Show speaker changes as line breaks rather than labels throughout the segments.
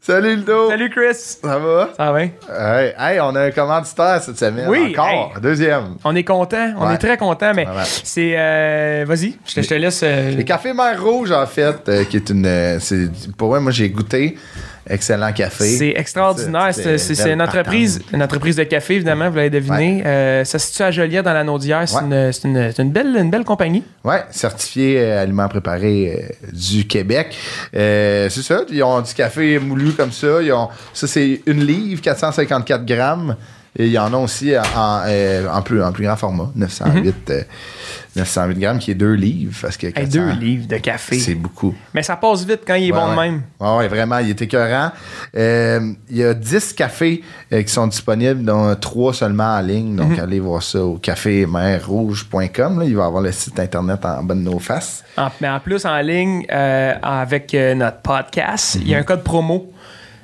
Salut Ludo!
Salut Chris!
Ça va?
Ça va?
Hey, hey, on a un commanditaire cette semaine.
Oui,
Encore.
hey.
Deuxième.
On est content, on
Ouais.
est très content, mais
Vraiment.
c'est. euh, Vas-y, je te, je te laisse. euh,
Le café Mer Rouge, en fait, euh, qui est une. euh, c'est- pour moi, moi, j'ai goûté. Excellent café.
c'est extraordinaire.
C'est- c'est
C'est c'est-
une
c'est une
belle
entreprise, une entreprise de café, évidemment, vous l'avez deviné. Euh, ça se situe à Joliette, dans la Naudière. C'est
Ouais.
une, c'est une- c'est une belle, une belle compagnie.
Ouais, certifié euh, aliments préparés euh, du Québec. Euh, c'est ça, ils ont du café moulu comme ça. Ils ont, ça, c'est une livre, 454 grammes. Et il y en a aussi en, en, euh, en plus, en plus grand format, 908, euh, 908 grammes, qui est deux livres. Parce que
Mm-hmm. Hey,
400,
deux livres de café.
c'est beaucoup.
Mais ça passe vite quand il est
Ouais,
bon de
ouais.
même.
Ouais, ouais, vraiment, il est écœurant. Euh, il y a 10 cafés euh, qui sont disponibles, dont 3 seulement en ligne. Donc, allez voir ça au cafémerrouge.com. là. Il va avoir le site internet en bonne de nos faces.
En- mais en plus, en ligne, euh, avec euh, notre podcast, il y a un code promo.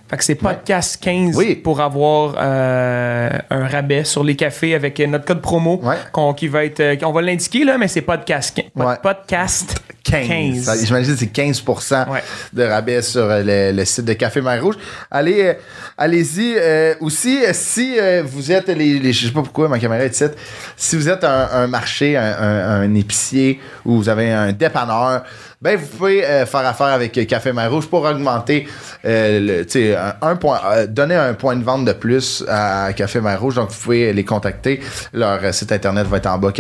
Fait que c'est podcast 15
Mhm. Oui.
pour avoir euh, un rabais sur les cafés avec euh, notre code promo
Ouais.
qu'on qui va être euh, on va l'indiquer là mais c'est podcast quin- pod-
Ouais.
podcast 15.
15. Ça, J'imagine que c'est 15
Ouais.
de rabais sur euh, le, le site de Café Mer Rouge. Allez, euh, allez-y euh, aussi euh, si euh, vous êtes les, les- je sais pas pourquoi ma caméra est ici. Si vous êtes un, un marché, un, un- un épicier ou vous avez un dépanneur, ben vous pouvez euh, faire affaire avec euh, Café Mer Rouge pour augmenter euh, le- tu sais, un, un point, euh, donner un point de vente de plus à Café Mer Rouge. Donc vous pouvez les contacter. Leur euh, site internet va être en bas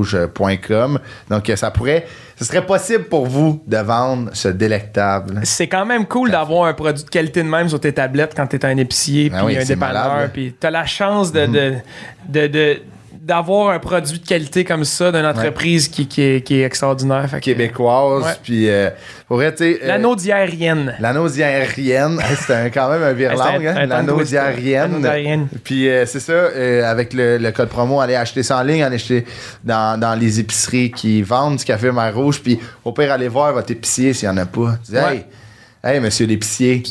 cafémerrouge.com. Donc euh, ça pourrait, ce serait possible pour vous de vendre ce délectable.
C'est quand même cool d'avoir un produit de qualité de même sur tes tablettes quand t'es un épicier,
Ah
puis
oui,
un
c'est malade, Mhm. là.
dépanneur, puis t'as la chance de, de- de- de- d'avoir un produit de qualité comme ça d'une entreprise qui, qui est, qui est extraordinaire. Fait que-
québécoise.
Ouais.
Puis, euh, pour vrai, tu sais, euh,
L'anneau d'hiérienne.
L'anneau diarrienne, c'est un- quand même un virlangue,
Hey, c'est un-
hein,
un
l'anneau
tongue twister.
diarrienne.
L'anneau diarrienne.
Puis euh, c'est ça, euh, avec le, le code promo, allez acheter ça en ligne, allez acheter dans, dans les épiceries qui vendent du café mer rouge, puis au pire, allez voir votre épicier s'il n'y en a pas. Dis,
Ouais.
hey, hey, monsieur l'épicier.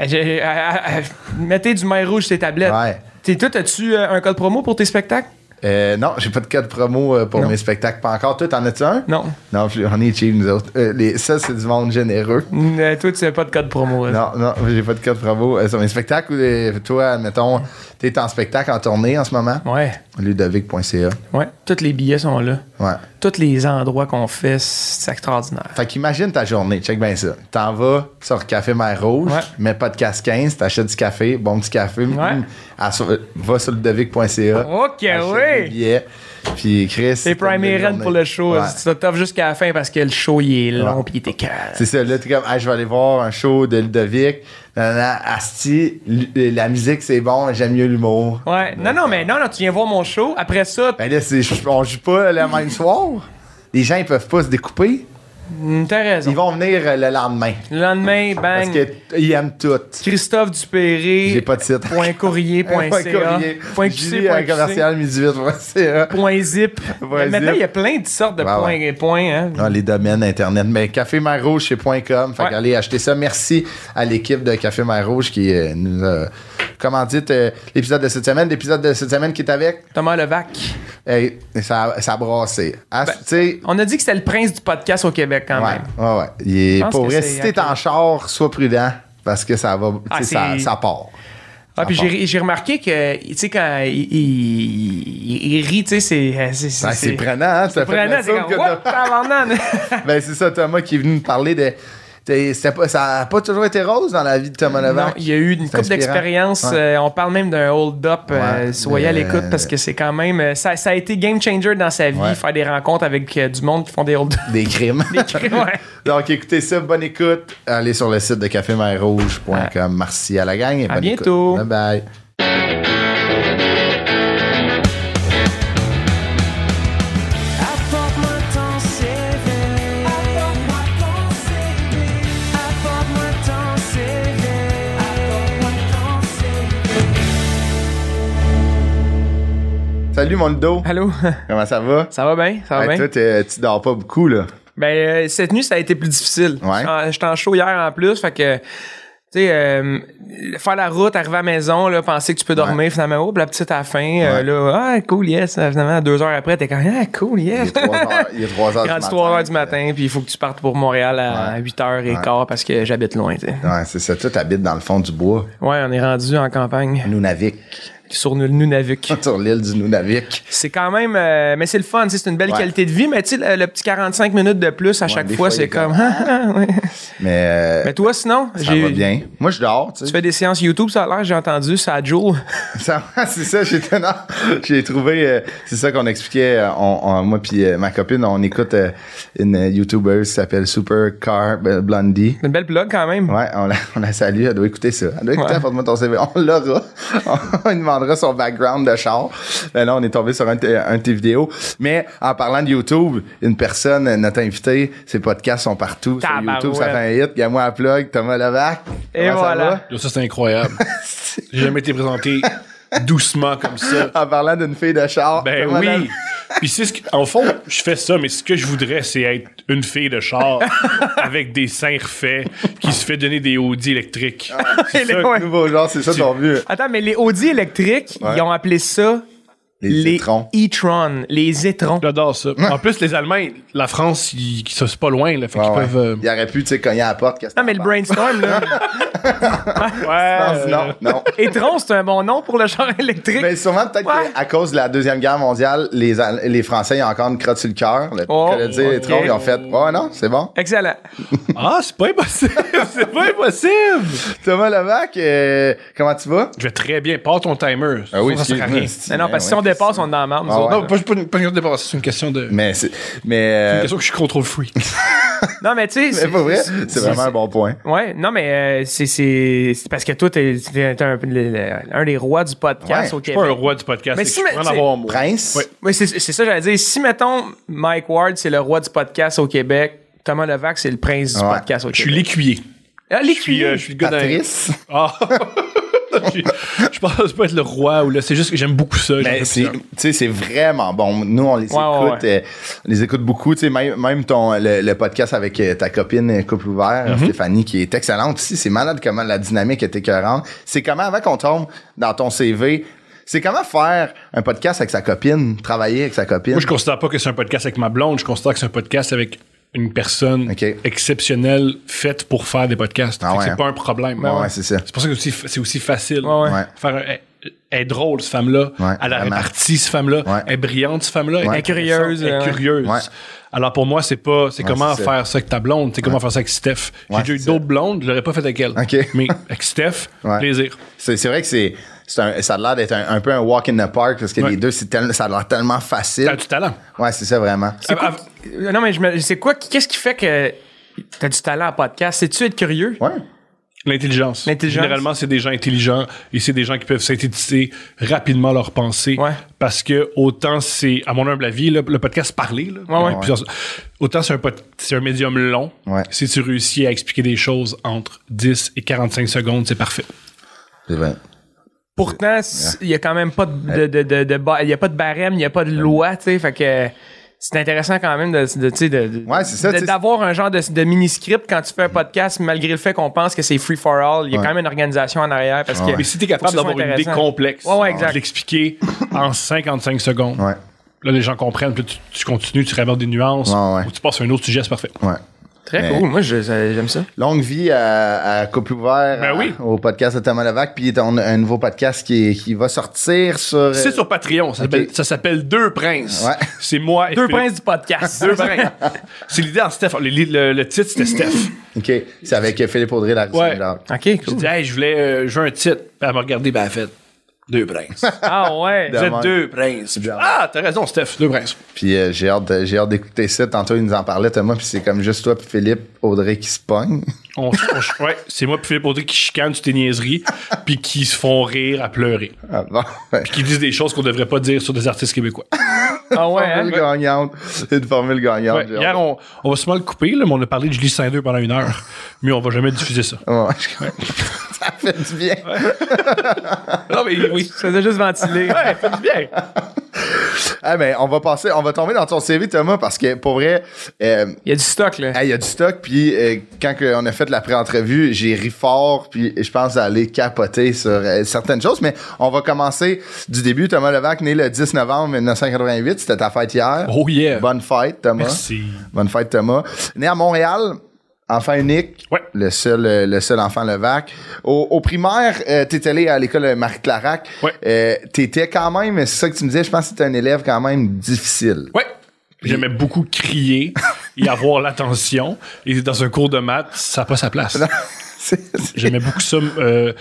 Euh, j'ai- euh, euh, euh, mettez du mail rouge sur tes tablettes.
Ouais.
T'es tout, as-tu euh, un code promo pour tes spectacles?
Euh, non, j'ai pas de code promo euh, pour
Non.
mes spectacles, pas encore. Toi, t'en as-tu un?
Non.
Non, plus- on est cheap, nous autres. Euh, les- ça, c'est du monde généreux.
Mm, euh, toi, tu n'as pas de code promo. là.
Non, non, j'ai pas de code bravo. Euh, sur mes spectacles, ou les- toi, mettons, t'es en spectacle, en tournée en ce moment.
Ouais,
Ludovic.ca.
ouais. Tous les billets sont là.
Ouais.
Tous les endroits qu'on fait, c'est extraordinaire.
Fait qu'imagine ta journée, check bien ça. T'en vas sur Café Mer Rouge,
Ouais.
mets pas de casque 15, t'achètes du café, bon petit café.
Ouais. Oh,
mm, à so- va sur ludovic.ca.
Ok,
achète des
oui.
billets. Puis Chris.
C'est
t'as une
primé
belle
run pour
journée.
le show.
Ouais.
Tu t'offres jusqu'à la fin parce que le show, il est long
Ouais.
pis il est écœurant.
C'est ça, là, t'es comme, ah, je vais aller voir un show de Ludovic. Nanana, Asti, lu- la musique, c'est bon, j'aime mieux l'humour.
Ouais. Non, non, mais non, non, tu viens voir mon show. Après ça,
Ben là, c'est- je- on joue pas le même soir. Les gens, ils peuvent pas se découper.
mm, t'as raison.
Ils vont venir euh, le lendemain.
Le lendemain,
Parce
bang.
qu'ils aiment tout.
Christophe Dupéré.
J'ai pas de titre.
Point courrier. Point
Point
CA,
courrier.
point QC,
Julie,
point
un
QC.
commercial, 18.ca.
Point zip.
Point
Maintenant,
zip.
il y a plein de sortes de
Ouais,
points.
ouais.
points, hein.
Non, Ah, les domaines Internet. Mais Café Mer Rouge, c'est .com. Fait
Ouais.
qu'allez acheter ça. Merci à l'équipe de Café Mer Rouge qui euh, nous a commandité euh, l'épisode de cette semaine. L'épisode de cette semaine qui est avec,
Thomas Levac.
hey, ça, ça a brassé.
Ben,
Ah, tu sais,
On a dit que c'était le prince du podcast au Québec quand
Ouais,
même.
ouais, ouais. Il est-
Je pense
pour
que
vrai,
c'est
si t'es en
accueillant.
char, sois prudent parce que ça va, tu
Ah,
sais, ça,
c'est-
ça part.
Ah, puis
Ça part.
j'ai j'ai remarqué que, tu sais, quand il, il- il- il rit, tu sais, c'est. euh, C'est
Ouais, c'est prenant, hein? ça
C'est
fait la
prenant, c'est
sourde
comme.
que
What?
t'as-
Tabarnak!
Ben, c'est ça, Thomas qui est venu nous parler de. t'es- c'était pas- ça n'a pas toujours été rose dans la vie de Thomas
Non,
Levac.
il y a eu une couple
inspirant.
d'expériences.
Ouais.
euh, on parle même d'un hold-up. euh,
Ouais,
soyez à
le-
l'écoute parce que c'est quand même. euh, Ça, ça a été game changer dans sa vie,
Ouais.
faire des rencontres avec euh, du monde qui font des hold-ups.
Des crimes.
ouais.
Donc, écoutez ça, bonne écoute. Allez sur le site de cafémerrouge.com. Merci à la gang et
À
bonne
bientôt.
écoute. Bye bye. Salut mon Ludo,
Allô?
comment ça va?
Ça va bien? Ça va
Hey,
bien?
toi, t'es- tu dors pas beaucoup là.
Ben, euh, cette nuit, ça a été plus difficile.
Ouais.
J'étais en- J'étais en show hier en plus, fait que. sais, euh, faire la route, arriver à la maison, là, penser que tu peux dormir, finalement, oh, la petite à la fin, euh,
Ouais.
là, ah, cool, yes, finalement, deux heures après, t'es comme, ah, cool,
Il
yes.
est 3 heures, il est trois heures
Rendu
du
3
matin. euh,
heures du matin, puis il faut que tu partes pour Montréal à
Ouais.
8h15 parce que j'habite loin, tu sais.
Ouais, c'est ça. Toi, t'habites dans le fond du bois,
Ouais, on est rendu en campagne,
Nunavik,
sur le Nunavik.
sur l'île du Nunavik.
C'est quand même. euh, mais c'est le fun, tu sais, c'est une belle
Ouais.
qualité de vie, mais tu sais, le, le petit 45 minutes de plus à chaque
des
fois,
fois, il
c'est
est
comme.
comme,
ouais.
Mais, euh,
Mais toi, sinon,
ça
j'ai-
va bien. Moi, je dors, tu
Tu
sais.
fais des séances YouTube, ça a l'air, j'ai entendu, ça a Joule.
Ça va, c'est ça, j'ai non, j'ai trouvé, euh, c'est ça qu'on expliquait, euh, on, on- moi puis euh, ma copine, on écoute euh, une euh, YouTuber qui s'appelle Super Car Blondie.
C'est une belle blog quand même.
Ouais, on la, on la salue, elle doit écouter ça. Elle doit écouter,
Ouais.
apporte-moi ton CV. On l'aura. On lui demandera son background de char. Ben là, on est tombé sur un, de tes- un de tes vidéos. Mais en parlant de YouTube, une personne, euh, notre invité, ses podcasts sont partout. Sur
Tabarouette.
YouTube, ça fait un hit. Gagne-moi à plug, Thomas Levac.
Et
Comment ça
voilà.
va?
Yo, ça, c'est incroyable. J'ai jamais été présenté doucement comme ça.
En parlant d'une fille de char.
Ben
Thomas
oui.
Levac.
Puis c'est ce que, en fond, je fais ça, mais ce que je voudrais, c'est être une fille de char avec des seins refaits qui se fait donner des Audi électriques.
Ah.
C'est ça.
Ouais.
Nouveau genre, c'est ça ton but.
Attends, mais les Audi électriques,
Ouais.
ils ont appelé ça
Les,
les
étrons.
e-tron, les étrons.
J'adore ça. En plus, les Allemands, la France, ils, ils- ça, c'est pas loin, là. Fait qu'ils
Ah ouais.
peuvent. euh,
Il aurait pu, tu sais, cogner à la porte. qu'est-ce
Non, mais le
que
brainstorm, là.
t'en
ouais.
penses? Non, non.
Étron, c'est un bon nom pour le genre électrique.
Mais sûrement, peut-être
Ouais.
qu'à cause de la Deuxième Guerre mondiale, les, Al- les Français, ils ont encore une crotte sur le cœur. Le
Oh,
que le dire, les
ok.
troncs, ils ont fait « Ouais, non, c'est bon.
Excellent.
Ah, c'est pas impossible. c'est pas impossible. »
Thomas Levac, euh, comment tu vas? ben
Je vais très bien. Pars ton timer. ça sert à rien.
Non, non, parce que si on dépasse, on est dans la merde. nous
Ah
autres.
ouais.
Non, pas, pas une pas une question de dépasser, c'est une question de.
Mais, c'est- mais,
Une
euh,
question que je suis contrôle freak.
Non, mais tu sais.
c'est pas vrai. C'est vraiment un bon point.
Ouais, non, mais euh, c'est- c'est c'est parce que toi, t'es t'es un, le- le- un des rois du podcast
Ouais,
au
Je suis pas un
Québec.
roi du podcast.
Mais
c'est
si,
que je
mais
pourrais en
tu sais-
avoir un mot.
Prince?
Ouais.
Oui, c'est c'est ça, j'allais dire. Si, mettons, Mike Ward, c'est le roi du podcast au Québec, Thomas Levac, c'est le prince du
Ouais.
podcast au
Je suis
Québec.
l'écuyer.
Ah,
Je suis,
l'écuyer.
euh, je suis le gars d'un-
Patrice?
Ah. je, je pense pas être le roi ou là. C'est juste que j'aime beaucoup ça.
Mais
J'en fais
Ben, c'est,
plusieurs.
tu sais, c'est vraiment bon. Nous, on les
Ouais, ouais,
écoute, euh, on les écoute beaucoup. Tu sais, même, même ton le, le podcast avec euh, ta copine euh, Couple Ouvert,
Mm-hmm.
Stéphanie, qui est excellente aussi. C'est malade comment la dynamique est écœurante. C'est comment avant qu'on tombe dans ton CV. C'est comment faire un podcast avec sa copine, travailler avec sa copine.
Moi, je considère pas que c'est un podcast avec ma blonde. Je considère que c'est un podcast avec une personne
Ok.
exceptionnelle faite pour faire des podcasts.
Ah
Fait que
ouais, hein.
c'est pas un problème.
Ouais, ouais, c'est ça.
pour ça que c'est aussi- c'est aussi facile.
Ouais, ouais.
Ouais.
Faire un- elle, elle est drôle, cette femme-là.
Ouais,
elle a
vraiment.
réparti, cette femme-là.
Ouais.
Elle est brillante, cette femme-là.
Ouais.
Elle est curieuse. Elle est
Ouais.
curieuse.
Ouais.
Alors pour moi, c'est pas. C'est comment
c'est ça.
faire ça avec ta blonde. C'est comment faire ça avec Steph.
Ouais,
J'ai déjà eu
c'est
d'autres blondes, je l'aurais pas fait avec elle.
Ok.
Mais avec Steph,
Ouais.
plaisir.
C'est, c'est vrai que c'est, c'est un- ça a l'air d'être un, un peu un walk in the park parce que
Ouais.
les deux, c'est tel- ça a l'air tellement facile.
T'as du talent.
Ouais, c'est ça vraiment.
C'est quoi
Ah,
qui- euh, Non, mais je me- c'est quoi, qui- qu'est-ce qui fait que t'as du talent en podcast? C'est-tu être curieux?
Ouais.
L'intelligence.
L'intelligence.
Généralement, c'est des gens intelligents et c'est des gens qui peuvent synthétiser rapidement leurs pensées.
Ouais.
Parce que autant c'est, à mon humble avis, le, le podcast parler, là,
Ouais, ouais.
il y a plusieurs- autant c'est un, pod- c'est un médium long.
Ouais.
Si tu réussis à expliquer des choses entre 10 et 45 secondes, c'est parfait.
C'est vrai.
Pourtant, c'est- il y a quand même pas de, de, de, de, de ba- il y a pas de barème, il y a pas de loi, tu sais, fait que c'est intéressant quand même de, de, tu sais, de- de-
Ouais, c'est ça,
de-
tu sais, Mm.
d'avoir un genre de, de mini-script quand tu fais un podcast, malgré le fait qu'on pense que c'est free for all, il y a
Ouais.
quand même une organisation en arrière parce que.
Mais si tu es
Faut
capable
que ce
d'avoir
soit
une idée
intéressant.
complexe,
Ouais, ouais, exact.
de l'expliquer en 55 secondes,
Ouais.
là, les gens comprennent, puis tu, tu continues, tu ramènes des nuances,
Ouais, ouais.
ou tu passes à un autre sujet, c'est parfait.
Ouais.
Très
Mais-
cool, moi je- ça- j'aime ça.
Longue vie à, à Couple Ouvert,
Ben
à-
oui.
au podcast de Thomas Levac, puis on a un nouveau podcast qui, qui va sortir sur...
C'est sur Patreon. Ça s'appelle-
Ok.
Eh ben, ça s'appelle Deux Princes.
Ouais.
C'est moi et
Deux
Philippe.
princes du podcast.
Deux princes. C'est l'idée en Steph. Le, le- le titre, c'était Steph.
euh, OK, c'est avec Philippe Audrey, la
Ouais.
Ok,
J'ai
cool.
dit, hey, je voulais, euh, je veux un titre. Puis elle m'a regardé, ben, elle a fait Deux Princes.
Ah ouais.
Vous
Demain.
êtes deux princes.
Demain.
Ah, t'as raison, Steph. Deux princes.
Puis euh, j'ai hâte, de- j'ai hâte d'écouter ça. Tantôt, il nous en parlait, Thomas, puis c'est comme juste toi puis Philippe Audrey qui se pognent.
On- on- ouais, c'est moi et Philippe Audrey qui chicanent sur tes niaiseries, puis qui se font rire à pleurer.
Ah bon?
Qui disent des choses qu'on devrait pas dire sur des artistes québécois.
Ah ouais. hein?
formule gagnante. C'est une formule gagnante.
Ouais,
j'ai
hier,
hâte.
on, on va sûrement le couper, là, mais on a parlé de Julie Saint-Deux pendant une heure. Mais on va jamais diffuser ça.
Ouais, je- ça fait du bien.
Non, Ah, mais oui.
Ça faisait juste ventilé.
Ouais, faites bien.
Ah, mais on va passer, on va tomber dans ton CV, Thomas, parce que pour vrai, euh,
Il y a du stock, là.
hey, il y a du stock. Puis euh, quand que on a fait la pré-entrevue, j'ai ri fort. Puis je pense aller capoter sur euh, certaines choses. Mais on va commencer du début. Thomas Levac, né le 10 novembre 1988. C'était ta fête hier.
Oh yeah.
Bonne fête, Thomas.
Merci.
Bonne fête, Thomas. Né à Montréal, enfant unique.
Ouais.
Le seul, euh, le seul enfant Levac. Au, au primaire, euh, t'es allé à l'école Marie-Clarac.
Ouais.
Euh, t'étais quand même, c'est ça que tu me disais, je pense que t'étais un élève quand même difficile.
Ouais. J'aimais beaucoup crier et avoir l'attention. Et dans un cours de maths, ça n'a pas sa place.
C'est- c'est-
J'aimais beaucoup ça. euh,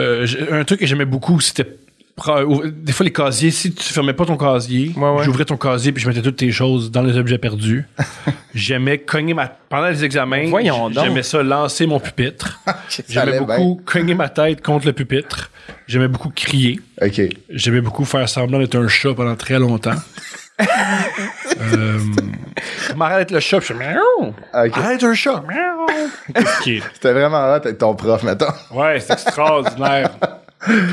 euh, j'ai- un truc que j'aimais beaucoup, c'était. pra- ou- Des fois, les casiers, si tu fermais pas ton casier,
Ouais, ouais.
j'ouvrais ton casier puis je mettais toutes tes choses dans les objets perdus. j'aimais cogner ma. Pendant les examens,
Voyons donc.
j'aimais ça lancer mon pupitre.
allait
j'aimais beaucoup cogner ma tête contre le pupitre. J'aimais beaucoup crier.
OK.
J'aimais beaucoup faire semblant d'être un chat pendant très longtemps. euh, M'arrête d'être le chat, puis je fais miaou.
OK.
Arrête d'être un chat, miaou. Qu'est-ce qui est?
C'était vraiment hot d'être ton prof, mettons.
Ouais, c'est extraordinaire.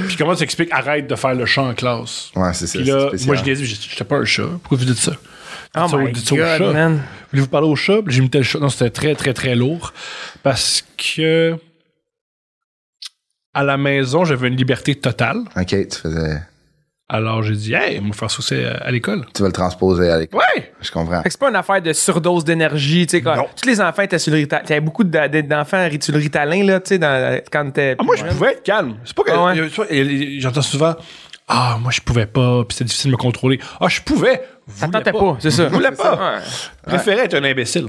Puis comment tu expliques arrête de faire le chant en classe?
Ouais, c'est ça.
Puis là,
c'est spécial.
moi je disais, j'étais pas un chat. Pourquoi vous dites ça?
Oh
Ça,
my
dites ça au
God,
chat.
man.
Voulez-vous parler au chat? Puis J'imitais le chat. Non, c'était très, très, très lourd. Parce que à la maison, j'avais une liberté totale.
OK, tu faisais.
Alors j'ai dit, hey, on va faire ça à, à l'école.
Tu vas le transposer à l'école.
Ouais!
Je comprends.
Fait que c'est pas une affaire de surdose d'énergie, tu sais, quand
Non.
tous les enfants étaient sur le Ritalin. T'avais beaucoup d'a- d'enfants sur le Ritalin, là, tu sais, dans- quand t'étais.
Ah, moi, je pouvais être calme. C'est pas que.
Ah ouais.
il y a- tu vois, il y a- J'entends souvent. Ah, moi, je pouvais pas, puis c'était difficile de me contrôler. Ah, je pouvais.
Ça
voulais
tentait pas, c'est ça.
Voulais
C'est ça,
pas.
ouais.
Je préférais être un imbécile.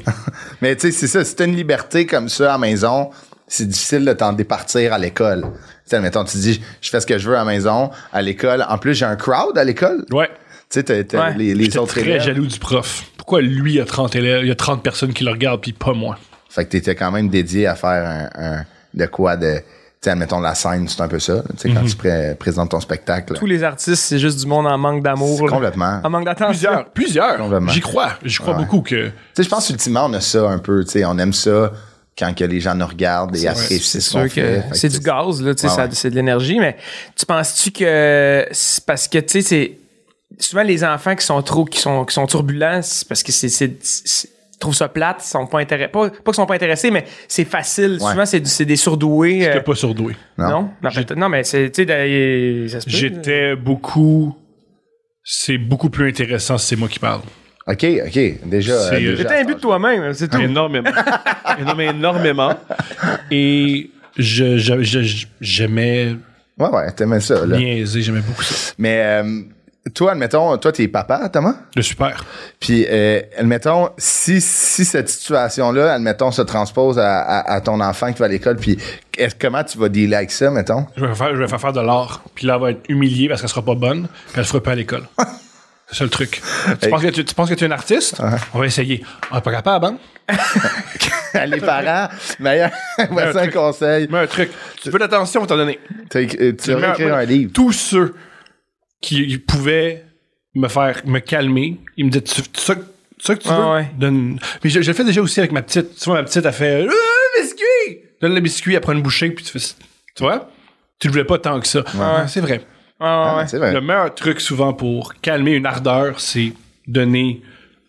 Mais tu sais, c'est ça. Si t'as une liberté comme ça à la maison, c'est difficile de t'en départir à l'école. Tu sais, mettons, tu dis, je fais ce que je veux à la maison, à l'école. En plus, j'ai un crowd à l'école. Tu
Ouais.
sais, t'as- t'as
Ouais.
les, les
J'étais
autres
très
élèves.
jaloux du prof. Pourquoi lui, il y a 30 élèves, il y a 30 personnes qui le regardent, puis pas moi?
Ah,
Fait que t'étais quand même dédié à faire un, un- de quoi de. Tu sais, mettons, la scène, c'est un peu ça. Tu sais,
Mhm.
quand tu pré- présentes ton spectacle.
Tous les artistes, c'est juste du monde en manque d'amour. là.
Complètement.
En manque d'attention.
Plusieurs, plusieurs.
Complètement.
J'y crois. J'y crois beaucoup
Euh,
que.
Tu sais, je pense ultimement, on a ça un peu. Tu sais, on aime ça quand que les gens nous regardent et apprécient
C'est
ce qu'on
sûr que
fait. Fait que
c'est
tu
du
sais,
gaz, là, tu sais,
Ouais,
ça-
ouais.
c'est de l'énergie, mais tu penses-tu que c'est parce que, tu sais, c'est souvent les enfants qui sont trop, qui sont, qui sont turbulents, c'est parce que c'est, c'est, c'est- ils trouvent ça plate, ils sont pas intéressés, pas, pas qu'ils sont pas intéressés, mais c'est facile.
Ouais.
Souvent, c'est, du- c'est des surdoués.
J'étais
euh,
pas surdoué.
Non.
non, Non, peut-être- non, mais c'est, tu sais, d'ailleurs, ça se peut, là.
J'étais beaucoup. C'est beaucoup plus intéressant si c'est moi qui parle.
OK, OK. Déjà. euh,
C'est-
déjà,
J'étais un but de toi-même, hein, c'est
Ah.
tout.
Énormément. énormément. énormément. Et je- je- je- je- j'aimais
Ouais, ouais, t'aimais ça, là.
niaiser, j'aimais beaucoup ça.
Mais euh, toi, admettons, toi, t'es papa, Thomas.
Le super.
Puis, euh, admettons, si, si cette situation-là, admettons, se transpose à, à- à ton enfant qui va à l'école, puis est-ce- comment tu vas dealer avec ça, mettons?
Je vais faire, je vais faire, faire de l'art. Puis là, elle va être humiliée parce qu'elle sera pas bonne. Puis elle fera pas à l'école. C'est ça le truc. Tu,
Hey.
penses que tu, tu penses que tu es un artiste? On va essayer. On n'est pas capable, hein?
Les parents, meilleur, voici un conseil.
Mais un truc. Tu veux de l'attention, on va t'en donner.
T'as écri- euh, Tu
Mais-
vas écrire un
mais-
livre.
Tous ceux qui qui pouvaient me faire me calmer, ils me disaient Tu tu- ça, que- ça que tu
Ah
veux
ouais.
Donne- Mais je, je le fais déjà aussi avec ma petite. Tu vois, ma petite, a fait Ah, biscuit Donne le biscuit, elle prend une bouchée, puis tu fais. Tu vois Tu le voulais pas tant que ça. Ah, C'est vrai.
Ah, ouais.
Ah, C'est vrai.
Le meilleur truc souvent pour calmer une ardeur, c'est donner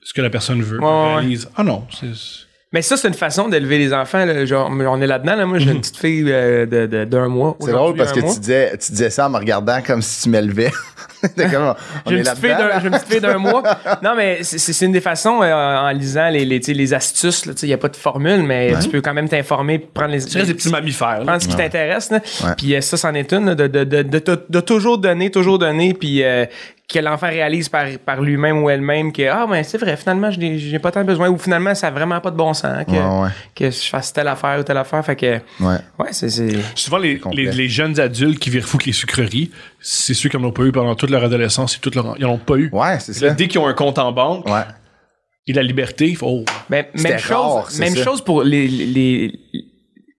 ce que la personne veut.
ouais,
réalise. Ah non, c'est. c'est-
Mais ça, c'est une façon d'élever les enfants. là. Genre, on est là-dedans. Là. Moi, j'ai une petite fille euh, de- de- d'un mois.
Hmm. C'est drôle
Aujourd'hui,
parce
un
que
mois.
tu disais, tu disais ça en me regardant comme si tu m'élevais. T'es comme, on
J'ai
est
une, petite fille
là-dedans.
d'un-
là.
j'ai une petite fille d'un mois. Non, mais c'est- c'est c'est une des façons, euh, en lisant les, les, tu sais, les astuces, il n'y a pas de formule, mais tu peux quand même t'informer, prendre les...
Tu restes des petits mammifères. là.
prendre ce qui t'intéresse. là.
Ouais.
Puis euh, ça, c'en est une, là, de, de, de, de, de- de toujours donner, toujours donner, puis euh, que l'enfant réalise par, par lui-même ou elle-même que « Ah, ben c'est vrai, finalement, je n'ai j'ai pas tant besoin » ou « Finalement, ça n'a vraiment pas de bon sens hein, que,
Ouais, ouais.
que je fasse telle affaire ou telle affaire. » Fait que,
Ouais.
ouais, c'est... c'est-
Souvent, les,
complet.
les, les jeunes adultes qui virent fous que les sucreries, c'est ceux qui n'en ont pas eu pendant toute leur adolescence et toute leur. Ils n'en ont pas eu.
Ouais, c'est
Là,
ça.
dès qu'ils ont un compte en banque
Ouais.
et la liberté, ils font, oh,
Ben,
C'était
même chose,
rare, c'est
même
ça.
chose pour les, les, les-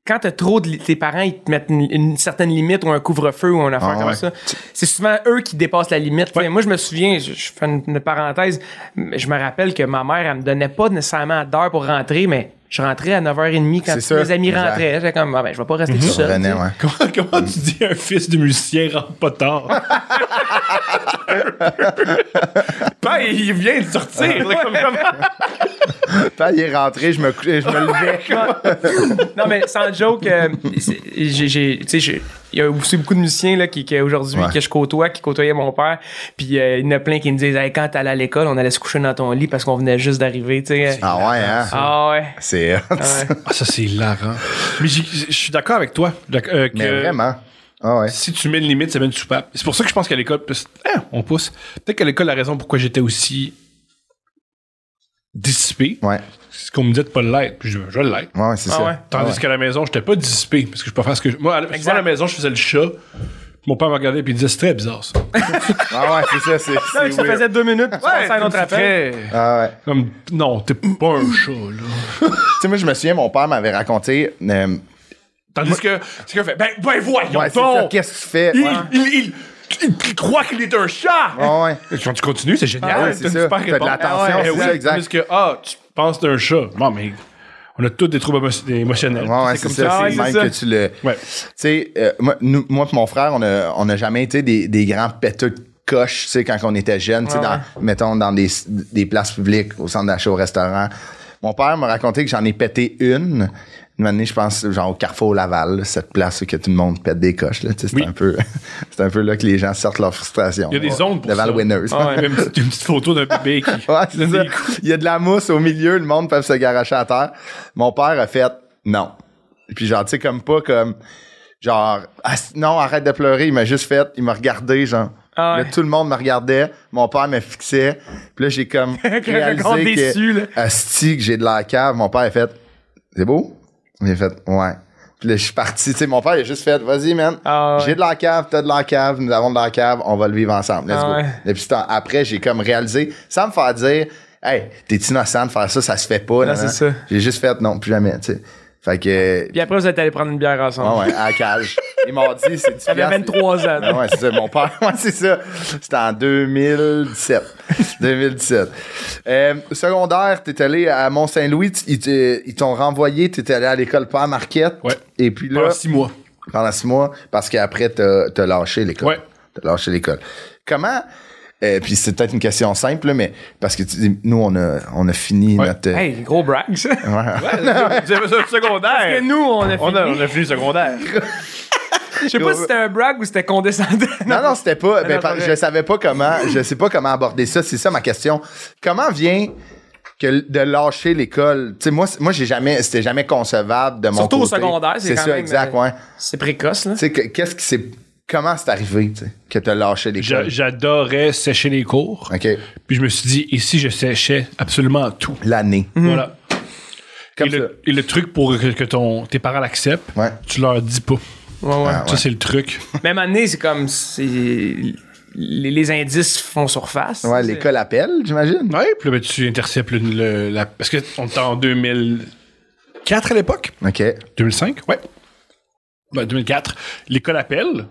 quand t'as trop de li- tes parents ils te mettent une, une certaine limite ou un couvre-feu ou une affaire
Ah,
comme
ouais.
ça. C'est souvent eux qui dépassent la limite.
Ouais.
Tu sais, Moi je me souviens, je, je fais une, une parenthèse, mais je me rappelle que ma mère elle me donnait pas nécessairement d'heure pour rentrer mais Je rentrais à 9h30 quand
C'est
tous
ça.
mes amis
Exact. Mhm.
rentraient. J'étais comme, ah, ben, je vais pas rester tout seul.
René,
tu sais.
ouais.
Comment, comment tu dis un fils de musicien rentre pas tard? Pas, Ben, il vient de sortir. là, comme- comment-
Quand il est rentré, je me, cou- je me levais.
non, mais sans joke, euh, c'est- j'ai- j'ai- tu sais, j'ai- il y a aussi beaucoup de musiciens là, qui, qui, aujourd'hui
Ouais.
que je côtoie, qui côtoyaient mon père. Puis euh, il y en a plein qui me disent hey, Quand t'allais à l'école, on allait se coucher dans ton lit parce qu'on venait juste d'arriver. tu sais.
Ah ouais, hein?
Ah ouais.
C'est euh,
ouais.
Ah, ça, c'est hilarant. Mais j'ai- je suis d'accord avec toi. d'ac- euh, que
Mais vraiment. Ah ouais.
Si tu mets une limite, ça met une soupape. C'est pour ça que je pense qu'à l'école, parce- hein, on pousse. Peut-être qu'à l'école, la raison pourquoi j'étais aussi dissipé,
Ouais,
c'est ce qu'on me disait de pas l'être. Puis je, je l'être.
ouais, ouais, c'est
Ah
ça.
ouais.
Tandis qu'à la maison, j'étais pas dissipé parce que je peux faire ce que je... Moi, à la, souvent, à la maison, je faisais le chat. Mon père me regardait et il disait c'est très bizarre ça.
Ah ouais, c'est ça, c'est.
Non,
c'est
mais ça
weird.
faisait deux minutes, puis tu passais à un autre appel.
Très-
Ah ouais.
Comme, non, t'es pas un chat, là.
Tu sais, moi, je me souviens, mon père m'avait raconté. euh,
Tandis que, c'est qu'il fait, ben, ben voyons
ouais, c'est ça,
donc!
qu'est-ce que tu fais?
il,
Ouais.
il, il, il- il croit qu'il est un chat!
Ah ouais.
Et Quand tu continues, c'est génial.
Ah ouais, c'est ça. T'as de l'attention, c'est ça, exact.
Parce que, ah, tu penses d'un chat. Non, mais on a tous des troubles émo- émotionnels.
Ouais, ouais, c'est ça,
ça, ouais,
c'est le même
c'est ça.
que tu le.
Ouais.
Tu sais, euh, moi, nous- moi pis mon frère, on a, on a jamais été des, des grands péteux de coche, tu sais, quand on était jeunes, tu sais,
Ouais,
dans- mettons, dans des, des places publiques, au centre d'achat, au restaurant. Mon père m'a raconté que j'en ai pété une. Une année, je pense, genre au Carrefour Laval, là, cette place où que tout le monde pète des coches. là, tu sais, C'est
Oui.
un peu c'est un peu là que les gens sortent leur frustration.
Il y a des
là,
zones pour
devant
ça.
le Winners.
Ah ouais.
Il y a Une petite, une petite photo d'un bébé qui.
Ouais, c'est ça. Il y a de la mousse au milieu, le monde peut se garacher à terre. Mon père a fait non. Puis genre, tu sais, comme pas comme genre Ah, c- non, arrête de pleurer, il m'a juste fait, il m'a regardé, genre.
Ah ouais.
Là, tout le monde me regardait, mon père me fixait. Puis là, j'ai comme réalisé
regard
que,
déçu, là.
Asti, que j'ai de la cave. Mon père a fait C'est beau? Il a fait Ouais. Puis là, je suis parti. Tu sais, mon père il a juste fait Vas-y, man.
Ah ouais.
J'ai de la cave, t'as de la cave, nous avons de la cave, on va le vivre ensemble. Let's
Ah
go.
ouais.
Depuis ce temps, après, j'ai comme réalisé, sans me faire dire Hey, t'es innocent de faire ça, ça se fait pas. nan,
c'est
nan.
ça.
J'ai juste fait Non, plus jamais. tu sais. Fait que.
Puis après, vous êtes allés prendre une bière ensemble.
Ouais, ouais, à la cage. Ils m'ont dit, c'est du
J'avais 23 ans.
ben ouais, c'est ça, mon père. Ouais, c'est ça. C'était en 2017. 2017. Euh, secondaire, t'es allé à Mont-Saint-Louis. tu- Ils, te- ils t'ont renvoyé. T'es allé à l'école Père Marquette.
Ouais.
Et puis là,
Pendant six mois.
pendant six mois, parce qu'après, t'as, t'as lâché l'école.
Ouais.
T'as lâché l'école. Comment... euh, puis c'est peut-être une question simple, là, mais parce que tu dis, nous, on a, on a fini
Ouais.
notre... euh,
Hey, gros brag, ça.
Vous avez ça au
Que
secondaire.
nous, on a
On
fini.
a, on a fini le secondaire.
Je sais pas si c'était un brag ou c'était condescendant.
Non, non, c'était pas. ben,
non,
par-
c'est
je
vrai.
savais pas comment. Je sais pas comment aborder ça. C'est ça ma question. Comment vient que l- de lâcher l'école? Tu sais, moi, c- moi j'ai jamais. C'était jamais concevable de mon
Surtout au
côté.
secondaire, c'est
C'est
quand
ça,
même,
exact,
euh,
ouais. Tu
C'est précoce, là.
sais, que- qu'est-ce qui s'est. Comment c'est arrivé, tu sais, que t'as lâché
J'a-
l'école?
J'adorais sécher les cours.
OK.
Puis je me suis dit, et si je séchais absolument tout?
L'année.
Voilà.
Mhm. Comme
et,
ça.
le, et le truc pour que, que ton, tes parents l'acceptent,
Ouais.
tu leur dis pas.
Ouais, ouais.
Ah, ouais.
Ça, c'est le truc.
Même année, c'est comme. c'est- Les, les indices font surface.
Ouais, l'école appelle, j'imagine.
Ouais, puis là, ben, tu interceptes le, le- la. Parce qu'on était en 2004 à l'époque.
OK. Ouais.
2005, ouais. Ben, 2004. L'école appelle,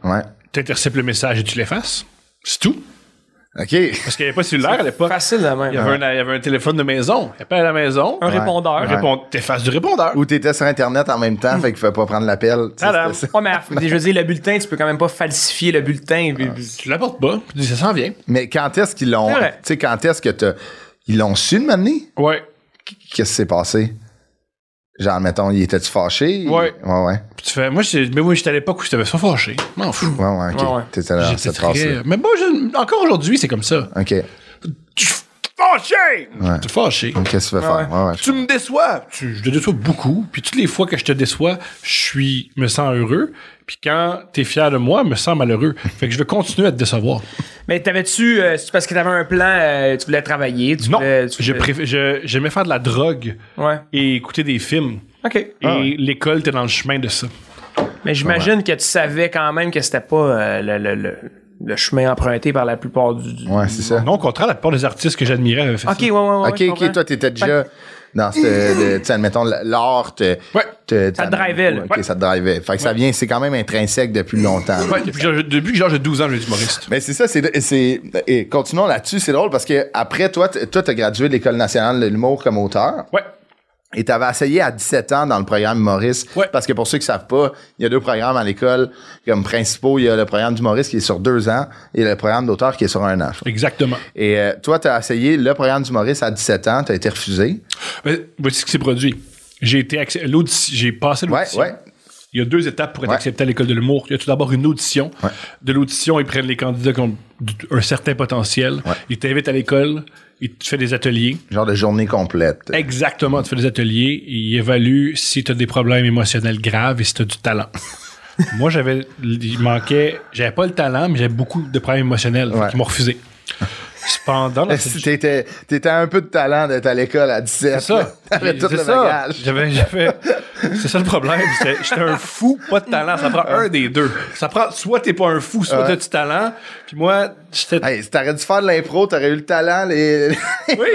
tu interceptes le message et tu l'effaces. C'est tout.
OK.
Parce qu'il n'y avait pas de cellulaire à l'époque.
Facile, là, même.
Il y, avait un, il y avait un téléphone de maison. Il appelle à la maison.
Un répondeur.
Ouais.
Répond, t'effaces du répondeur.
Ou t'étais sur Internet en même
Hmm.
temps, fait qu'il faut pas prendre l'appel. Tu sais,
Tadam.
c'était ça.
Ouais, mais à- je veux dire, le bulletin, tu peux quand même pas falsifier le bulletin.
Ah,
puis- puis-
Tu l'apportes pas, puis tu dis, ça s'en vient.
Mais quand est-ce qu'ils l'ont.
C'est
Tu
vrai.
sais, quand est-ce que t'as. Ils l'ont su de m'amener?
Ouais.
qu'est-ce qui s'est passé? Genre, mettons, il était-tu fâché? Il-
Ouais.
Ouais, ouais.
Puis tu fais, moi, j'ai- mais moi, j'étais à l'époque où je t'avais pas fâché. Je M'en fous.
Ouais, ouais, ok.
Ouais, ouais.
T'étais là dans
J'étais
cette
très- euh,
phase-là.
Mais moi, je- encore aujourd'hui, c'est comme ça.
Ok.
Tu fâché! Tu fâché.
Qu'est-ce que tu veux faire? Ouais, ouais.
Tu me déçois. Tu- je te déçois beaucoup. Puis toutes les fois que je te déçois, je suis, me sens heureux. Puis quand t'es fier de moi, je me sens malheureux. Fait que je veux continuer à te décevoir.
Mais t'avais-tu. euh, c'est parce que t'avais un plan, euh, tu voulais travailler. Tu
Non,
voulais- tu
je
voulais-
préf- je- j'aimais faire de la drogue
Ouais.
et écouter des films.
OK.
Et l'école, t'es dans le chemin de ça.
Mais j'imagine que tu savais quand même que c'était pas euh, le, le- le- le chemin emprunté par la plupart du. du-
Ouais, c'est ça.
Non, au contraire, la plupart des artistes que j'admirais avaient fait
Ok, ouais,
ça.
ouais, ouais.
Ah. ok,
je comprends.
ok, toi, t'étais déjà dans ce. le- Tu sais, admettons, l'art. te-
Ouais.
te-
Ça
t'en-
te drivait, là.
Ok, ça te drivait. Fait que ça vient, c'est quand même intrinsèque depuis longtemps.
Ouais, depuis, que j'ai- depuis que j'ai l'âge de 12 ans, j'ai été humoriste.
Mais Ben, c'est ça, c'est, c'est- et continuons là-dessus, c'est drôle parce que après toi, t- toi, t'as gradué de l'école nationale de l'humour comme auteur.
Ouais.
Et tu avais essayé à 17 ans dans le programme Maurice.
Ouais.
Parce que pour ceux qui savent pas, il y a deux programmes à l'école comme principaux. Il y a le programme du Maurice qui est sur deux ans et le programme d'auteur qui est sur un an. je crois.
Exactement.
Et euh, toi, tu as essayé le programme du Maurice à 17 ans, tu as été refusé.
Mais Euh, voici ce qui s'est produit. J'ai été accep- l'audition- j'ai passé
Ouais,
l'audition.
ouais.
Il y a deux étapes pour être
Ouais.
accepté à l'école de l'humour. Il y a tout d'abord une audition.
Ouais.
De l'audition, ils prennent les candidats qui ont d- un certain potentiel. Ils t'invitent à l'école. Ils te font des ateliers.
Genre de journée complète.
Exactement, tu fais des ateliers. Ils évaluent si tu as des problèmes émotionnels graves et si tu as du talent. Moi, j'avais, il manquait, j'avais pas le talent, mais j'avais beaucoup de problèmes émotionnels.
Ouais.
Ils m'ont refusé. Cependant, dans cette-
Si t'étais, t'étais un peu de talent d'être à l'école à 17.
C'est ça.
T'avais tout
C'est
le
ça.
bagage.
J'avais, j'avais- C'est ça le problème. J'étais, j'étais un fou, pas de talent. Ça prend un des deux. Ça prend soit t'es pas un fou, soit t'as du talent. Puis moi, j'étais.
Hey, si t'aurais dû faire de l'impro, t'aurais eu le talent, les, les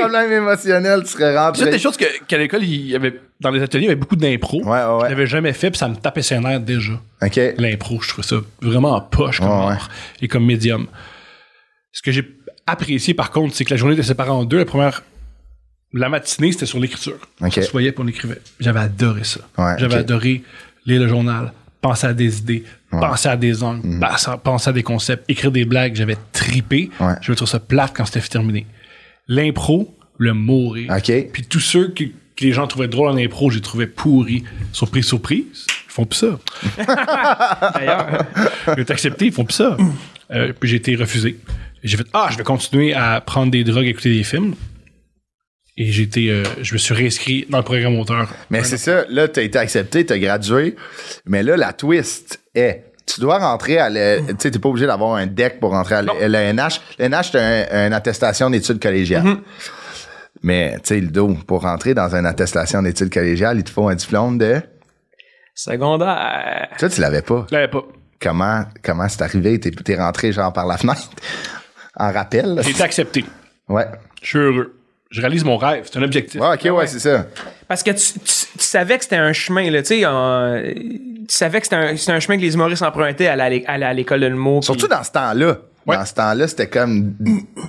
problèmes émotionnels, tu serais
C'est
rentré.
des choses que, qu'à l'école, il y avait, dans les ateliers, il y avait beaucoup d'impro.
Ouais, ouais, ouais.
Je l'avais jamais fait, puis ça me tapait ses nerfs déjà.
OK.
L'impro, je trouve ça vraiment en poche comme
Ouais, ouais.
art et comme médium. Ce que j'ai apprécié, par contre, c'est que la journée était séparée en deux. La première, la matinée, c'était sur l'écriture.
Ok.
On se voyait puis on écrivait. J'avais adoré ça.
Ouais,
J'avais
ok.
adoré lire le journal, penser à des idées, penser à des angles,
Mhm.
penser, penser à des concepts, écrire des blagues. J'avais tripé.
Ouais.
Je trouve ça plate quand c'était terminé. L'impro, le mourir.
Ok.
Puis tous ceux que, que les gens trouvaient drôles en impro, j'ai trouvé pourris. Surprise, surprise. Ils font plus ça.
D'ailleurs, euh,
Ils ont accepté, ils font plus ça. Euh, puis j'ai été refusé. J'ai fait Ah, je vais continuer à prendre des drogues, écouter des films. Et j'ai été, euh, je me suis réinscrit dans le programme auteur.
Mais c'est ça, là, t'as été accepté, t'as gradué. Mais là, la twist est. Tu dois rentrer à l'E- Tu sais, t'es pas obligé d'avoir un deck pour rentrer à l'ENH. L'ENH, c'est un- une attestation d'études collégiales. Mais, tu sais, le dos, pour rentrer dans une attestation d'études collégiales, il te faut un diplôme de.
secondaire.
Toi, tu l'avais pas.
Je l'avais pas.
Comment comment c'est arrivé? T'es t'es rentré, genre, par la fenêtre? En rappel? là.
J'ai été accepté.
Ouais.
Je suis heureux. Je réalise mon rêve. C'est un objectif.
Ouais, ok, ouais, c'est ça.
Parce que tu, tu- tu savais que c'était un chemin, là, tu sais, euh, tu savais que c'était un, c'était un chemin que les humoristes empruntaient à la- à la- à l'école de l'humour.
Surtout dans ce temps-là.
Ouais.
Dans ce temps-là, c'était comme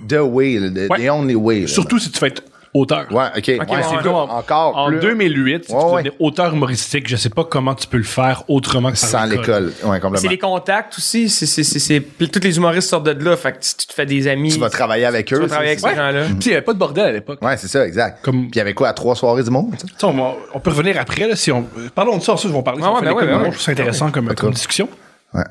the way, là, the,
Ouais.
the only way. là.
Surtout si tu fais être auteur.
Ouais, ok. Ouais,
bon,
c'est
en-
là, encore
En
plus
2008, si
Ouais,
tu
ouais.
devenais auteur humoristique, je sais pas comment tu peux le faire autrement que par
sans l'école. Ouais,
C'est
complètement.
les contacts aussi. C'est, c'est, c'est, c'est- puis Tous les humoristes sortent de là. Fait que tu, tu te fais des amis.
Tu vas travailler avec eux.
vas travailler avec
c'est-
ces gens-là.
Puis il n'y avait pas de bordel à l'époque.
Ouais, c'est ça, exact.
Comme-
Puis il y avait quoi à trois soirées du monde? ça?
Tu sais, On, va- on peut revenir après. Là, si on, euh, parlons de ça, ensuite, on va parler. si
Ouais,
on
ouais,
fait
ben ouais,
l'école de
ben
l'humour,
ouais.
je trouve ça intéressant comme, comme
cool.
discussion.
Ouais.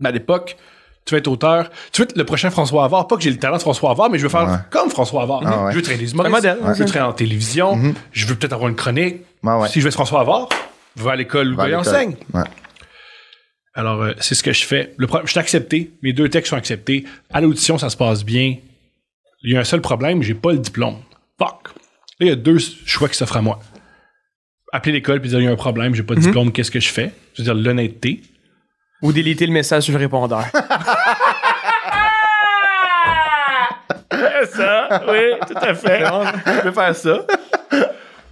Mais à l'époque, tu veux être auteur, tu veux être le prochain François Havard. Pas que j'ai le talent de François Havard, mais je veux faire comme François Havard.
Ah ouais. Mm-hmm.
Je veux traiter des humoristes,
Un modèle.
je veux traiter en télévision, je veux peut-être avoir une chronique.
Ah Ouais, ouais.
Si je veux être François Havard, va à l'école ou
Va à
va
l'école.
enseigne.
Ouais.
Alors, euh, c'est ce que je fais. Le pro- je suis accepté. Mes deux textes sont acceptés. À l'audition, ça se passe bien. Il y a un seul problème, j'ai pas le diplôme. Fuck. Là, il y a deux choix qui s'offrent à moi. Appeler l'école puis dire il y a un problème, j'ai pas de diplôme, qu'est-ce que je fais? Je veux dire l'honnêteté.
Ou déliter le message sur le répondeur.
Ça, oui, tout à fait. je peux faire ça.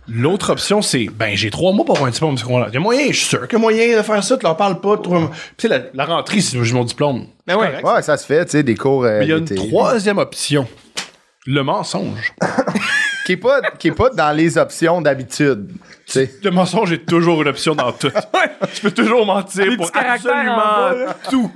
L'autre option, c'est ben j'ai trois mois pour avoir un diplôme secondaire. Il y a moyen, je suis sûr qu'il y a moyen de faire ça, tu leur parles pas. tu vois. Puis tu sais, la, la rentrée, si j'ai mon diplôme.
Mais Ben ouais.
Ouais, ça se fait, tu sais, des cours. euh,
Mais Ben, il y a une
d'été.
troisième option. Le mensonge.
Qui est pas, qui est pas dans les options d'habitude. Tu sais.
Le mensonge est toujours une option dans tout. tu peux toujours mentir
Les
pour
petits caractères en bas,
absolument
là.
tout.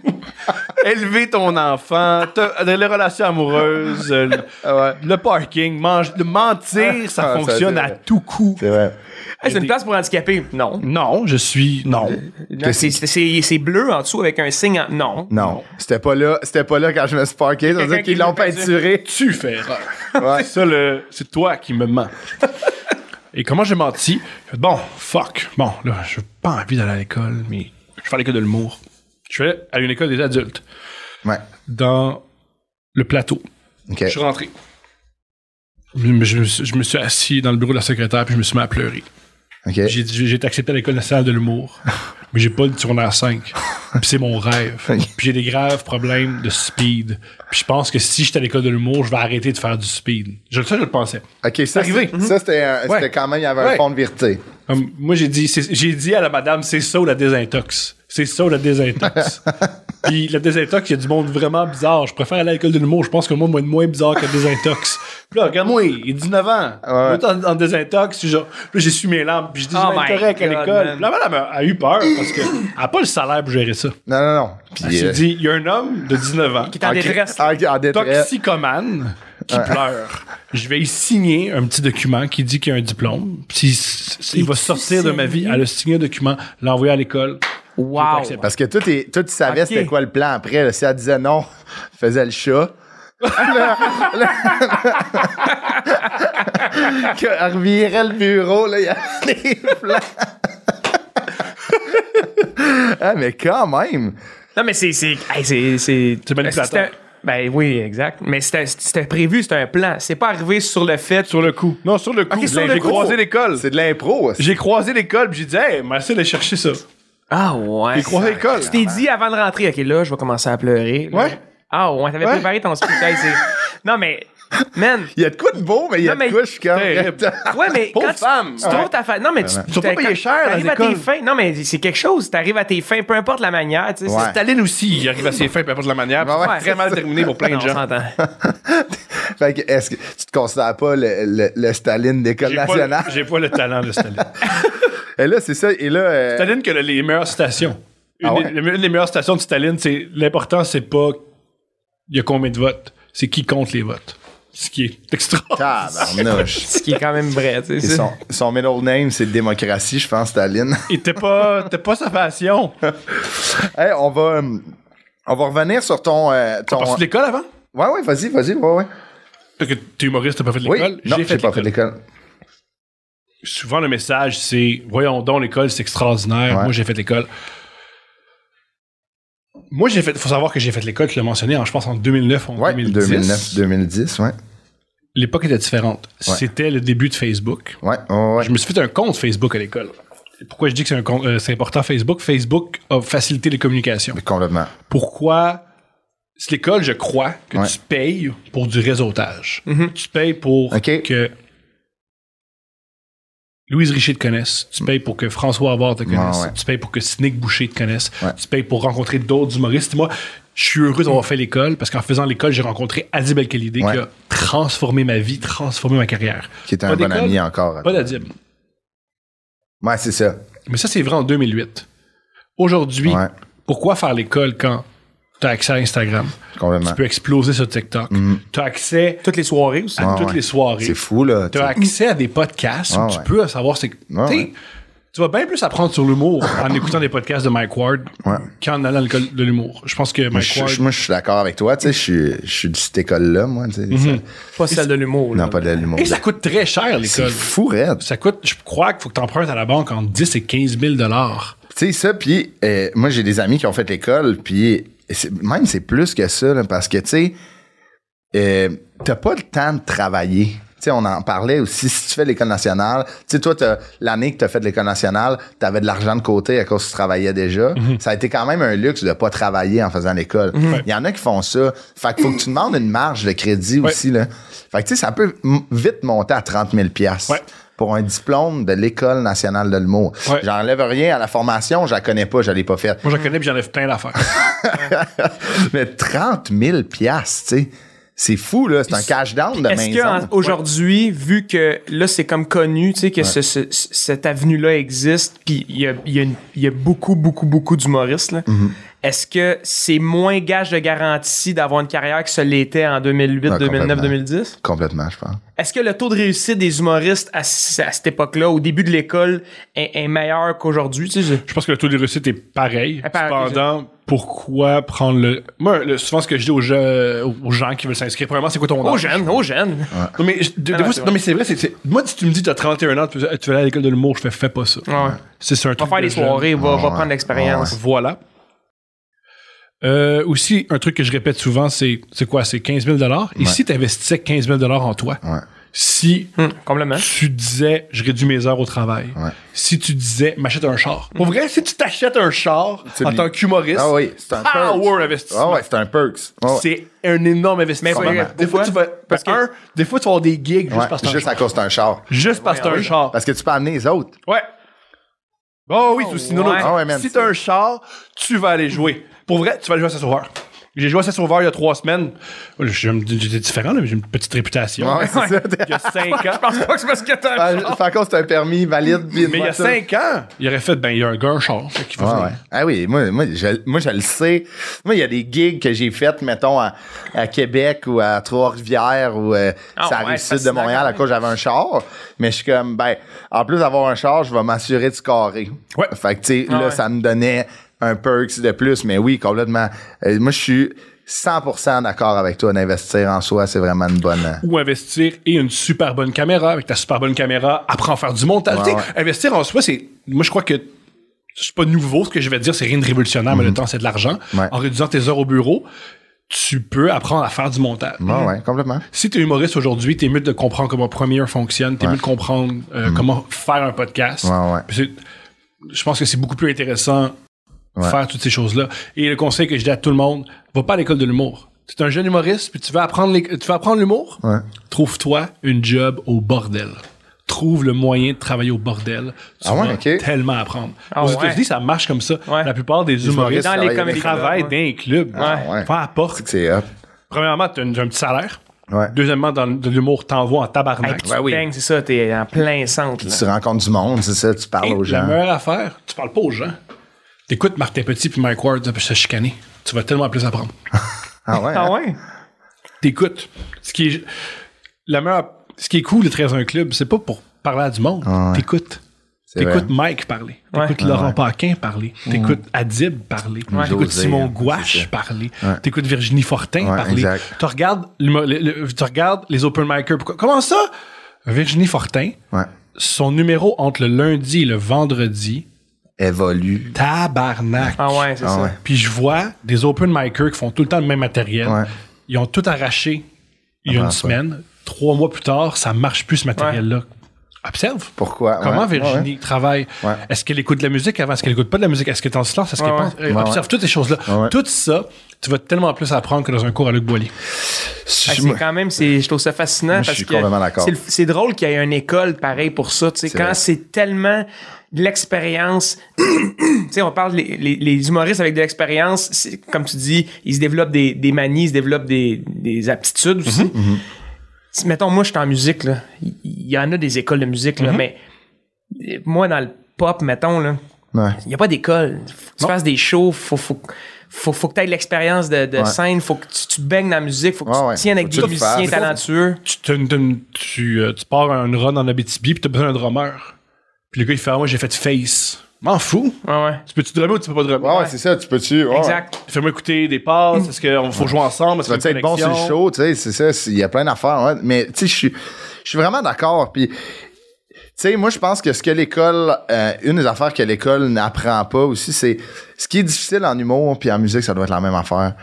Élever ton enfant, te- les relations amoureuses, euh, le,
Ah Ouais.
le parking, mange- le mentir, ça
Ah, ça,
fonctionne
c'est
à
vrai.
tout coup.
C'est vrai.
Hey, c'est une place pour handicapés.
Mm.
Non.
Non, je suis. Non.
Non, c'est, c'est- c'est- c'est bleu en dessous avec un signe. en- Non.
Non. C'était pas là, c'était pas là quand je me suis parké. Ça veut
Quelqu'un
dire qu'ils
qui
l'ont
l'a
peinturé.
Tu fais erreur.
Ouais.
C'est ça, le- c'est toi qui me mens. Et comment j'ai menti? J'ai fait, Bon, fuck. Bon, là, je pas envie d'aller à l'école, mais je fais à l'école de l'humour. Je vais à une école des adultes.
Ouais.
dans le plateau.
OK.
Je suis rentré. Je me, je me suis- je me suis assis dans le bureau de la secrétaire puis je me suis mis à pleurer.
OK.
J'ai dit- j'ai été accepté à l'École nationale de l'humour, mais j'ai pas le secondaire 5. Puis c'est mon rêve. Puis j'ai des graves problèmes de speed. Puis je pense que si j'étais à l'École de l'humour, je vais arrêter de faire du speed. Je, ça, je le pensais.
OK, ça,
arrivé.
c'est- ça, c'était un- c'était
Ouais.
quand même, il y avait un
Ouais.
fond de vérité.
Comme, moi, j'ai dit, c'est- j'ai dit à la madame, c'est ça ou la désintox. C'est ça ou la désintox. Puis le désintox, il y a du monde vraiment bizarre. Je préfère aller à l'école de l'humour. Je pense que moi, moi, moins bizarre que le désintox. Puis là, regarde-moi, il est 19 ans.
Ouais.
Moi, en, en désintox, je suis genre, là, j'ai su mes larmes. Puis je dis,
Oh
je vais
my
être correct à
God,
l'école.
man.
Puis La madame a, a eu peur parce qu'elle n'a pas le salaire pour gérer ça.
Non, non, non. Puis,
Elle s'est
euh,
Ah,
Ah,
dit, il y a un homme de 19 ans,
Qui est en
en-
détresse.
En, en détresse.
toxicomane, qui pleure. Je vais y signer un petit document qui dit qu'il y a un diplôme. Puis s- il va
Es-tu
sortir de ma vie.
sérieux?
Elle a signé un document, l'envoyer à l'école.
Wow.
J'ai pas
Parce que tout, est, tout savait
Ok.
c'était quoi le plan après. là. Si elle disait non, faisait le chat. Elle revirait le bureau, là, il y avait les plans. ah, mais quand même!
Non, mais c'est. C'est hey, c'est- c'est-
C'est manipulateur.
C'était- Ben oui, exact. Mais c'était- c'était prévu, c'était un plan. C'est pas arrivé sur le fait.
Sur le coup. Non, sur le coup. Ben,
sur
J'ai
le coup.
croisé l'école.
C'est de l'impro. aussi.
J'ai croisé l'école, puis j'ai dit, hey, merci d'aller chercher ça.
Ah ouais.
J'ai croisé l'école.
Tu t'es dit avant de rentrer, OK, là, je vais commencer à pleurer. Là.
Ouais.
Ah ouais, t'avais
Ouais.
préparé ton speech. Hey, c'est- non, mais. Man.
Il y a de quoi de beau, mais il y a
Non, mais-
de quoi, je suis quand même.
Terrible.
Ouais, mais
Pauvre
quand tu-
femme.
tu, trouves ta fin. Non, mais tu
Ils
sont pas
t'as-
payés
quand-
cher,
t'arrives
les
à tes
écoles.
fins. Non, mais c'est quelque chose. T'arrives à tes fins, peu importe la manière. Tu sais,
Ouais.
Staline aussi, il arrive à ses fins, peu importe la manière. puis
Ouais,
c'est
ouais,
très mal terminé pour plein de
Non, on
gens.
s'entend.
Fait que, est-ce que tu te considères pas le, le- le Staline d'école
J'ai pas,
nationale?
le- j'ai pas le talent de Staline.
Et là, c'est ça. Et là, euh,
Staline qui a les meilleures stations. Une,
Ah ouais?
des- une des meilleures stations de Staline, c'est l'important, c'est pas il y a combien de votes, c'est qui compte les votes. Ce qui est extraordinaire.
tabarnouche.
Ce qui est quand même vrai. tu sais,
Et
ça.
son, son middle name, c'est démocratie, je pense, Staline.
Et t'es pas, t'es pas sa passion.
Ah,
T'as
Hey, on va, euh, on va revenir sur ton. euh, ton-
pas fait de l'école avant?
Ouais, ouais, vas-y, vas-y, ouais, ouais.
Parce que T'es humoriste, t'as pas fait de
Oui,
l'école?
non, j'ai pas fait l'école.
Souvent, le message, c'est voyons donc, l'école, c'est extraordinaire.
Ouais.
Moi, j'ai fait l'école. Moi, j'ai fait. faut savoir que j'ai fait l'école, tu l'as mentionné, en, je pense en 2009 ou en
Ouais,
2010.
2009, 2010, ouais.
L'époque était différente.
Ouais.
C'était le début de Facebook.
Ouais, ouais, ouais.
Je me suis fait un compte Facebook à l'école. Pourquoi je dis que c'est un compte- euh, c'est important Facebook? Facebook a facilité les communications.
Complètement.
Pourquoi? C'est l'école, je crois, que
Ouais.
tu payes pour du réseautage. Tu payes pour
Ok.
que Louise Richer te connaisse. Tu payes pour que François Havard te connaisse.
Ouais, ouais.
Tu payes pour que Snick Boucher te connaisse.
Ouais.
Tu payes pour rencontrer d'autres humoristes. Moi, je suis heureux d'avoir fait l'école parce qu'en faisant l'école, j'ai rencontré Adib Al-Khalidi
Ouais.
qui a transformé ma vie, transformé ma carrière.
Qui était
Pas
un bon
d'école,
ami encore.
Pas d'Adib.
Ouais, c'est ça.
Mais ça, c'est vrai en 2008. Aujourd'hui,
Ouais,
pourquoi faire l'école quand tu as accès à Instagram?
complètement.
Tu peux exploser sur TikTok. Tu as accès
Toutes les soirées aussi.
à
Mm-hmm. Ouais,
toutes
ouais.
les soirées.
C'est fou, là.
Tu as accès à des podcasts où
Ouais,
tu
ouais.
peux savoir c'est.
Ouais,
T'sais,
ouais.
Tu vas bien plus apprendre sur l'humour en écoutant des podcasts de Mike Ward
Ouais.
qu'en allant à l'école de l'humour. Je pense que Mike
Je-
Ward.
je- Moi, je suis d'accord avec toi. Tu sais, je suis- je suis de cette école-là, moi. tu sais. Ça-
Pas celle de l'humour. là.
Non, pas de l'humour.
Mhm. Et ça coûte très cher,
C'est
l'école.
fou, raide.
Ça coûte, je crois qu'il faut que tu empruntes à la banque entre 10 et 15 000
Tu sais, ça, puis euh, moi, j'ai des amis qui ont fait l'école, puis c'est- même c'est plus que ça, là, parce que, tu sais, euh, t'as pas le temps de travailler. Tu sais, on en parlait aussi, si tu fais l'école nationale, tu sais, toi, t'as- l'année que t'as fait de l'école nationale, t'avais de l'argent de côté à cause que tu travaillais déjà. Ça a été quand même un luxe de pas travailler en faisant l'école. Il y en a qui font ça. Fait qu'il faut que tu demandes une marge de crédit aussi, là. Fait que, tu sais, ça peut m- vite monter à 30 000
Ouais.
pour un diplôme de l'École nationale de l'humour.
Ouais.
J'enlève rien à la formation, je la connais pas, je l'ai pas faite.
Mm.
Moi, j'en connais puis j'en ai plein d'affaires.
Mais 30 000 piastres, tu sais, c'est fou, là. C'est un cash down de
Est-ce
maison.
qu'aujourd'hui, vu que là, c'est comme connu, tu sais, que ce- ce- ce- cette avenue-là existe, puis il y a, il y a une- il y a beaucoup, beaucoup, beaucoup d'humoristes, là,
Mhm.
est-ce que c'est moins gage de garantie d'avoir une carrière que ce l'était en 2008,
Ouais,
2009,
Ah, complètement.
2010?
Complètement, je pense.
Est-ce que le taux de réussite des humoristes à, c- à cette époque-là, au début de l'école, est, est meilleur qu'aujourd'hui? Tu sais, je-
Je pense que le taux de réussite est pareil.
Ah, pareil,
Cependant, pourquoi prendre le. Moi, le- souvent, ce que je dis aux gens, aux gens qui veulent s'inscrire, premièrement, c'est quoi ton
Aux
âge?
jeunes, aux jeunes.
Non, mais je- de-
Ah,
des
non,
fois,
c'est
c'est-
vrai.
non, mais c'est vrai. c'est- c'est- Moi, si tu me dis que tu as 31 ans, tu veux, tu veux aller à l'école de l'humour, je fais, fais pas ça.
Ah.
Ouais. ouais.
C'est c'est un
Va
truc.
faire
de
les
jeune.
soirées, va, va
Ouais.
prendre l'expérience.
Voilà. Euh, aussi, un truc que je répète souvent, c'est c'est quoi? C'est 15 000 Et
Ouais.
si tu investissais 15 000 en toi,
Ouais.
si
Hum, complètement.
tu disais je réduis mes heures au travail,
Ouais.
si tu disais m'achète un char. Pour vrai, si tu t'achètes un char
C'est
en
lui.
tant qu'humoriste,
Ah oui, c'est un
power
perks.
investissement.
Ah ouais, c'est un perks. Ah ouais.
C'est un énorme investissement.
Mais
des fois, tu vas, parce que, un, des fois, tu vas avoir des gigs
Ouais,
juste parce que t'as un
juste
char.
à cause d'un char.
Juste parce que t'as un char.
Parce que tu peux amener les autres.
Ouais.
Oh oui, aussi. Non, non,
Ouais.
tu-
Ah ouais, man,
si
c'est-
t'as un char, tu vas aller jouer. Pour vrai, tu vas aller jouer à Saint-Sauveur. J'ai joué à Saint-Sauveur il y a trois semaines. Je me dis- J'étais différent, là, mais j'ai une petite réputation.
Ah Ouais, c'est ça.
Il y a cinq ans.
pense pas que c'est parce que t'as un
Ah, fait encore, c'est un permis valide. puis une
Mais il y a
voiture.
cinq ans.
Il aurait fait, ben, il y a un gars, un char. fait qu'il va
Ouais,
venir.
ouais. Ah oui, moi, moi, je, moi, je le sais. Moi, il y a des gigs que j'ai faites, mettons, à, à Québec ou à Trois-Rivières ou euh,
Ah
ça
ouais,
arrive sud de
fascinant
Montréal à
quand
cause que j'avais un char. Mais je suis comme, ben, en plus d'avoir un char, je vais m'assurer de scorer.
Ouais.
Fait que, tu sais,
Ah
là,
ouais.
ça me donnait un perks de plus. Mais oui, complètement. Euh, moi, je suis 100% d'accord avec toi. D'investir en soi, c'est vraiment une bonne. euh,
Ou investir et une super bonne caméra. Avec ta super bonne caméra, apprends à faire du montage.
Ouais,
Tu sais,
Ah ouais.
Investir en soi, c'est. Moi, je crois que. C'est pas nouveau ce que je vais te dire, c'est rien de révolutionnaire, mais le temps, c'est de l'argent.
Mm-hmm. Ouais.
En réduisant tes heures au bureau, tu peux apprendre à faire du montage.
Ouais, ouais, complètement.
Si t'es humoriste aujourd'hui, t'es mieux de comprendre comment Premiere fonctionne, t'es mieux de comprendre euh, comment faire un podcast.
Mm-hmm. Ouais, ouais.
Puis c'est- Je pense que c'est beaucoup plus intéressant de
Ouais.
faire toutes ces choses-là. Et le conseil que je dis à tout le monde, va pas à l'école de l'humour. Tu es un jeune humoriste, puis tu veux apprendre, les- tu veux apprendre l'humour?
Ouais.
Trouve-toi une job au bordel. Trouve le moyen de travailler au bordel. Tu
Ah ouais,
vas
ok.
tellement apprendre.
Ah
Aux
ouais.
États-Unis, ça marche comme ça.
Ouais.
La plupart des
humoristes
humoristes
dans les
travaillent-
comédies.
travaillent
Ouais.
dans les clubs.
Ouais.
Ouais.
Peu importe.
C'est hop.
Premièrement, tu as un petit salaire.
Ouais.
Deuxièmement, dans le- de l'humour, t'envoies en tabarnak.
Hey, puis
Ouais,
tu
oui.
peignes, c'est ça, t'es en plein centre. là.
Tu rencontres du monde, c'est ça, tu parles
Et
aux
La
gens.
meilleure affaire, tu parles pas aux gens. T'écoutes Martin Petit puis Mike Ward se chicaner. Tu vas tellement plus apprendre.
Ah ouais.
Ah ouais?
T'écoutes. Ce qui est la meilleure, ce qui est cool de 13 un club, c'est pas pour parler à du monde. T'écoutes.
Ah C'est vrai. Ah
T'écoutes Mike parler. T'écoutes
Ouais.
Laurent
Ouais.
Paquin parler. T'écoutes Adib parler. T'écoutes
José,
Simon
hein, c'est
Gouache
ça.
parler. T'écoutes Virginie Fortin
Ouais,
parler.
exact.
Tu regardes, le- le- le- tu regardes les open micers. Pourquoi- Comment ça? Virginie Fortin,
Ouais.
son numéro entre le lundi et le vendredi,
Évolue.
tabarnak.
Ah ouais, c'est
Ah
ça.
ouais.
Puis je vois des open micers qui font tout le temps le même matériel.
Ouais.
Ils ont tout arraché il y a
Ah,
une
ouais.
semaine. Trois mois plus tard, ça marche plus ce matériel-là. Observe.
Pourquoi?
Comment
Ouais.
Virginie travaille?
Ouais.
Est-ce qu'elle écoute de la musique avant? Est-ce qu'elle écoute pas de la musique? Est-ce qu'elle est en silence? Est-ce qu'elle
Ouais,
pense?
ouais.
Euh,
Ouais,
Observe
ouais.
toutes ces choses-là.
Ouais, ouais.
Tout ça, tu vas tellement plus apprendre que dans un cours à Luc Boilly.
Ah,
Je-
c'est quand même, c'est, je trouve ça fascinant
Moi, je
parce
suis
que
complètement d'accord.
c'est le- C'est drôle qu'il y ait une école pareille pour ça. Tu sais,
vrai.
quand c'est tellement de l'expérience, tu sais, on parle les, les- les humoristes avec de l'expérience, c'est- comme tu dis, ils se développent des, des manies, ils se développent des, des aptitudes aussi.
Mhm,
Si- Mettons, moi, je suis en musique, là. Il il y en a des écoles de musique,
Mhm.
là, mais euh, moi, dans le pop, mettons, là,
Ouais.
il n'y a pas d'école. Faut que tu fasses des shows, faut, faut, faut, faut que tu aies de l'expérience de, de
Ouais.
scène, faut que tu, tu te baignes dans la musique, faut que
Ouais,
tu
ouais.
te tiennes avec
Faut
des
que tu le fasses.
musiciens talentueux.
Tu, te- tu- tu, euh, tu pars un run en Abitibi puis t'as besoin d'un drummer. Puis le gars, il fait « Ah, moi, j'ai fait face. » M'en fous.
Ouais, ouais.
Tu peux-tu drummer ou tu peux pas drummer?
Ouais, ouais, c'est ça, tu peux-tu. ouais.
Exact.
Fais-moi écouter des passes. Est-ce qu'on faut jouer ensemble?
Tu vas être bon sur le show, tu sais, c'est ça, c'est- il y a plein d'affaires. ouais. Mais tu sais, je suis- je suis vraiment d'accord. Puis, tu sais, moi, je pense que ce que l'école, euh, une des affaires que l'école n'apprend pas aussi, c'est ce qui est difficile en humour puis en musique, ça doit être la même affaire.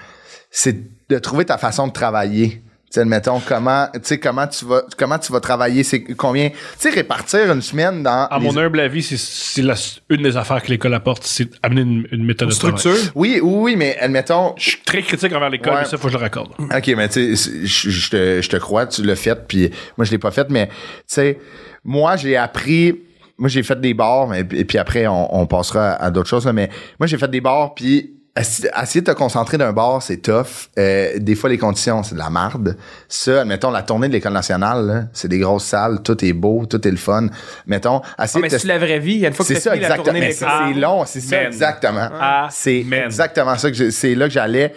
C'est de trouver ta façon de travailler. Tu sais, mettons, comment, tu sais, comment tu vas, comment tu vas travailler, c'est combien, tu sais, répartir une semaine dans.
À
les-
mon humble avis, c'est- c'est la- une des affaires que l'école apporte, c'est amener une, une méthode de travail.
Oui, oui, oui, mais admettons,
Je suis très critique envers l'école,
Ouais.
mais ça, faut que je le raccorde.
OK, mais tu sais, je je te, je te crois, tu l'as fait, puis moi, je l'ai pas fait, mais tu sais, moi, j'ai appris, moi, j'ai fait des bars, mais, et puis après, on, on passera à, à d'autres choses, là, mais moi, j'ai fait des bars, puis assi- essayer de te concentrer d'un bar, c'est tough. Euh, des fois, les conditions, c'est de la marde. Ça, admettons, la tournée de l'École nationale, là, c'est des grosses salles, tout est beau, tout est le fun. Mettons,
Ah,
essayer
mais
de te-
c'est la vraie vie. Il y a une fois que
c'est
tu
ça,
fini la
exactement.
tournée
Mais
d'école.
ça, c'est long, c'est ça,
Amen.
exactement.
Ah.
C'est
Amen.
exactement ça que j'ai- c'est là que j'allais.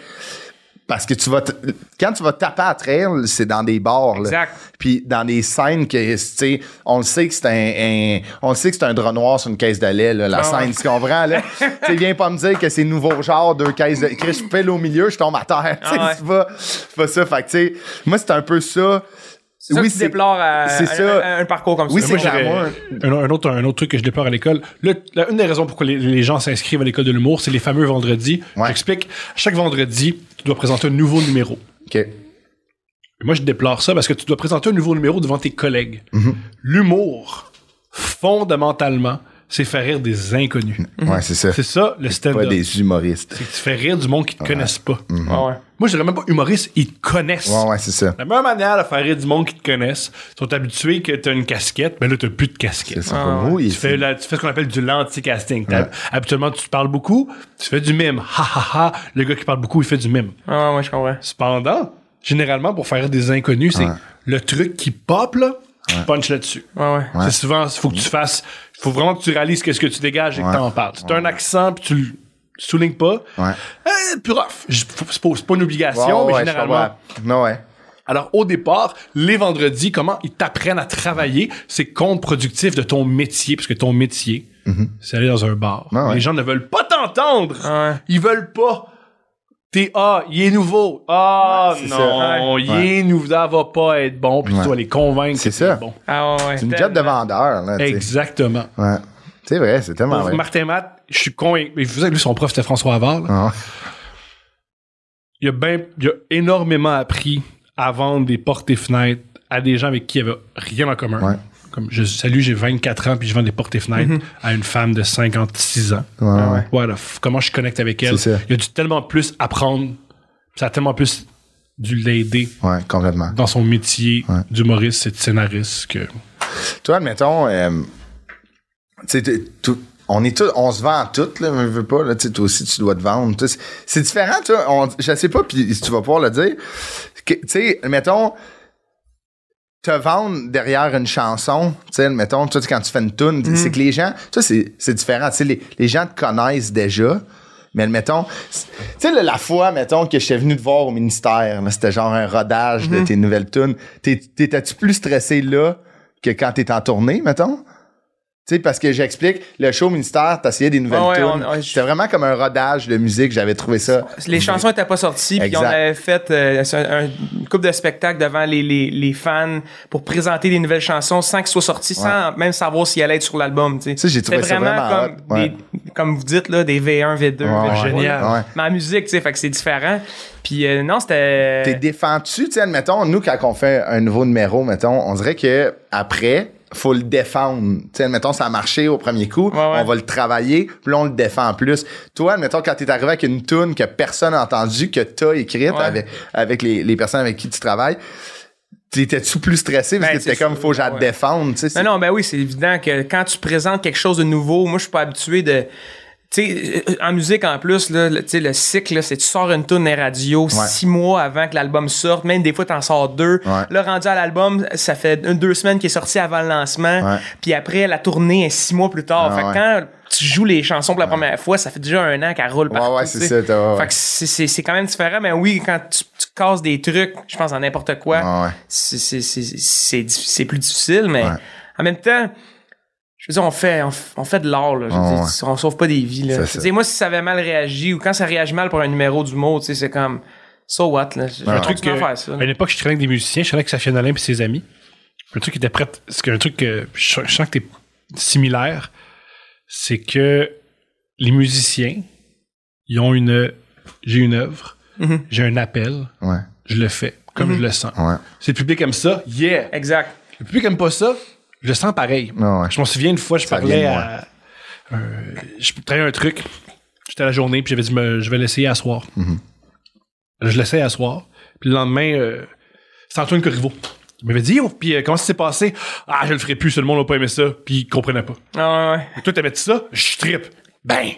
Parce que tu vas te- quand tu vas taper à trail, c'est dans des bars. là.
Exact.
Puis dans des scènes que tu sais, on le sait que c'est un, un- on le sait que c'est un drap noir sur une caisse de lait là, la
Ah ouais.
scène, tu comprends là. tu sais, viens pas me dire que c'est nouveau genre deux caisses de Chris, je pèle au milieu, je tombe à terre. Tu sais,
Ah ouais.
c'est pas c'est pas ça fait que tu sais, moi c'est un peu ça.
C'est ça que tu déplores à,
c'est
à-
ça.
à- à un parcours comme
Oui,
ça.
c'est
Moi,
clair.
Euh, Un, un autre, un autre truc que je déplore à l'école, le- la- une des raisons pourquoi les, les gens s'inscrivent à l'école de l'humour, c'est les fameux vendredis.
Ouais.
J'explique, chaque vendredi, tu dois présenter un nouveau numéro.
OK.
Moi, je déplore ça parce que tu dois présenter un nouveau numéro devant tes collègues.
Mhm.
L'humour, fondamentalement, c'est faire rire des inconnus.
Ouais, c'est ça.
C'est ça, le
Pas
stand-up.
des humoristes.
C'est que tu fais rire du monde qui te connaissent pas.
Ah ouais.
Moi, je dirais même pas humoriste, ils te connaissent.
Ouais, ouais, c'est ça.
La meilleure manière de faire rire du monde qui te connaissent, ils sont habitués que t'as une casquette, mais là, t'as plus de
C'est
casquette.
ça. Pour vous, il-
Ah, Tu fais, la- tu fais ce qu'on appelle du l'anti-casting. T'as- Habituellement, tu parles beaucoup, tu fais du mime. Ha ha ha. Le gars qui parle beaucoup, il fait du mime.
Ah, ouais, je comprends.
Cependant, généralement, pour faire des inconnus, c'est le truc qui pop, là, tu punch là-dessus.
Ouais, ouais.
Ouais. Mm.
C'est souvent, il faut que tu fasses, il faut vraiment que tu réalises qu'est-ce que tu dégages et que
Ouais.
t'en parles. Tu as un accent, puis tu le soulignes pas.
Ouais.
Eh, plus rough. Je- faut- C'est pas, c'est pas une
Ouais,
obligation, mais
ouais,
généralement.
je comprends. Non, ouais.
Alors, au départ, les vendredis, comment ils t'apprennent à travailler, c'est contre-productif de ton métier, parce que ton métier, c'est aller dans un bar.
Ah Mm-hmm. ouais.
Les gens ne veulent pas t'entendre. hein.
Ah ouais.
Ils veulent pas. T'es, ah, il est nouveau. Ah,
Ouais, c'est
non, il
Ouais.
est nouveau, ça va pas être bon. Puis
Ouais.
tu dois les convaincre.
C'est
que t'es
ça.
Bon.
Ah, ouais, ouais.
C'est une
Tellement.
job de vendeur, là. tu sais.
Exactement.
Ouais. C'est vrai, c'est tellement
Pauvre
vrai.
Martin Matt, je suis convaincu. Il faisait que lui, son prof, c'était François Havard. là.
Ah.
Il, a ben- il a énormément appris à vendre des portes et fenêtres à des gens avec qui il n'y avait rien en commun.
Ouais.
Comme je salue, j'ai 24 ans puis je vends des portes et fenêtres
Mm-hmm.
à une femme de 56 ans.
Ouais, ouais.
Voilà, f- comment je connecte avec elle.
C'est ça.
Il a dû tellement plus apprendre. Ça a tellement plus dû l'aider
Ouais, complètement.
dans son métier
Ouais.
d'humoriste et de scénariste que.
Toi, admettons, euh, tu sais, t'es- tout- on est tous, on se vend tout, là, mais je veux pas, là, tu sais, toi aussi, tu dois te vendre. tu sais. C'est différent, tu vois, on- je sais pas, puis si tu vas pouvoir le dire, que- tu sais, mettons, te vendre derrière une chanson, tu sais, mettons, toi, tu- quand tu fais une tune,
Mm.
c'est que les gens, ça, c'est c'est différent, tu sais, les, les gens te connaissent déjà. Mais admettons, c- tu sais, la- la fois, mettons, que j'étais venu te voir au ministère, là, c'était genre un rodage
Mm.
de tes nouvelles tunes. T'es- T'étais-tu plus stressé là que quand t'es en tournée, mettons? Tu sais, parce que j'explique, le show au ministère, t'essayais des nouvelles
Ah ouais,
tunes.
on- ouais, je-
c'était vraiment comme un rodage de musique, j'avais trouvé ça.
Les chansons n'étaient pas sorties, puis
Exact.
on avait fait euh, un- un- une coupe de spectacle devant les, les, les fans pour présenter des nouvelles chansons sans qu'elles soient sorties, sans même savoir si elles allaient être sur l'album. tu sais.
Ça, j'ai trouvé
C'était
ça vraiment
comme,
hot, ouais.
des- comme vous dites, là, des V1, V2,
Ouais,
V3.
génial.
Ouais.
Mais en musique, tu sais, fait que c'est différent. Puis euh, non, c'était...
T'es défendu, tu sais, admettons, nous, quand on fait un nouveau numéro, mettons, on dirait que après, faut le défendre. Tu sais, admettons, ça a marché au premier coup,
ouais.
on va le travailler, puis là, on le défend plus. Toi, admettons, quand t'es arrivé avec une tune que personne n'a entendue, que t'as écrite
Ouais.
avec, avec les, les personnes avec qui tu travailles, t'étais-tu plus stressé parce
Ben,
que t'étais
c'est
comme,
sûr,
faut que je la
ouais.
défende, tu sais.
Non,
c'est-
non, ben oui, c'est évident que quand tu présentes quelque chose de nouveau, moi, je suis pas habitué de. Tu sais, euh, en musique, en plus, là, le, tu sais, le cycle, là, c'est tu sors une tune des radios six mois avant que l'album sorte. Même des fois, t'en sors deux.
Ouais.
Là, rendu à l'album, ça fait une, deux semaines qu'il est sorti avant le lancement.
Ouais.
Puis après, la tournée est six mois plus tard.
Ah,
fait que
ouais.
quand tu joues les chansons pour la première fois, ça fait déjà un an qu'elle roule
Ouais,
partout.
ouais,
tu
c'est
sais.
ça, t'as- ouais, ouais.
Fait que c'est- c'est c'est quand même différent. Mais oui, quand tu, tu casses des trucs, je pense en n'importe quoi,
Ouais, ouais.
c'est- c'est- c'est c'est diffi- c'est plus difficile, mais
Ouais.
en même temps, je veux dire, on fait, on, f- on fait de l'art, là. Je veux
Ouais,
dire,
ouais.
on sauve pas des vies, là.
C'est
Je veux
ça.
dire, moi, si ça avait mal réagi ou quand ça réagit mal pour un numéro du mot, tu sais, c'est comme, so what, là. Je je vais
Ouais.
continuer
que-
à faire ça. là.
À une époque, je traînais avec des musiciens, je traînais avec Safia Nolin et ses amis. Le truc qui était prêt, c'est qu'un truc que je, je sens que t'es similaire, c'est que les musiciens, ils ont une. J'ai une œuvre,
Mhm.
j'ai un appel,
Ouais,
je le fais comme je le sens.
ouais.
Si le public aime ça, yeah.
Exact.
Le public aime pas ça, je le sens pareil.
Non, Ah ouais.
Je m'en souviens une fois, je
Ça
parlais
vient de
à. euh, je travaillais un truc. J'étais à la journée, puis j'avais dit, me- je vais l'essayer à soir.
Mhm.
Je l'essaye à soir. Puis le lendemain, euh, c'est Antoine Corriveau. Il m'avait dit, Yo, puis euh, comment ça s'est passé? Ah, je le ferai plus, tout le monde n'a pas aimé ça, puis il comprenait pas.
Ah, ouais, ouais.
Toi, t'avais dit ça? Je trippe. Ben!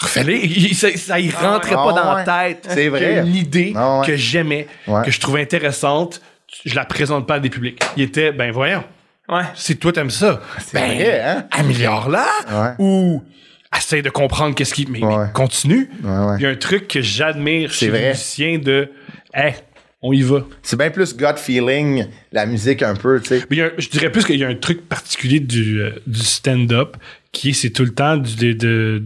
Refais-le. Il- il- Ça, ça y rentrait
Ah
pas dans
ouais.
la tête.
C'est vrai.
Qu'il y a Une idée
Ah ouais.
que j'aimais,
Ouais.
que je trouvais intéressante, je la présente pas à des publics. Il était, ben voyons,
Ouais.
si toi t'aimes ça, ben,
vrai, hein?
améliore-la
Ouais.
ou essaye de comprendre qu'est-ce qui. Mais, mais
Ouais.
continue. Il
Ouais, ouais.
y a un truc que j'admire chez
vrai.
les musiciens de, hey, on y va.
C'est bien plus gut feeling, la musique un peu, tu sais.
Mais il y a un- je dirais plus qu'il y a un truc particulier du, euh, du stand-up qui est c'est tout le temps du, de- de-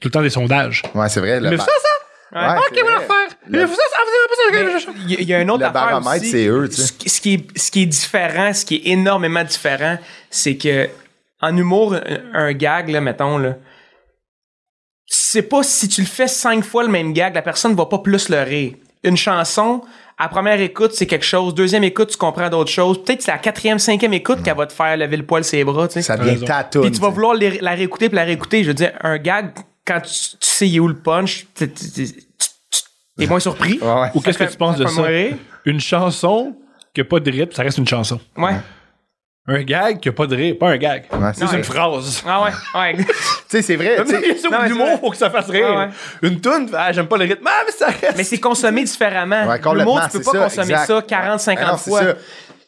tout le temps des sondages.
Ouais, c'est vrai. le
Mais
ba-
ça, ça!
Ouais,
Ah,
c'est
ok, vous
vrai.
le faire!
Le-
Mais vous ça, ça, vous avez pas ça!
Il y a- il y a une autre
Le
affaire
baromètre,
aussi.
c'est eux, tu sais.
Ce qui- Ce qui, est, ce qui est différent, ce qui est énormément différent, c'est que en humour, un, un gag, là, mettons, là, tu sais pas si tu le fais cinq fois le même gag, la personne va pas plus le rire. Une chanson, à première écoute, c'est quelque chose. Deuxième écoute, tu comprends d'autres choses. Peut-être que c'est à quatrième, cinquième écoute qu'elle va te faire lever le poil ses bras, tu sais.
Ça devient
raison.
tatoune.
Puis tu vas vouloir les- la réécouter puis la réécouter. Je veux dire, un gag, quand tu, tu sais il est où le punch, tu, tu- tu- tu- tu- T'es moins surpris.
Ouais, ouais.
Ou qu'est-ce que
fait-
tu penses de
fait
ça?
mourir.
Une chanson qui a pas de rythme, ça reste une chanson.
Ouais.
Un gag qui a pas de rythme, pas un gag.
Ouais, c'est
C'est
vrai.
une phrase.
Ah ouais, ouais.
Tu sais, c'est vrai. tu sais,
C'est
Non, mais
au
c'est
l'humour, faut que ça fasse rire.
Ouais, ouais.
Une toune, ah, j'aime pas le rythme, ah, mais ça reste.
Mais c'est consommé différemment.
Ouais,
le
complètement,
monde, tu peux
c'est
pas
ça,
consommer
exact.
ça 40, 50
Ah non, c'est
fois.
ça.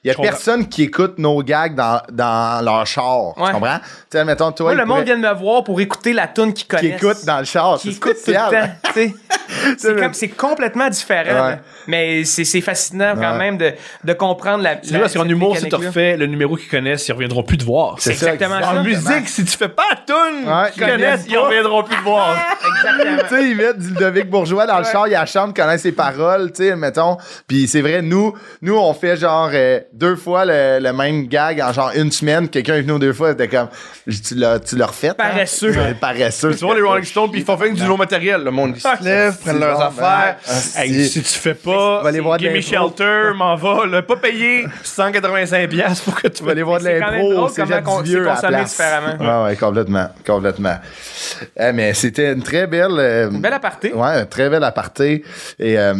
Il y a
Je comprends.
personne qui écoute nos gags dans, dans leur char.
Ouais.
Tu comprends? Tu sais, mettons, toi,
Moi,
il
le monde
pourrait-
vient de me voir pour écouter la tune
qui
qu'ils connaissent.
écoute dans le char.
Qui
c'est
écoute tout le
spécial.
temps. tu sais. c'est,
le-
comme- c'est complètement différent.
Ouais.
là. Mais c'est, c'est fascinant quand
Ouais.
même de, de comprendre la.
C'est parce qu'en humour, si tu refais le numéro qu'ils connaissent, ils reviendront plus te voir.
C'est
C'est ça,
exactement ça.
En
Exactement.
musique, si tu fais pas la toune
Ouais. Ah,
qu'ils connaissent, ils reviendront plus te voir.
Tu sais, ils mettent du Ludovic Bourgeois dans le char, il y a la chambre, connaît ses paroles, tu sais, mettons. Puis c'est vrai, nous, nous, on fait genre euh, deux fois le, le même gag en genre une semaine. Quelqu'un est venu deux fois, c'était comme, tu l'as, tu l'as refait. hein?
Paresseux.
Ouais, Paresseux.
Tu vois les Rolling Stones, puis ils font faire du nouveau matériel. Le monde, ils se lèvent, prennent
Ah, c'est
leurs
bon,
affaires.
ben, ah,
Hey,
si.
si tu fais pas,
Va aller voir de
Gimme
l'impro.
Shelter, m'en va, là, pas payé 185$ piastres pour que tu
Tu vas aller voir de
C'est quand même
l'impro,
drôle
c'est
comment qu'on-
vieux à
c'est
la
consommé
place.
différemment.
Ouais, ouais, complètement, complètement. Eh, mais c'était une très belle... euh,
Belle aparté.
Ouais, un très bel aparté. Et euh,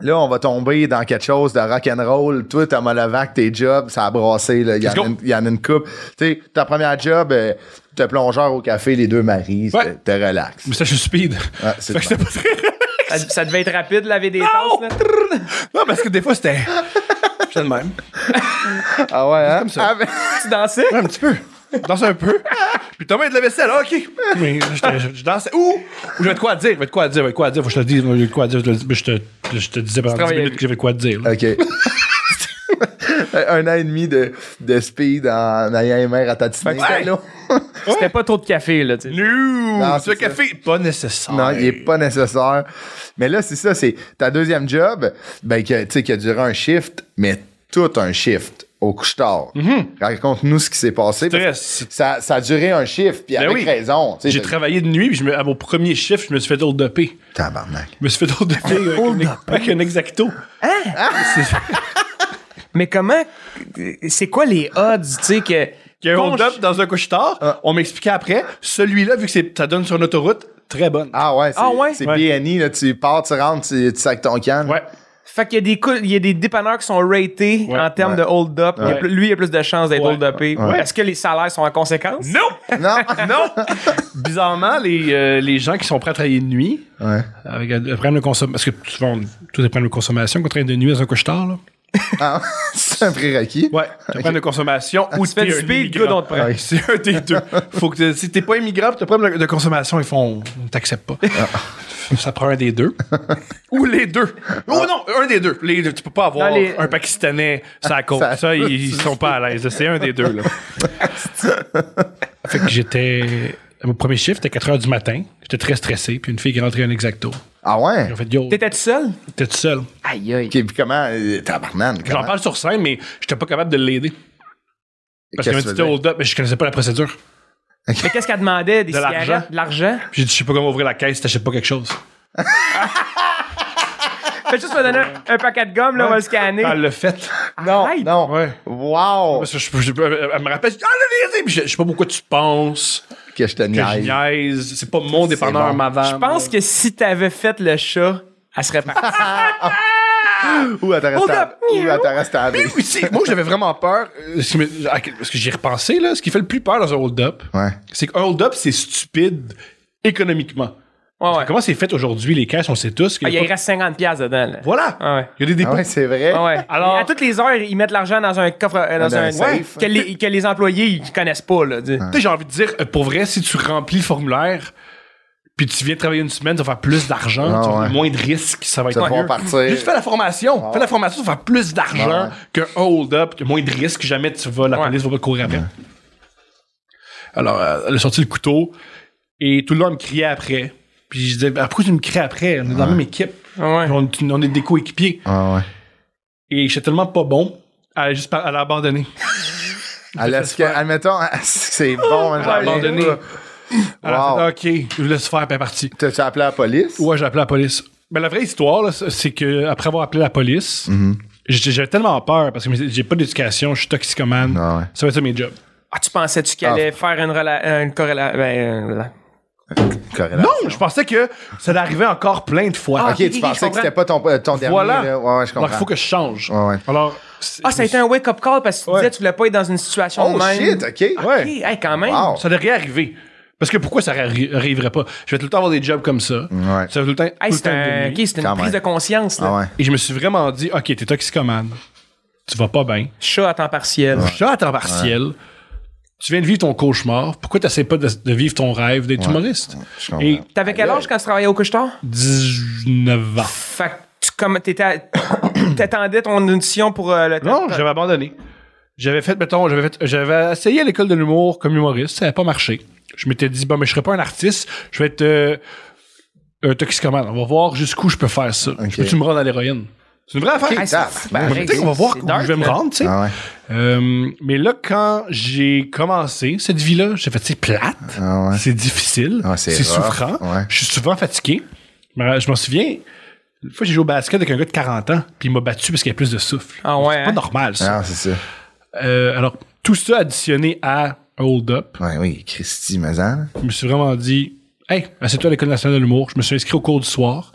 là, on va tomber dans quelque chose de rock'n'roll. Toi, Thomas Levac, tes jobs, ça a brassé. là. Il y, en
Let's
a
go.
une- il y en a une coupe. Tu sais, ta première job, euh, te plongeur au café, les deux maris,
Ouais.
c'était- t'es relax.
Mais ça, je suis speed.
Ouais, c'est
Fait que
bon.
c'était pas très-
Ça, ça devait être rapide, laver des tasses. là.
Non, parce que des fois, c'était. J'étais de même.
Ah ouais, hein?
ça.
Ah, ben-
Tu dansais?
Ouais, un petit peu. Je dansais un peu. Puis Thomas, il de la vaisselle. Ah, OK. Mais j'étais- je, je dansais. Ouh! Ou j'avais de quoi à dire. J'avais de quoi à dire. J'avais de quoi à dire. Faut que je te dise. J'avais de quoi à dire. Je te, le- je te, je te disais pendant 10
travaillais
minutes que j'avais de quoi à dire. là.
OK. un an et demi de, de speed en ayant les mères à
Fait
tatiner.
que c'était-
là.
C'était pas trop de café, là, tu sais.
Non,
c'est
c'est le
ça.
café, pas nécessaire.
Non, il est pas nécessaire. Mais là, c'est ça, c'est ta deuxième job, ben, que, tu sais, qui a duré un shift, mais tout un shift au couche-tard. Raconte-nous ce qui s'est passé. parce que
Mhm. Stress.
Ça, ça a duré un shift, puis
Ben
avec
oui.
raison. tu sais,
J'ai
je-
travaillé de nuit, puis je me- à mon premier chiffre, je me suis fait hold upé.
Tabarnak.
Je me suis fait hold upé avec, un- avec un exacto.
Mais comment. C'est quoi les odds, tu sais, que.
Il y a un
Ton
hold up dans un couche-tard.
Ah.
On m'expliquait après. Celui-là, vu que c'est- ça donne sur une autoroute, très bonne.
Ah ouais, c'est
Ah ouais?
c'est
Ouais.
BNI, là, tu pars, tu rentres, tu, tu sacs ton can.
Ouais.
Fait qu'il y a des cou- il y a des dépanneurs qui sont ratés
Ouais.
en termes
Ouais.
de hold up. Il y a
Ouais.
plus- lui, il a plus de chances d'être
Ouais.
hold upé. Est-ce que les salaires sont en conséquence?
Non!
Non?
Non! Bizarrement, les, euh, les gens qui sont prêts à travailler de nuit,
ouais.
avec euh, un un problème de consommation, parce que souvent, on- tous les problèmes de consommation, qu'on travaille de nuit dans un couche-tard, là.
Ah, c'est un prérequis.
Ouais. Un problème de consommation ou
Tu fais du
t'es un
speed,
immigrant.
good, on te prend.
Ouais.
C'est un des deux. Faut que t'es- si t'es pas immigrant, pis t'as problème de consommation, ils font, on t'accepte pas. Ça prend un des deux. Ou les deux. Oh non, un des deux. Les deux. Tu peux pas avoir
Non, les-
un Pakistanais, ça compte.
Ça-
Ça, ils, ils sont pas à l'aise. C'est un des deux, là. fait que j'étais. Mon premier chiffre, c'était 4 h du matin. J'étais très stressé. Puis une fille qui rentrait un exacto.
Ah ouais?
Ils ont fait Yo,
T'étais tout seul?
t'es tout seul.
Aïe, aïe.
OK, puis comment? euh, Tabarnak.
J'en
comment-
parle sur scène, mais j'étais pas capable de l'aider. Parce qu'il
qu'est-ce
y avait
que
un
tu
petit
veux dire?
hold-up, mais je connaissais pas la procédure.
Mais qu'est-ce qu'elle demandait? Des
De l'argent.
cigarettes? De l'argent?
J'ai dit, je sais pas comment ouvrir la caisse, t'achètes pas quelque chose.
Fais juste me donner un, un paquet de gomme, là, on va le scanner.
Elle l'a fait.
Non,
Arrête!
non.
Ouais.
Wow!
Parce que je, je- elle me rappelle, je dis, ah, allez, je, je sais pas pourquoi tu penses
Que je te
que je
niaise.
niaise. C'est pas mon dépanneur,
bon.
ma
Je pense que si t'avais fait le chat, elle serait partie.
Ou à ta
Hold
resta-
up!
ou à ta restaurer.
Oui, c'est- moi, j'avais vraiment peur. euh, ce qui me- à quel- Parce que j'y ai repensé, là. Ce qui fait le plus peur dans un hold-up,
Ouais.
c'est qu'un hold-up, c'est stupide économiquement.
Ah, Ouais, ouais.
Comment c'est fait aujourd'hui, les caisses, on sait tous. qu'il
Ah,
y
il
a pas-
reste 50$ piastres dedans, là.
Voilà!
Ah ouais.
Il y a des dépôts.
Ah ouais, c'est vrai.
Ah ouais.
Alors-
Et à toutes les heures, ils mettent l'argent dans un coffre, euh, dans,
Dans
un,
un safe.
que les, que les employés ils connaissent pas là. tu sais.
Tu sais, j'ai envie de dire, euh, pour vrai, si tu remplis le formulaire, puis tu viens travailler une semaine, tu vas faire plus d'argent,
Ah
tu vas avoir
ouais.
moins de risques, ça va
Tu vas
être
pouvoir
mieux.
partir.
Juste fais la formation. Fais la formation, tu vas faire plus d'argent
Ah
qu'un hold-up, que moins de risques, jamais tu vas, la
Ouais.
police va pas te courir après. Alors, euh, elle a sorti le couteau, et tout le monde me criait après. Puis je disais, Ah, pourquoi tu me cries après? On est dans la même équipe.
Ah, Ouais.
On, on est des coéquipiers.
Ah ouais.
Et j'étais tellement pas bon, elle a juste par- elle a abandonné.
Elle laisse que, admettons, c'est bon, hein,
Elle a
j'en ai-
abandonné. Elle a
Wow.
fait, OK, je vous laisse faire, puis elle est partie.
T'as-tu appelé la police?
Ouais, j'ai appelé la police. Mais la vraie histoire, là, c'est que après avoir appelé la police, j'ai- j'avais tellement peur parce que j'ai pas d'éducation, je suis toxicomane.
Ah ouais.
Ça va être ça mes jobs.
euh, Ah, tu pensais-tu qu'elle allait faire une, corrélation?
corrélation.
Non, je pensais que ça arrivait encore plein de fois.
Ah,
Ok, tu
je
pensais que
comprends.
c'était pas ton, euh, ton dernier.
Voilà.
là. Ouais, ouais, je comprends.
Alors, il Bah, faut que je change.
Ouais, ouais.
Alors,
Ah, ça a été un wake-up call parce que tu
Ouais.
disais que tu voulais pas être dans une situation
Oh
de même.
shit, ok.
Ouais.
Ok, hey, quand même.
Wow.
Ça devrait arriver. Parce que pourquoi ça arri- arriverait pas? Je vais tout le temps avoir des jobs comme ça.
Ouais.
Ça va tout le temps. tout
Hey,
le
c'est
temps
un-
de
ok,
nuit.
c'est une
Quand
prise
même.
de conscience. Là.
Ah ouais.
Et je me suis vraiment dit, OK, t'es toxicomane. Tu vas pas bien.
Chat à temps partiel.
Je suis à temps partiel. Tu viens de vivre ton cauchemar. Pourquoi t'essaies pas de, de vivre ton rêve d'être humoriste?
Je comprends.
Et
T'avais quel âge quand tu travaillais au couche-tard?
19 ans.
Fait que tu comme, t'étais à- t'attendais ton audition pour euh, le
Non, j'avais abandonné. J'avais fait, mettons, j'avais fait- j'avais essayé à l'école de l'humour comme humoriste, ça n'avait pas marché. Je m'étais dit, bon, mais je serai pas un artiste, je vais être euh, un toxicomane. On va voir jusqu'où je peux faire ça.
Ok.
Je peux-tu me rendre à l'héroïne? C'est une vraie affaire.
Ah,
Hey,
c'est-
tap, ben,
c'est-
Mais peut-être qu'on va voir
c'est
où
dark, hein.
je vais me
là.
rendre, tu sais.
Ah ouais.
Euh, mais là, quand j'ai commencé cette vie-là, j'ai fait, c'est plate,
Ah ouais.
c'est difficile,
Ah, c'est
c'est
rough,
souffrant,
ouais.
je suis souvent fatigué. Mais euh, Je m'en souviens, une fois, j'ai joué au basket avec un gars de 40 ans, puis il m'a battu parce qu'il y a plus de souffle.
Ah ouais,
C'est pas
hein?
normal, ça.
Non, c'est ça. Ah.
Euh, alors, tout ça additionné à Hold Up,
Ouais, oui, Christy Mazan.
je me suis vraiment dit Hey, assieds-toi à l'École nationale de l'humour. Je me suis inscrit au cours du soir.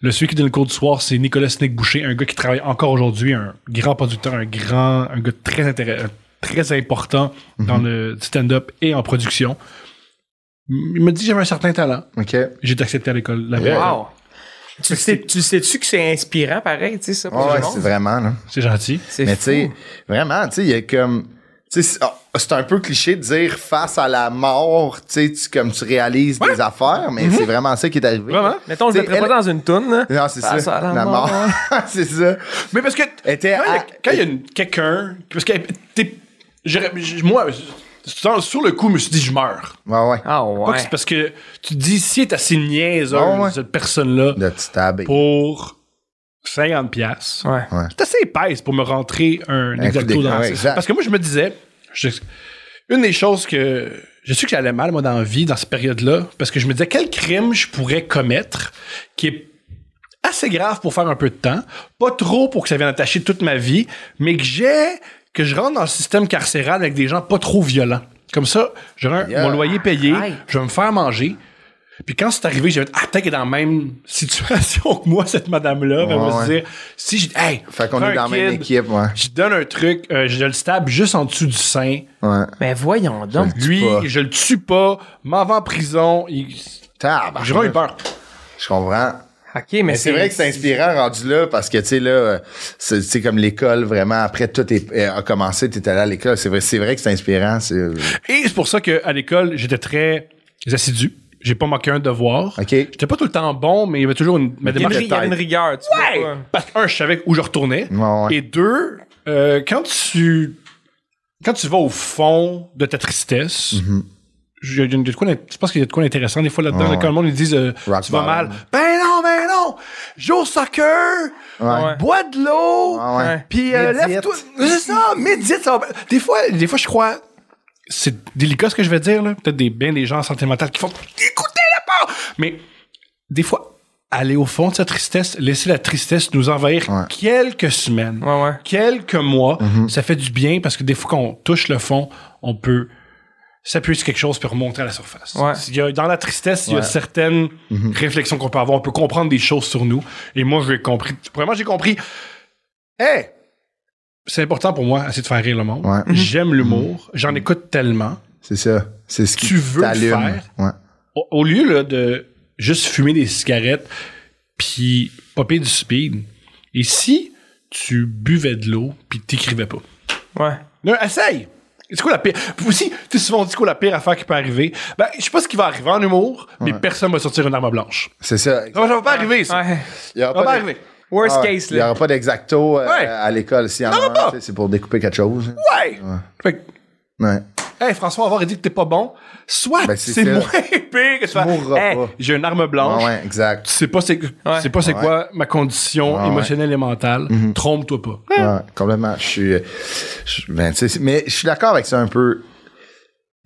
Le celui qui donne le cours du soir, c'est Nicolas Snick Boucher, un gars qui travaille encore aujourd'hui, un grand producteur, un grand, un gars très intéressant, très important
Mhm.
dans le stand-up et en production. Il m'a dit que j'avais un certain talent.
OK.
J'ai été accepté à l'école. la
Yeah.
vraie.
Wow. Tu sais, tu sais-tu que c'est inspirant, pareil, tu sais, ça, pour
Ah
le
ouais,
monde?
c'est vraiment, là.
C'est gentil.
C'est
Mais tu
fou.
sais, vraiment, tu sais, il y a comme. tu sais, C'est ah, c'est un peu cliché de dire face à la mort, tu sais, tu- comme tu réalises des affaires, mais c'est vraiment ça qui est arrivé.
Vraiment?
Mettons,
Tu
je ne
sais,
mettrais pas dans une toune. là.
elle- Non, c'est ça.
Face à
la, mort. c'est ça.
Mais parce que
Elle était
quand il y a-
à-
quand il y a une- quelqu'un, parce que t'es- j'aurais- j'- moi, sur sur le coup, je me suis dit je meurs.
Ouais, ouais.
Ah
Pas que
ouais.
c'est parce que tu te dis si t'es assez niaiseuse,
Ah ouais.
cette personne-là,
De tu tabé.
pour 50$. pièces
Ouais.
C'est assez épaisse pour me rentrer un,
coup
exacto
d'écran,
dans
ouais, exact.
Parce que moi, je me disais, je- une des choses que. Je sais que j'allais mal, moi, dans la vie, dans cette période-là, parce que je me disais quel crime je pourrais commettre qui est assez grave pour faire un peu de temps, pas trop pour que ça vienne attacher toute ma vie, mais que j'ai. que je rentre dans le système carcéral avec des gens pas trop violents. Comme ça, j'aurai un-
Yeah.
mon loyer payé,
Aïe.
je vais me faire manger. Puis quand c'est arrivé, j'ai fait Ah, peut-être qu'elle est dans la même situation que moi, cette madame-là. Elle va
Ouais,
se
ouais.
dire Si j'ai. Hey,
Fait qu'on
fais
est
un
dans la même
kid,
équipe, ouais.
Je donne un truc, euh, je le stab juste en dessous du sein.
Ouais.
Mais voyons donc.
tue
Lui,
pas.
je le tue pas, m'en vais en prison. Il...
Tabarnak.
J'ai vraiment eu peur.
Je comprends.
OK, mais,
Mais c'est vrai que c'est inspirant rendu là parce que tu sais là euh, c'est tu sais, comme l'école vraiment après tout est- euh, a commencé t'es allé à l'école c'est vrai c'est vrai que c'est inspirant c'est euh,
Et c'est pour ça qu'à l'école, j'étais très assidu. J'ai pas manqué un devoir.
OK.
J'étais pas tout le temps bon, mais il y avait toujours une, ma
Il y avait
démarche
une- il y avait une
tête.
rigueur, tu
Hey!
vois. pas.
Parce que, un, je savais où je retournais.
Ouais, ouais.
Et deux, euh, quand tu. Quand tu vas au fond de ta tristesse, je- il y a de quoi d'in- je pense qu'il y a de quoi d'intéressant des fois là-dedans.
Mm-hmm. Ouais,
là, Quand le monde ils disent euh,
Rock
Tu vas
bottom.
mal. Ben non, ben non! Joue au soccer!
Ouais.
Bois de l'eau!
Ah ouais.
Puis euh,
Médite.
lève-toi. C'est ça, médite. Ça va... bien. Des, fois, des fois, je crois. C'est délicat ce que je vais dire, là. Peut-être des, bien des gens en santé mentale qui font écoutez la part! Mais des fois, aller au fond de sa tristesse, laisser la tristesse nous envahir
Ouais. Mhm.
quelques semaines,
Ouais, ouais.
quelques mois, ça fait du bien parce que des fois, quand on touche le fond, on peut s'appuyer sur quelque chose puis remonter à la surface.
Ouais.
Il y a- dans la tristesse, il y a
Ouais. Mhm.
certaines réflexions qu'on peut avoir. On peut comprendre des choses sur nous. Et moi, j'ai compris. Vraiment, j'ai compris. Hey! C'est important pour moi, assez de faire rire le monde.
Mhm.
Ouais. Mhm.
J'aime l'humour. J'en écoute tellement.
c'est ça c'est ce qui
Tu veux le
t'allume.
faire?
ouais
Au, au lieu là, de juste fumer des cigarettes puis popper du speed, et si tu buvais de l'eau puis t'écrivais pas?
Ouais.
Non, essaye! C'est quoi la pire? Vous aussi, tu sais, souvent on dit quoi la pire affaire qui peut arriver? Ben, je sais pas ce qui va arriver en humour, mais personne va sortir une arme blanche.
c'est ça
Ça va, ça va pas arriver, ça.
Ouais.
il y aura
Ça va pas
de-
arriver.
Worst
Ah ouais.
case,
il y
là.
aura pas d'exacto euh,
Ouais.
à l'école s'il y en
Non,
a
non, pas.
un, tu sais, c'est pour découper quelque chose
Ouais! Fait que,
ouais
hey, François, avoir dit que t'es pas bon, soit
Ben, c'est
c'est
ça.
moins pire que tu fais,
mourras
hey,
pas. Ah
j'ai une arme blanche,
ouais, ouais exact
tu sais pas c'est tu sais pas c'est quoi ma condition
Ouais, Mm-hmm. ouais.
émotionnelle et mentale, trompe-toi pas.
Ouais, complètement. Je suis. je- ben, tu sais, mais je suis d'accord avec ça un peu.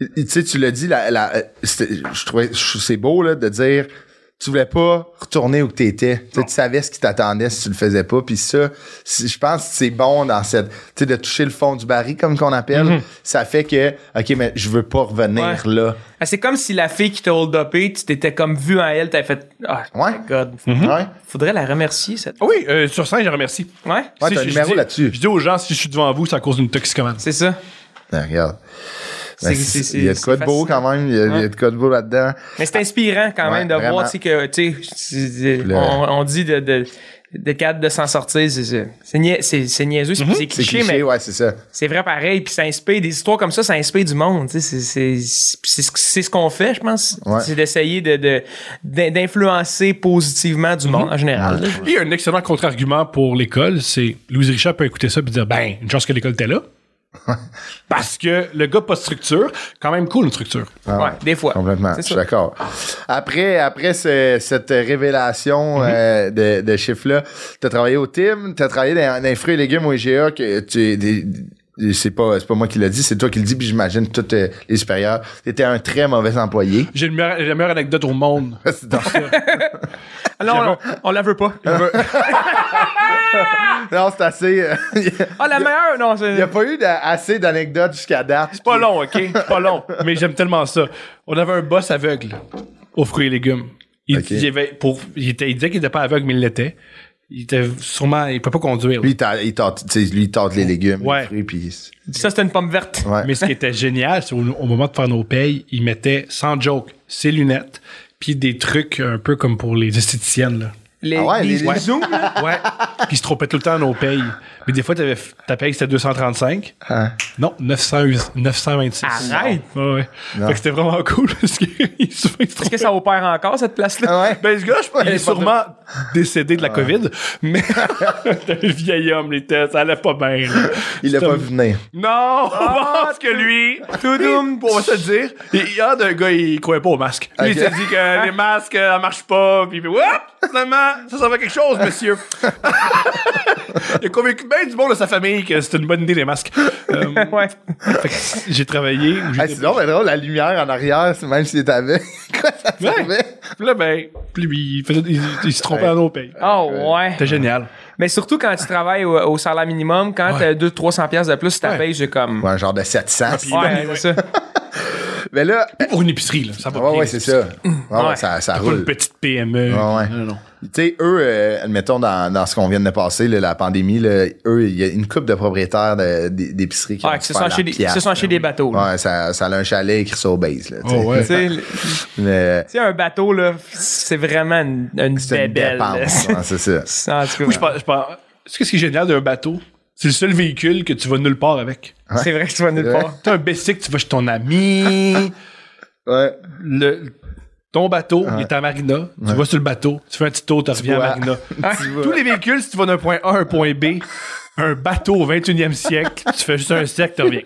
Tu sais, tu l'as dit, la, la- c'était- je trouvais je- c'est beau là, de dire tu voulais pas retourner où que t'étais. Tu sais, tu savais ce qui t'attendait si tu le faisais pas. Puis ça, si- je pense que c'est bon dans cette, tu sais, de toucher le fond du baril, comme qu'on appelle.
Mm-hmm.
Ça fait que, OK, mais je veux pas revenir là.
Ah, c'est comme si la fille qui t'a hold upé, tu t'étais comme vu en elle, t'avais fait Ah,
Ouais. Mm-hmm.
my God.
Ouais.
Faudrait la remercier, cette.
Ah oui, euh, sur scène, je remercie.
Ouais,
Ouais,
Si
t'as un
je- je
numéro
dis-
là-dessus.
Je dis aux gens, si je suis devant vous, c'est à cause d'une toxicomanie.
c'est ça.
Ben, regarde. Ben,
C'est-
c'est-
c'est-
il y a de
c'est
quoi de beau
fascinant.
quand même. Il y a, il y a de quoi de beau là-dedans.
Mais c'est inspirant quand
Ouais,
même de
vraiment.
voir, tu sais, que, tu sais, c'est- c'est-
Le-
on, on dit de, de, de cadre de s'en sortir, c'est- c'est c'est nia- c'est- c'est niaiseux, c'est- c'est
Mhm. C'est
cliché,
cliché,
mais
ouais, c'est ça.
c'est vrai pareil, puis ça inspire, des histoires comme ça, ça inspire du monde, tu sais, c'est- c'est- c'est ce que- c'est ce qu'on fait, je pense,
Ouais.
c'est d'essayer de- de- d'in- d'influencer positivement
Mhm.
du monde en général. là.
Et un excellent contre-argument pour l'école, c'est Louis Richard peut écouter ça et dire Ben, une chance que l'école était là. Parce que le gars pas de structure, quand même cool une structure.
Ah
Ouais, des fois.
Complètement, je
C'est
suis
ça.
d'accord. Après, après ce- cette révélation
Mm-hmm.
euh, de, de chiffres-là, tu as travaillé au Tim, tu as travaillé dans, dans les fruits et légumes au IGA, que tu des- des- c'est pas, c'est pas moi qui l'ai dit, c'est toi qui le dis, puis j'imagine tous euh, les supérieurs. Tu étais un très mauvais employé.
J'ai le meilleur- la meilleure anecdote au monde.
C'est dans-
Alors, on, on la veut pas.
non, c'est assez. euh, Il
Ah, la meilleure, non, c'est...
n'y a pas eu d'a- assez d'anecdotes jusqu'à date.
Pas long, OK? C'est Pas long. Mais j'aime tellement ça. On avait un boss aveugle aux fruits et légumes. Il,
OK.
il avait- pour, il était, il disait qu'il n'était pas aveugle, mais il l'était. Il était sûrement. Il ne peut pas conduire.
Lui, il t'a- il tente, tu sais, lui, il tente les légumes,
Ouais.
les fruits, puis.
Ça, c'est une pomme verte.
Ouais.
Mais ce qui était génial, c'est au, au moment de faire nos payes, il mettait, sans joke, ses lunettes, puis des trucs un peu comme pour les esthéticiennes. Là.
Les,
Ah ouais,
les-
les-
les zooms, là.
Ouais. Puis il se trompait tout le temps dans nos payes. Mais des fois, t'avais, f- ta paye, c'était 235.
Hein.
Non, 900, 926.
Arrête!
Ouais, ouais. Fait que c'était vraiment cool parce qu'il se fait
Est-ce que ça opère encore, cette place-là?
Ah ouais?
ben, ce gars, je pense, il est sûrement décédé de la COVID, mais c'était le vieil homme, les tests, ça allait pas bien. là.
Il l'a
C'était-
pas vu venir.
Non, je pense que lui, tout doum, on va se le dire, il il y a un gars, il croyait pas au masque. Lui,
Ok.
il s'est dit que les masques, euh, ça marche pas, puis il fait, Oups, finalement, ça, ça fait quelque chose, monsieur. il a convaincu bien du monde de sa famille que c'était une bonne idée, les masques. Euh,
Ouais.
fait que j'ai travaillé, où
Ah,
j'étais-
c'est drôle, mais drôle, la lumière en arrière, c'est- même s'il était avec. Quoi, ça
Ouais.
servait?
Puis là, ben, puis lui, il, faisait- il- il se trompait
Ouais.
en nos pays.
Oh, ouais.
C'était génial.
Mais surtout quand tu travailles au, au salaire minimum, quand t'as 200-300$ piastres de plus, ta
Ouais.
paye, j'ai comme.
Ouais, un genre de 700.
Ouais, c'est ça.
Mais là,
Pour une épicerie, là, ça va
Ah ouais,
bien,
ouais, c'est ça. Ouais, ouais, ça, ça
Pas une
roule.
petite E.
Ouais,
PME.
ouais.
Non, non.
Tu sais, eux, euh, admettons, dans, dans ce qu'on vient de passer, là, la pandémie, là, eux, il y a une couple de propriétaires de- d- d'épiceries qui
Ouais,
vont
que
se
ce
faire
sont
la
chez, des,
piastre,
ce sont chez
là.
des bateaux. là.
Ouais, ça, ça a un chalet écrit sur base. Là, tu sais.
Oh, ouais.
Tu sais, le- tu
Mais euh,
sais, un bateau, là, c'est vraiment une, une
c'est une
bébelle, là.
dépense. ouais, c'est ça.
En tout cas,
Je pense, je pense- ce qui est génial d'un bateau, c'est le seul véhicule que tu vas nulle part avec.
c'est vrai que tu vas nulle
Ouais.
part.
T'as un bicycle, tu vas chez ton ami.
Ouais.
le, ton bateau, il est à Marina. Tu vas sur le bateau, tu fais un petit tour, tu reviens
vois.
à Marina. Hein? Tous les véhicules, si tu vas d'un point A à un point B, un bateau au 21e siècle, tu fais juste un siècle, tu reviens.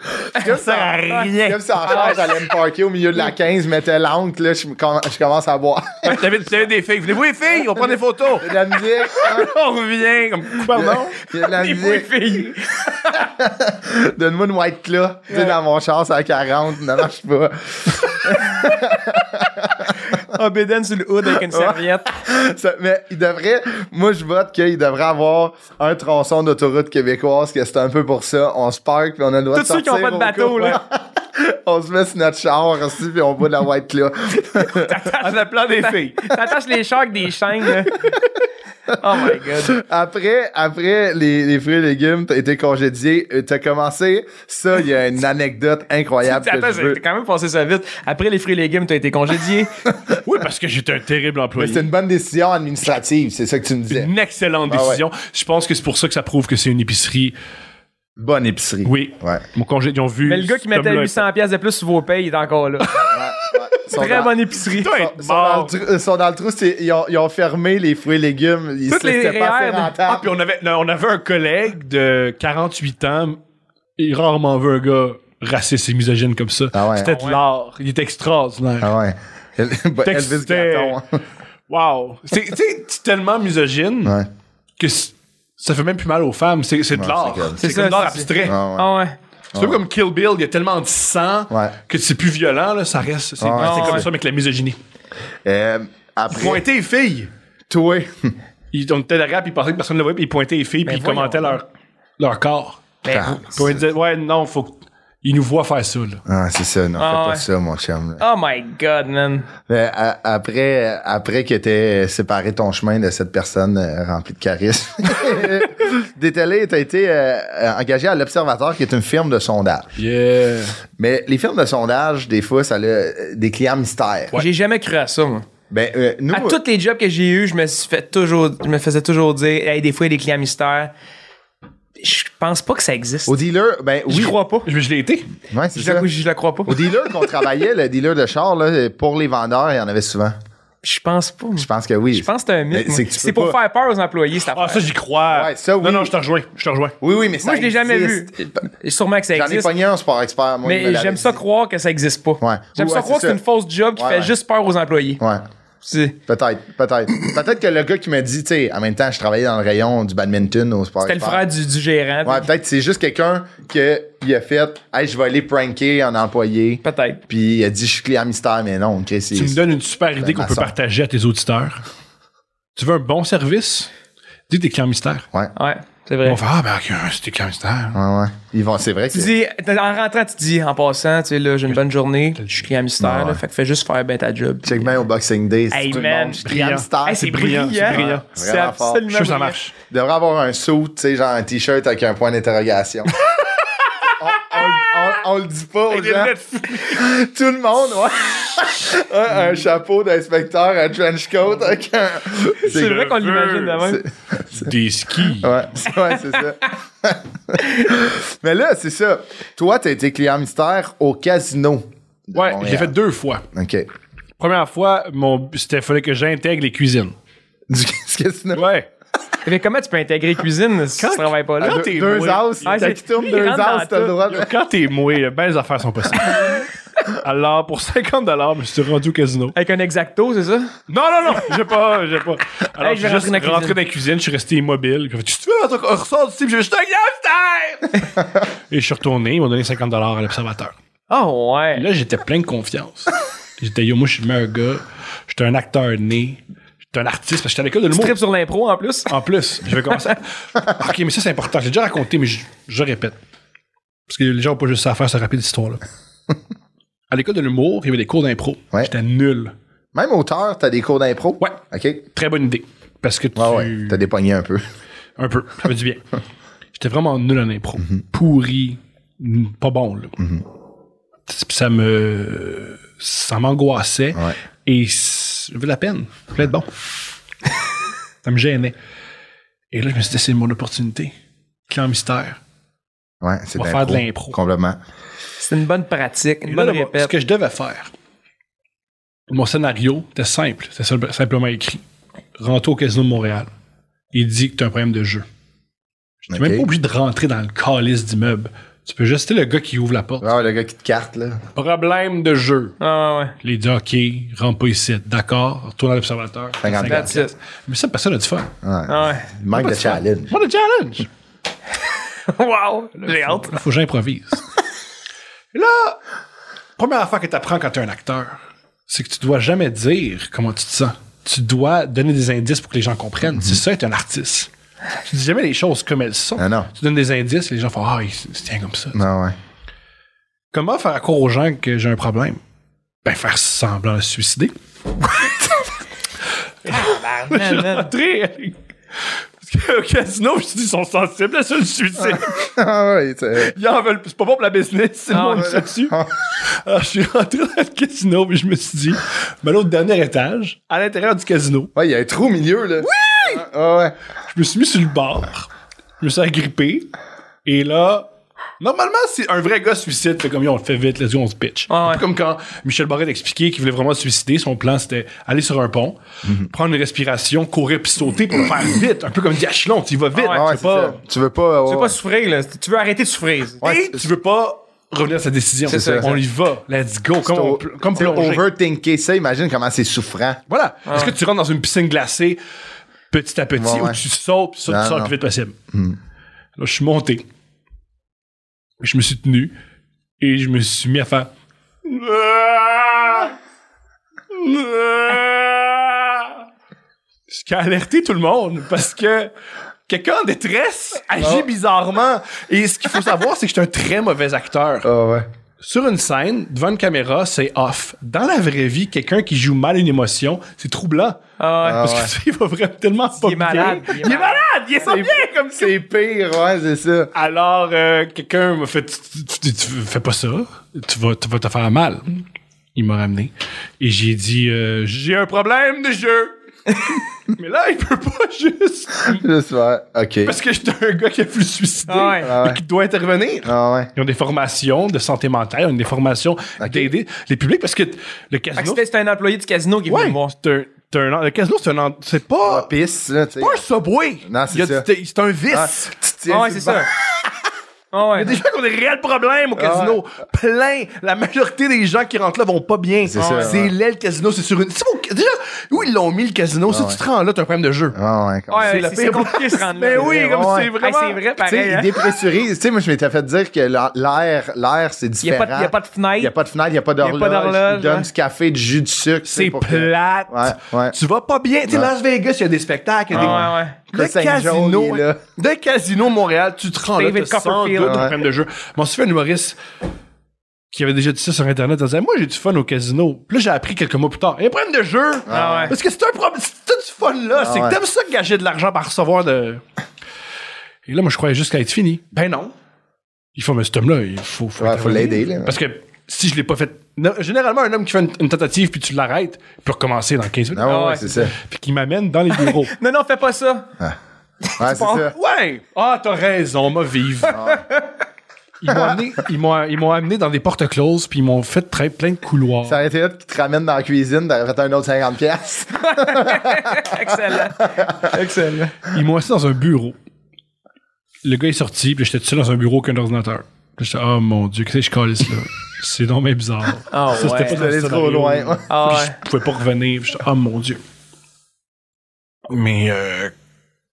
Comme ça,
rien.
comme
Ah,
ça, en charge, j'allais me parker au milieu de la 15, mettais l'encre, là, je, me comm- je commence à boire.
T'avais t'avais des filles. Venez-vous les filles, on prend des photos.
De la musique, hein,
On revient comme pardon.
il y a de la
Vous, les
musique.
filles.
Donne-moi une white claw. Tu sais, dans mon char, c'est à 40. Non, non, je sais pas.
Un bédaine Ah, sur le hood avec une serviette.
Ça- mais il devrait. Moi, je vote qu'il devrait avoir un tronçon d'autoroute québécoise, que c'est un peu pour ça. On se parque, puis on a le droit
Tous
de
ceux qui
sortir.
n'ont pas de
au
bateau,
cas-
là.
on se met sur notre char aussi, puis on boit de la white claw.
En appelant des filles.
T'attaches les chars avec des chaînes, là. Oh my god.
Après, après les, les fruits et légumes, t'as été congédié. Euh, T'as commencé. Ça, il y a une anecdote incroyable. que
Attends,
je veux.
j'ai quand même passé ça vite. Après les fruits et légumes, t'as été congédié.
Oui, parce que j'étais un terrible
Mais
employé.
c'est une bonne décision administrative, c'est ça que tu me disais.
une excellente
Ah ouais.
décision. Je pense que c'est pour ça que ça prouve que c'est une épicerie.
Bonne épicerie.
Oui.
Ouais.
Mon congé, ils ont vu.
Mais le gars qui
cet
mettait
homme-là.
800$ piastres de plus sur vos payes, il est encore là.
Ils sont
Très
dans-
bonne épicerie.
Toi,
Ils
être
sont dans le
mort.
trou- ils sont dans le trou, c'est- ils ont, ils ont fermé les fruits et légumes. Ils
Toutes
se
les
laissaient pas assez
REER de-
rentables.
Ah, puis on avait, non, on avait un collègue de 48 ans. Il rarement veut un gars raciste et misogyne comme ça.
Ah ouais.
C'était de l'art. Il était extraordinaire.
Ah ouais. El- bah,
Texte,
Elvis
c'était-
Graton.
Wow. C'est tu sais, c'est tellement misogyne
Ouais.
que c- ça fait même plus mal aux femmes. C'est c'est de
Ouais,
l'art.
c'est comme-
C'est
C'est
comme de
ça,
l'art
c'est-
abstrait.
Ah ouais.
Ah ouais.
C'est un peu comme Kill Bill. Il y a tellement de sang
Ouais.
que c'est plus violent. Là, ça reste. C'est
Ah ouais.
c'est
Ah
comme
ouais.
ça, mais avec la misogynie.
Euh, Après,
Pointer les filles.
toi.
Ils ont était derrière, puis ils pensaient que personne ne le voyait, puis ils pointaient les filles,
Ben
Mais
puis ils
voyons.
commentaient leur, leur corps.
Ben,
Ah,
Puis on disait, ouais, non, faut que- Ils nous voient faire ça, là.
Ah, c'est ça, non,
Ah,
fais pas
ouais.
ça, mon chum. là.
Oh my god, man.
Mais, à- après, après que t'aies séparé ton chemin de cette personne euh, remplie de charisme, Détalé, t'as été euh, engagé à l'Observateur, qui est une firme de sondage.
Yeah.
Mais les firmes de sondage, des fois, ça a euh, des clients mystères.
J'ai jamais cru à ça, moi.
Ben, euh, nous,
À tous les jobs que j'ai eus, je me suis fait toujours, je me faisais toujours dire, hey, des fois, il y a des clients mystères. Je pense pas que ça existe.
au dealer, ben
Je
oui.
crois pas.
Je, je l'ai été.
Ouais, c'est
Je
ça.
la, je la crois pas.
Au dealer qu'on travaillait, le dealer de char, là, pour les vendeurs, il y en avait souvent.
Je pense pas. moi.
Je pense que oui.
Je pense que c'est un
Mais
mythe.
c'est
moi.
que tu
C'est
peux
pour
pas-
faire peur aux employés, cette
Ah,
affaire.
ça, j'y crois.
Ouais, ça, oui.
Non, non, je te rejoins. Je te rejoins.
Oui, oui, mais ça
Moi, je l'ai jamais vu.
existe.
Et Sûrement que ça
J'en ai
existe.
pogné un sport expert, moi. il me
Mais
l'avait
j'aime ça
dit.
croire que ça existe pas.
Ouais.
J'aime
Ouais,
ça
c'est
croire que
ça.
c'est une fausse job qui
Ouais,
fait
ouais.
juste peur aux employés.
Ouais.
C'est-
Peut-être, peut-être. peut-être que le gars qui m'a dit, tu sais, en même temps, je travaillais dans le rayon du badminton au sport
C'était le
expert.
frère du, du gérant.
Ouais, peut-être c'est juste quelqu'un qui a fait, hey, je vais aller pranker un employé.
Peut-être.
Puis il a dit, je suis client mystère, mais non, ok, c'est.
Tu me donnes une super idée
Ben,
qu'on peut
maçon.
partager à tes auditeurs. Tu veux un bon service? Dis tes clients mystères.
Ouais, c'est
On
vrai.
va faire, ah, ben, ok, c'est tes clients mystères.
Ouais, ouais. Ils vont, c'est vrai que.
Tu dis, en rentrant, tu dis, en passant, tu sais, là, j'ai une bonne journée, je suis client mystère,
Ouais.
là, fait que fais juste faire bien ta job.
Check bien au Boxing Day. c'est
Hey,
tout
man,
le monde. Je suis client
brillant.
mystère.
Hey,
c'est
c'est
brillant,
brillant.
Ah, c'est brillant.
C'est
Vraiment fort.
Je
absolument
suis sûr que ça
brillant.
marche.
Tu devrais avoir un saut, tu sais, genre un t-shirt avec un point d'interrogation. on, on- on- on le dit pas aux gens. Tout le monde, ouais. un, un chapeau d'inspecteur, un trench coat avec un.
C'est vrai qu'on
veux.
l'imagine de même.
Des skis.
Ouais, c'est ouais, c'est ça. Mais là, c'est ça. Toi, t'as été client mystère au casino. de
Ouais, je
Montréal.
l'ai fait deux fois.
OK.
Première fois, mon, c'était, fallait que j'intègre les cuisines.
Du casino.
Ouais.
Mais Eh comment tu peux intégrer cuisine si tu travailles pas là?
Quand t'es
deux
moué-
houses.
Ah,
t'as
c'est-
qui tourne
lui, il
deux
rentre dans
houses, t'as le
tout.
droit de.
Yo, Quand t'es moué, là, ben les affaires sont possibles. Alors, pour 50 je me suis rendu au casino.
Avec un exacto, c'est ça?
Non, non, non, j'ai pas, j'ai pas. Alors,
Hey, je
je
vais
suis juste
rentrer dans la
rentré dans la cuisine, je suis resté immobile. Puis, tu te fais, attends, ressort d'ici, puis j'ai juste un hamster! Et je suis retourné, ils m'ont donné 50 à l'observateur.
Oh ouais.
Et Là, j'étais plein de confiance. J'étais, yo, moi, je suis le meilleur gars. J'étais un acteur né. J'étais un artiste, parce que j'étais à l'école de
tu
l'humour.
tripes sur l'impro en plus?
En plus, je vais commencer. à- ok, mais ça, c'est important. J'ai déjà raconté, mais je, je répète. Parce que les gens n'ont pas juste ça à faire, ça rapide histoire là. À l'école de l'humour, il y avait des cours d'impro.
Ouais.
J'étais nul.
Même auteur, t'as des cours d'impro.
Ouais.
OK. Ouais,
Très bonne idée. Parce que tu.
ouais. T'as dépogné un peu.
Un peu. Ça fait du bien. J'étais vraiment nul en impro.
Mhm.
Pourri. n- Pas bon, là. Puis Ça me. Ça m'angoissait.
Ouais.
Et s- j'avais de la peine. Je voulais être bon. ça me gênait. Et là, je me suis dit, c'est mon opportunité. Clan mystère.
Ouais, c'est
On va
de
faire de l'impro.
Complètement.
C'est une bonne pratique, une
Et là,
bonne
là, moi, ce
répète.
que je devais faire, mon scénario était simple. C'était simple- simplement écrit. Rentre au casino de Montréal. Il dit que tu as un problème de jeu. Je n'es
Ok.
même pas obligé de rentrer dans le calice d'immeuble. Tu peux juste, c'est le gars qui ouvre la porte.
Ah Ouais, le gars qui te carte, là.
Problème de jeu.
Ah ouais, ouais.
Il dit, OK, rentre pas ici. D'accord, retourne à l'observateur.
50
That's it.
Mais ça, personne a du fun.
Ouais.
Ah ouais.
Il Manque de challenge.
What a challenge!
wow! J'ai hâte.
Là, faut que j'improvise. Et là, première affaire que tu apprends quand tu es un acteur, c'est que tu dois jamais dire comment tu te sens. Tu dois donner des indices pour que les gens comprennent. C'est ça être un artiste. Tu dis jamais les choses comme elles sont.
Mm-hmm. Ah non. Mm.
Tu donnes des indices, les gens font Ah, il se il se tient comme ça.
Non, Ah ouais.
Comment faire croire aux gens que j'ai un problème? Ben, faire semblant de se suicider.
Ah,
Man,
ben,
J'ai
man.
rentré. Parce qu'au casino, je me suis dit, ils sont sensibles à ça, le suicide.
Ah ouais, c'est-
Ils en veulent. C'est pas bon pour la business. C'est le
Ah,
monde
ouais.
qui se tue. Alors, je suis rentré dans le casino, puis je me suis dit, mais là, au dernier étage, à l'intérieur du casino,
Ouais, il y a un trou au milieu, là. Oui! Ah ouais.
je me suis mis sur le bord, je me suis agrippé, et là, normalement, c'est un vrai gars suicide, fait comme, yo, on le fait vite, let's go, on se pitch.
Ah ouais.
Un peu Comme quand Michel Barrette expliquait qu'il voulait vraiment se suicider, son plan, c'était aller sur un pont,
Mhm.
prendre une respiration, courir puis sauter pour le faire vite, un peu comme Diachelon, tu y vas vite,
Ah ouais,
Ah ouais,
tu,
c'est
veux pas,
ça. Tu veux pas.
Tu
ouais.
veux pas souffrir, là. Tu veux arrêter de souffrir.
Ouais,
et tu veux pas revenir à sa décision.
C'est ça,
On y va, let's go, comme, on-
C'est au-
comme
c'est
plonger.
overthinker ça, imagine comment c'est souffrant.
Voilà. Est-ce que tu rentres dans une piscine glacée petit à petit
Ouais, ouais.
où tu sautes, puis ça,
Non,
tu sors le
non. Hmm.
plus vite possible? Là, je suis monté. Je me suis tenu et je me suis mis à faire. ce qui a alerté tout le monde parce que quelqu'un en détresse
Ah.
agit bizarrement. Et ce qu'il faut savoir, c'est que je suis un très mauvais acteur.
Ah ouais.
Sur une scène, devant une caméra, c'est off. Dans la vraie vie, quelqu'un qui joue mal une émotion, c'est troublant.
Ah,
Ah
parce
ouais.
que tu sais, il va vraiment tellement pas
Il est
bien.
malade.
Il est malade, il est sans bien comme ça.
C'est pire, ouais, c'est ça.
Alors, euh, quelqu'un m'a fait tu, tu- tu- tu fais pas ça, tu vas, tu vas te faire mal. Il m'a ramené. Et j'ai dit euh, J'ai un problème de jeu. Mais là, il peut pas juste.
Juste faire. OK.
Parce que j'étais un gars qui a voulu se suicider
Ah ouais.
Ah ouais.
et qui doit intervenir.
Ah ouais.
Ils ont des formations de santé mentale, ils ont des formations d'aider les publics parce que t- le
Fait que
casino.
c'était c'était un employé du casino qui est
Ouais,
venu me voir.
c'est un- c'est un en- le casino, c'est un. en- C'est pas.
Ah, pisse, là, tu sais.
pas un subway.
Non, c'est
Il y a
ça.
du- C'est un vice.
Ah, tu te tiens
Ah ouais,
sur
c'est
le banc.
ça. Ah ouais.
Il y a des gens qui ont des réels problèmes au
Ah
casino. Plein. La majorité des gens qui rentrent là vont pas bien.
C'est ça,
C'est
ouais.
laid, le casino. C'est sur une. C'est au- Déjà, où ils l'ont mis le casino? si tu te rends là, t'as un problème de jeu.
Ah ouais, comme
Ouais,
ça.
ouais,
la
c'est
pire
c'est compliqué de se rendre là.
Mais oui,
vrai,
comme
ouais.
c'est
Hey,
vraiment.
c'est vrai,
Tu sais,
pareil.
il
hein.
dépressurise. tu sais, moi, je m'étais fait dire que la- l'air, l'air, c'est
Il n'y a,
différent.
pas de- il y a pas de
Il n'y a
fenêtre.
pas de fenêtre, il n'y a pas
a pas
d'horloge.
d'horloge,
Il donne
ouais.
du café, du jus, du sucre. tu sais,
C'est
pour que-
plate.
Ouais, ouais.
Tu vas pas bien. Tu sais,
Ouais.
Las Vegas, il y a des spectacles. il y a des-
Ah ouais, ouais.
Chris
Le
Angel,
casino,
il est là.
de casino Montréal, tu te rends
David
là, t'as sans doute
Copperfield.
un
Ouais.
problème de jeu. Mon suis fait un humoriste qui avait déjà dit ça sur Internet. Il disait, moi, j'ai du fun au casino. Puis là, j'ai appris quelques mois plus tard. Il y a un problème de jeu.
Ah ouais.
Parce que c'est un problème. C'est tout du fun là.
Ah
c'est
ouais.
que t'aimes ça gager de l'argent par recevoir de. Et là, moi, je croyais juste qu'elle était finie. Ben non. Il faut, mais cet homme-là, il faut. faut
Ouais, faut
intervenir.
l'aider, là.
Parce que si je l'ai pas fait. Non, Généralement, un homme qui fait une, une tentative puis tu l'arrêtes, peut recommencer dans 15 minutes.
Non, Ah, ouais,
Ah, ouais,
c'est
c'est
ça. Ouais,
Puis qui m'amène dans les bureaux.
Non, non, fais pas ça.
c'est ça.
ouais! Ah, t'as raison, ma vive.
Ah.
Ils m'ont amené, ils m'ont, ils m'ont amené dans des portes closes puis ils m'ont fait très, plein de couloirs.
Ça aurait été hot qui te ramène dans la cuisine, t'aurais fait un autre 50$. piastres.
Excellent. Excellent.
Ils m'ont assis dans un bureau. Le gars est sorti, puis j'étais tout seul dans un bureau qu'un ordinateur. Puis J'étais, oh mon dieu, qu'est-ce que je colle là? C'est donc bien bizarre.
Ah
Ça, c'était
ouais.
pas-
Vous allez trop
scénario.
loin. ouais.
Ah
Puis
ouais.
je pouvais pas revenir. Puis J'étais, oh mon dieu. Mais euh,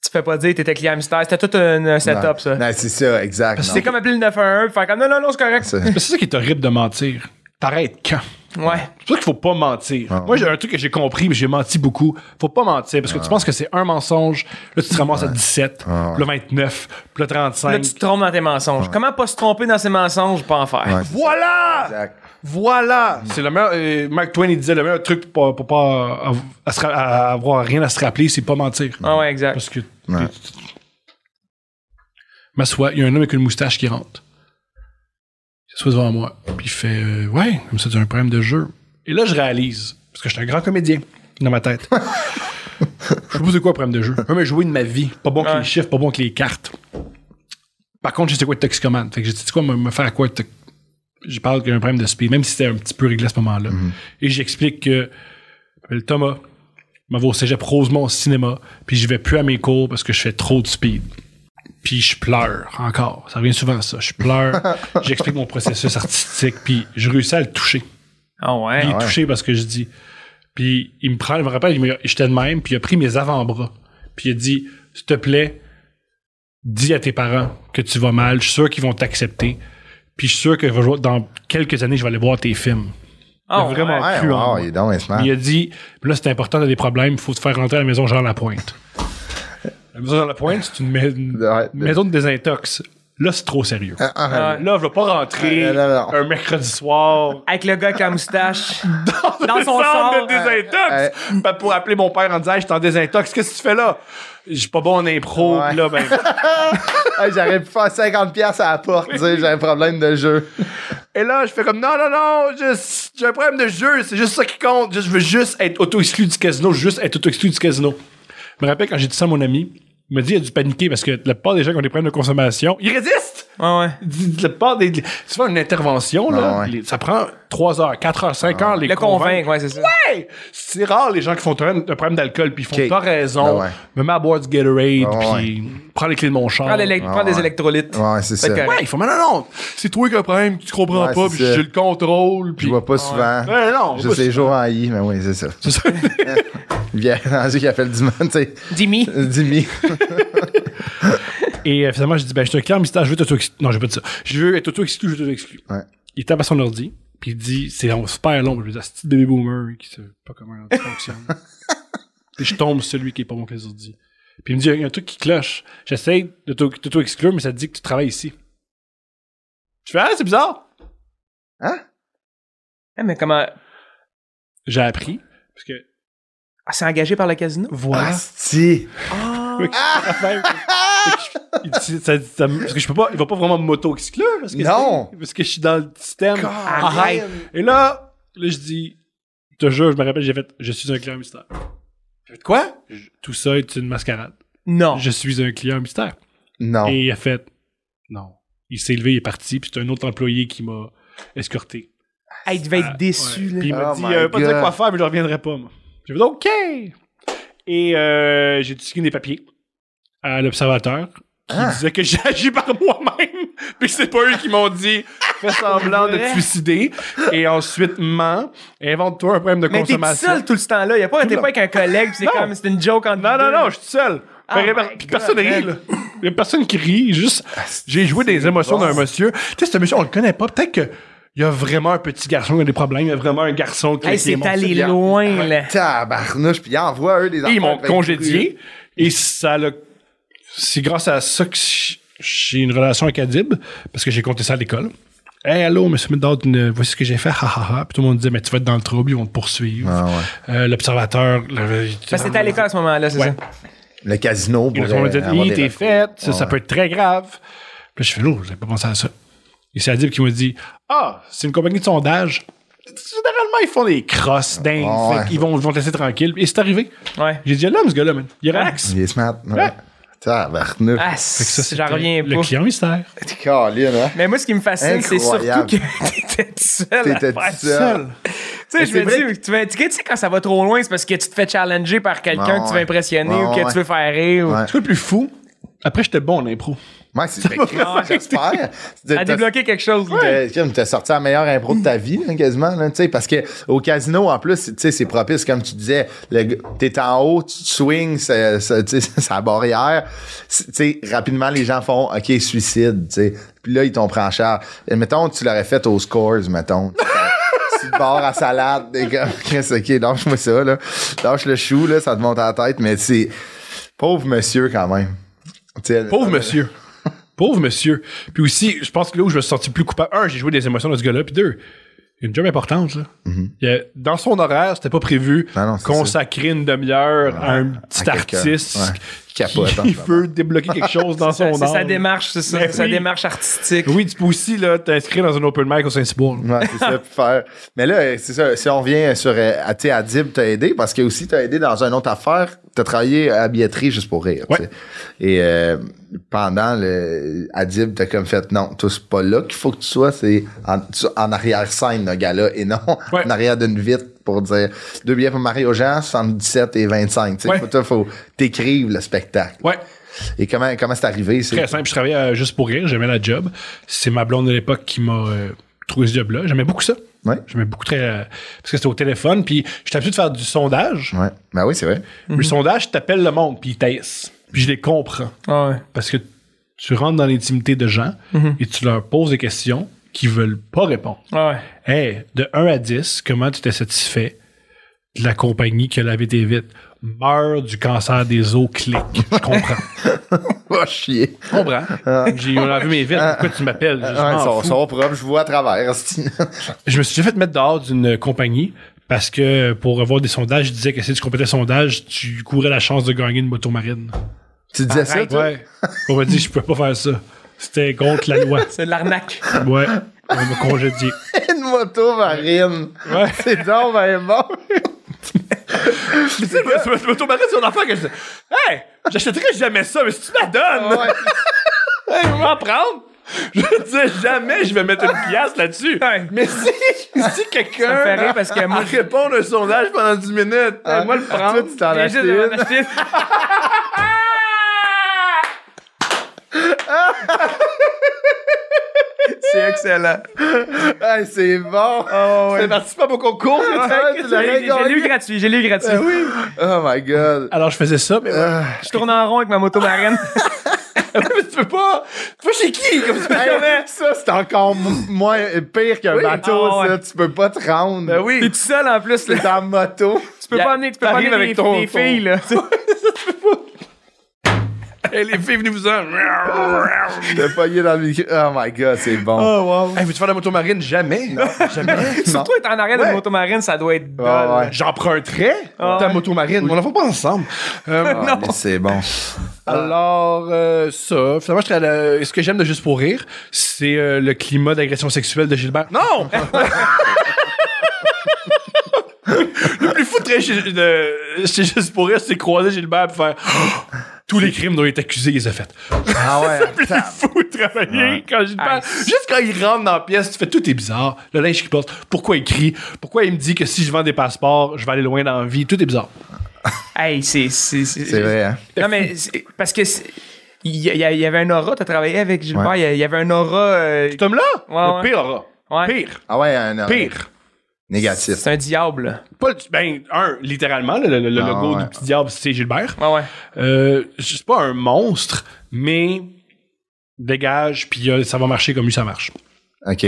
Tu fais pas dire t'étais client mystère. C'était tout un euh,
Non.
setup, ça.
Non, c'est Ah, ça, exact.
C'est comme appeler le 911 faire comme non, non, non, c'est correct.
C'est-
mais c'est ça qui est horrible de mentir. T'arrêtes quand?
Ouais.
C'est pour ça qu'il faut pas mentir.
Ah.
Moi, j'ai un truc que j'ai compris, mais j'ai menti beaucoup. Faut pas mentir, parce que tu penses que c'est un mensonge. Là, tu te ramasses à 17,
Ah ouais.
puis le 29, puis le 35.
Là, tu te trompes dans tes mensonges. Comment pas se tromper dans ses mensonges, pas en faire?
Ouais.
Voilà!
Exact.
Voilà! C'est le meilleur. euh, Mark Twain, il disait le meilleur truc pour, pour pas euh, à se ra- à avoir rien à se rappeler, c'est pas mentir.
Ah ouais, exact.
Parce que.
Ouais.
M'assois, il y a un homme avec une moustache qui rentre. Il s'assoit devant moi. Puis il fait euh, Ouais, comme ça, tu as un problème de jeu. Et là, je réalise, parce que je suis un grand comédien dans ma tête. je sais pas c'est quoi un problème de jeu. Un mais jouer de ma vie. Pas bon que les
Ouais.
chiffres, pas bon que les cartes. Par contre, je sais quoi être toxicomane. Fait que j'ai dit, Tu sais quoi, me, me faire quoi être tox- je parle qu'il y a un problème de speed, même si c'était un petit peu réglé à ce moment-là. Et j'explique que je m'appelle Thomas m'en vais au cégep Rosemont au cinéma, puis je vais plus à mes cours parce que je fais trop de speed. Puis je pleure encore. Ça revient souvent à ça. Je pleure, j'explique mon processus artistique, puis je réussis à le toucher.
Ah ouais.
Il est
ouais.
touché parce que je dis. Puis il me prend, il me rappelle, il me- j'étais de même, puis il a pris mes avant-bras. Puis il a dit S'il te plaît, dis à tes parents que tu vas mal, je suis sûr qu'ils vont t'accepter. Puis je suis sûr que dans quelques années, je vais aller voir tes films.
Ah ouais.
vraiment-
Ouais,
Plus en
wow,
moi.
il est donc smart.
Il a dit là, c'est important, t'as des problèmes, faut te faire rentrer à la maison Jean Lapointe. la maison Jean Lapointe, c'est une, mais- une
Ouais, de-
maison de désintox. Là, c'est trop sérieux.
Ah, ah, ah.
Ah,
Là, je vais pas rentrer
Non, non, non.
un mercredi soir
Avec le gars qui a moustache. Dans
le
son
centre
sort.
de désintox Ben, pour appeler mon père en disant Hey, je suis en désintox, qu'est-ce que tu fais là? Je suis pas bon en impro,
Ouais.
pis là, ben.
Ah, J'aurais pu faire 50$ piastres à la porte, tu sais, j'ai un problème de jeu.
Et là, je fais comme non, non, non, juste- j'ai un problème de jeu, c'est juste ça qui compte. Je veux juste être auto-exclu du casino, je veux juste être auto-exclu du casino. Je me rappelle quand j'ai dit ça à mon ami, il m'a dit il a dû paniquer parce que la plupart des gens qui ont des problèmes de consommation, ils résistent!
Ah ouais.
La plupart des. Souvent, une intervention, là,
Ah ouais. Ah.
les- ça prend 3 heures, 4 heures, 5 heures, les
Le
convaincre.
convaincre, ouais, c'est ça.
Hey! C'est rare les gens qui font un, un problème d'alcool, puis ils font
Ok.
t'as raison,
Ah ouais.
me mets à boire du Gatorade,
Ah ouais.
puis prends les clés de mon char.
Prends, l'élec- prends
ouais.
des électrolytes.
Ouais, c'est ça.
Fait que-
Ouais, il faut, mais non, non, c'est toi qui as un problème, tu comprends
Ouais,
pas,
c'est
puis
ça.
j'ai le contrôle,
Je
puis.
vois pas souvent.
Ouais, non,
Juste
pas
les jours en I, mais oui, c'est ça.
C'est ça.
Il y a rendu qui appelle Diman, tu sais,
Jimmy.
Dimi.
Et euh, finalement, j'ai dit, ben, je suis un client mystère, je veux être auto-exclu. Non, j'ai pas dit ça. Je veux être auto-exclu, je veux être auto-exclu.
Ouais.
Il tape à son ordi, ah, puis il dit, c'est long, super long. Je lui dis, c'est un petit bébé boomer qui sait pas comment ça fonctionne. Puis je tombe sur celui qui est pas bon que les autres disent. Puis il me dit, il y a un truc qui cloche. J'essaie de t'au- de t'auto-exclure, mais ça te dit que tu travailles ici. Je fais, ah, c'est bizarre.
Ah, mais comment.
J'ai appris. Parce que,
Ah, c'est engagé par le casino? Ah,
voilà.
Ah, Asti.
Il dit, ça- ça- parce que je peux pas, il va pas vraiment m'auto-exclure. parce que
Non.
c'est- Parce que je suis dans le système.
Arrête.
Et là, là, je dis, je te jure, je me rappelle, j'ai fait, je suis un client mystère. J'ai fait, quoi? Je- tout ça est une mascarade.
Non.
Je suis un client mystère.
Non.
Et il a fait, non. Il s'est levé, il est parti, puis c'est un autre employé qui m'a escorté.
Hey, il devait être
Ah,
déçu,
ouais.
là.
Puis il m'a
Oh
dit,
my
euh, pas de dire
God.
quoi faire, mais je reviendrai pas, moi. J'ai fait, OK! Et euh, j'ai signé des papiers à l'observateur qui
Ah.
disait que j'ai agi par moi-même. Puis c'est pas eux qui m'ont dit, fais semblant de te suicider. Et ensuite, mens. Invente-toi un problème de
Mais t'es tout
consommation.
seul tout ce temps-là. Il a pas, t'es pas avec un collègue, puis c'est
Non.
comme, c'était une joke en
Non, non, non, je suis tout seul.
Oh
Fait-
my
puis personne
God,
rit,
man.
là. Il y a personne qui rit, juste. J'ai joué des émotions
bon.
d'un monsieur. Tu sais, ce monsieur, on le connaît pas. Peut-être que. Il y a vraiment un petit garçon qui a des problèmes. Il y a vraiment un garçon qui
Hey,
qui est
c'est
mon
allé
filial.
loin, là.
Tabarnouche, puis il envoie eux des
Et ils m'ont
affaires ben,
congédié. Et ça l'a- C'est grâce à ça que j- j'ai une relation avec Adib, parce que j'ai compté ça à l'école. Hey, allô, monsieur Midard, une- voici ce que j'ai fait, ha, ha, ha. Puis tout le monde disait, mais tu vas être dans le trouble, ils vont te poursuivre.
Ah ouais.
Euh, L'observateur. le-
Parce que c'était à
Ah,
l'école à ce moment-là, c'est
Ouais.
ça?
Le casino
Ils
pour
nous ont dit,
avoir
Hi,
des
t'es
recours.
faite, ça, ça
Ouais.
peut être très grave. Puis là, je fais, non, j'avais pas pensé à ça. Et c'est Adib qui m'a dit, ah, c'est une compagnie de sondage. Généralement, ils font des crosses dingues.
Ah, Ouais.
Fait qu'ils vont, ils vont te laisser tranquille. Et c'est arrivé.
Ouais.
J'ai dit, là, ce gars-là, man,
Hein?
il relaxe.
Il est smart. Ouais.
Ouais.
Tabarnouche.
Ah,
Fait que ça,
j'en
c'était
reviens
Le
pas.
client mystère.
Caroline, hein?
Mais moi, ce qui me fascine, c'est surtout
Incroyable.
que t'étais tout seul. à
T'étais
faire
tout
Euh,
ça.
seul.
Tu sais, je
Mais c'est
me dis, tu vas- tu sais, quand ça va trop loin, c'est parce que tu te fais challenger par quelqu'un
Ouais,
que tu
ouais.
veux impressionner
Ouais,
ou que
ouais.
tu veux faire rire. ou-
Ouais.
Ce que le plus fou, après, j'étais bon en impro.
Ouais, c'est ben, Chris, j'espère. T'as-
À
t'as-
débloquer quelque chose. là.
t'as- Chris, T'as sorti la meilleure impro de ta vie, là, quasiment. Là, tu sais, parce que au casino, en plus, tu sais, c'est propice, comme tu disais. le g- T'es en haut, tu te swings, ça, ça, tu sais, ça barrière. C'est- Tu sais, rapidement, les gens font OK, suicide. tu sais. Puis là, ils t'ont pris en charge. Et mettons, tu l'aurais fait aux scores, mettons. tu te barres à salade, t'es comme Chris, OK, lâche-moi ça, là. Lâche le chou, là, ça te monte à la tête, mais c'est. Pauvre monsieur, quand même. Tu sais,
Pauvre monsieur. Pauvre monsieur. Puis aussi, je pense que là où je me suis senti plus coupable, un, j'ai joué des émotions de ce gars-là, puis deux, une job importante, là. Il y a- dans son horaire, c'était pas prévu
Non, non, c'est
consacrer une demi-heure à un petit
à quelqu'un.
artiste
Ouais. Qui capote, en ce
qui hein.
moment.
veut débloquer quelque chose dans son
C'est
âme.
sa démarche, c'est ça.
Mais
Sa
oui.
démarche artistique.
Oui, tu peux aussi là, t'inscrire dans un open mic au Saint-Cybourg.
Ouais, c'est ça, puis faire. Mais là, euh, c'est ça, si on revient sur euh, à, tu sais, Adib, t'as aidé, parce que aussi, t'as aidé dans une autre affaire, t'as travaillé à la billetterie juste pour rire. tu sais. Et euh, pendant le Adib, t'as comme fait non, toi, c'est pas là qu'il faut que tu sois, c'est en, tu- en arrière-scène, le gars-là, et non
Ouais.
en arrière d'une vitre pour dire deux billets pour Mario Jean, 77 et 25. Tu sais,
Ouais.
faut, toi, faut t'écrives le spectacle.
Ouais.
Et comment comment c'est arrivé? c'est-
Très simple, je travaillais à juste pour rire, j'aimais la job. C'est ma blonde de l'époque qui m'a euh, trouvé ce job-là. J'aimais beaucoup ça.
Ouais.
J'aimais beaucoup très. euh, parce que c'était au téléphone, puis j'étais habitué de faire du sondage.
Ouais. Ben oui, c'est vrai.
Le sondage, t'appelles le monde, puis ils taissent. Puis je les comprends.
Ah ouais.
Parce que tu rentres dans l'intimité de gens et tu leur poses des questions qu'ils veulent pas répondre.
Ah ouais.
Hey, de 1 à 10, comment tu t'es satisfait de la compagnie qui a lavé tes vitres? Meurs du cancer des os, clic. Je comprends.
Oh, chier.
Je comprends. J'ai on a vu mes vitres, pourquoi tu m'appelles? Je
Ouais,
m'en
son,
fous.
son propre, je vois à travers. c'est-
Je me suis déjà fait mettre dehors d'une compagnie parce que pour avoir des sondages, je disais que si tu complétais le sondage, tu courais la chance de gagner une moto marine.
tu disais ça, toi?
Ouais. On m'a dit, je peux pas faire ça. C'était contre la loi.
C'est de l'arnaque.
Ouais. On m'a congédié.
une moto marine.
Ouais.
C'est donc ben bon.
Tu sais, une moto marine, c'est un enfant que je dis, hey, j'achèterais jamais ça, mais si tu la donnes,
Ouais.
hey, je vais m'en prendre. Je disais jamais je vais mettre une pièce là-dessus.
Ouais.
Mais si, si
Ça me fait
quelqu'un
rire parce que moi,
répond à un sondage pendant 10 minutes, hey, moi le prendre.
Ah, Toi, tu t'en
j'ai
achetais
juste de m'en
une.
acheter une. C'est excellent.
Hey, c'est bon.
Oh,
C'est parti pas au concours.
Ah, ouais, tu l'as
Je l'ai eu
regardé.
gratuit, j'ai l'ai eu gratuit.
Oh my god.
Alors je faisais ça, mais
Ah,
Je tourne en rond avec ma moto marine.
tu peux pas. Tu vas chez qui? Comme ça.
Hey, ça, c'est encore m- moins pire qu'un
Oui.
bateau,
Ah, ouais.
ça. Tu peux pas te rendre.
Ben oui.
T'es tout seul en plus, là.
T'es en moto.
Tu peux
Y a-
pas amener, tu peux pas
t'arrives
amener
avec
des,
ton-
des
ton-
filles, là.
Hey, les filles, venez vous en.
T'es pogné dans le micro. Oh my god, c'est
Ah,
bon.
Hey, veux-tu faire de la motomarine? Jamais. Jamais.
Non.
Surtout être en arrière d'une
Ouais.
motomarine, ça doit être
Ouais,
dole, là.
ouais.
J'emprunterais ta
ouais.
motomarine. On la fait pas ensemble. Ah, Euh,
Ah, mais c'est bon.
Bah. Alors, euh, ça, finalement, je serais à la- ce que j'aime de Juste pour rire, c'est euh, le climat d'agression sexuelle de Gilbert. Non! le plus fou de, chez- de- chez Juste pour rire, c'est croiser Gilbert et faire oh, tous les crimes dont il est accusé, il les a faits.
Ah ouais.
C'est fou de travailler quand Gilbert. Juste quand il rentre dans la pièce, tu fais tout est bizarre. Le linge qu'il porte, pourquoi il crie, pourquoi il me dit que si je vends des passeports, je vais aller loin dans la vie, tout est bizarre.
Hey, c'est. C'est
C'est vrai, hein?
Non, mais c'est- parce que c'est- il y, a- il y avait un aura, t'as travaillé avec Gilbert,
Ouais.
il y a- il y avait un aura. euh,
Cet homme-là,
Ouais,
le pire aura.
Ouais.
Pire,
Ah ouais, un euh,
pire.
Négatif.
C'est un diable. là.
Pas le- ben, un, littéralement, le, le- le
Ah,
logo
ouais.
du petit diable, c'est Gilbert.
Ouais, ouais.
Euh, c'est pas un monstre, mais dégage, puis euh, ça va marcher comme lui, ça marche.
OK.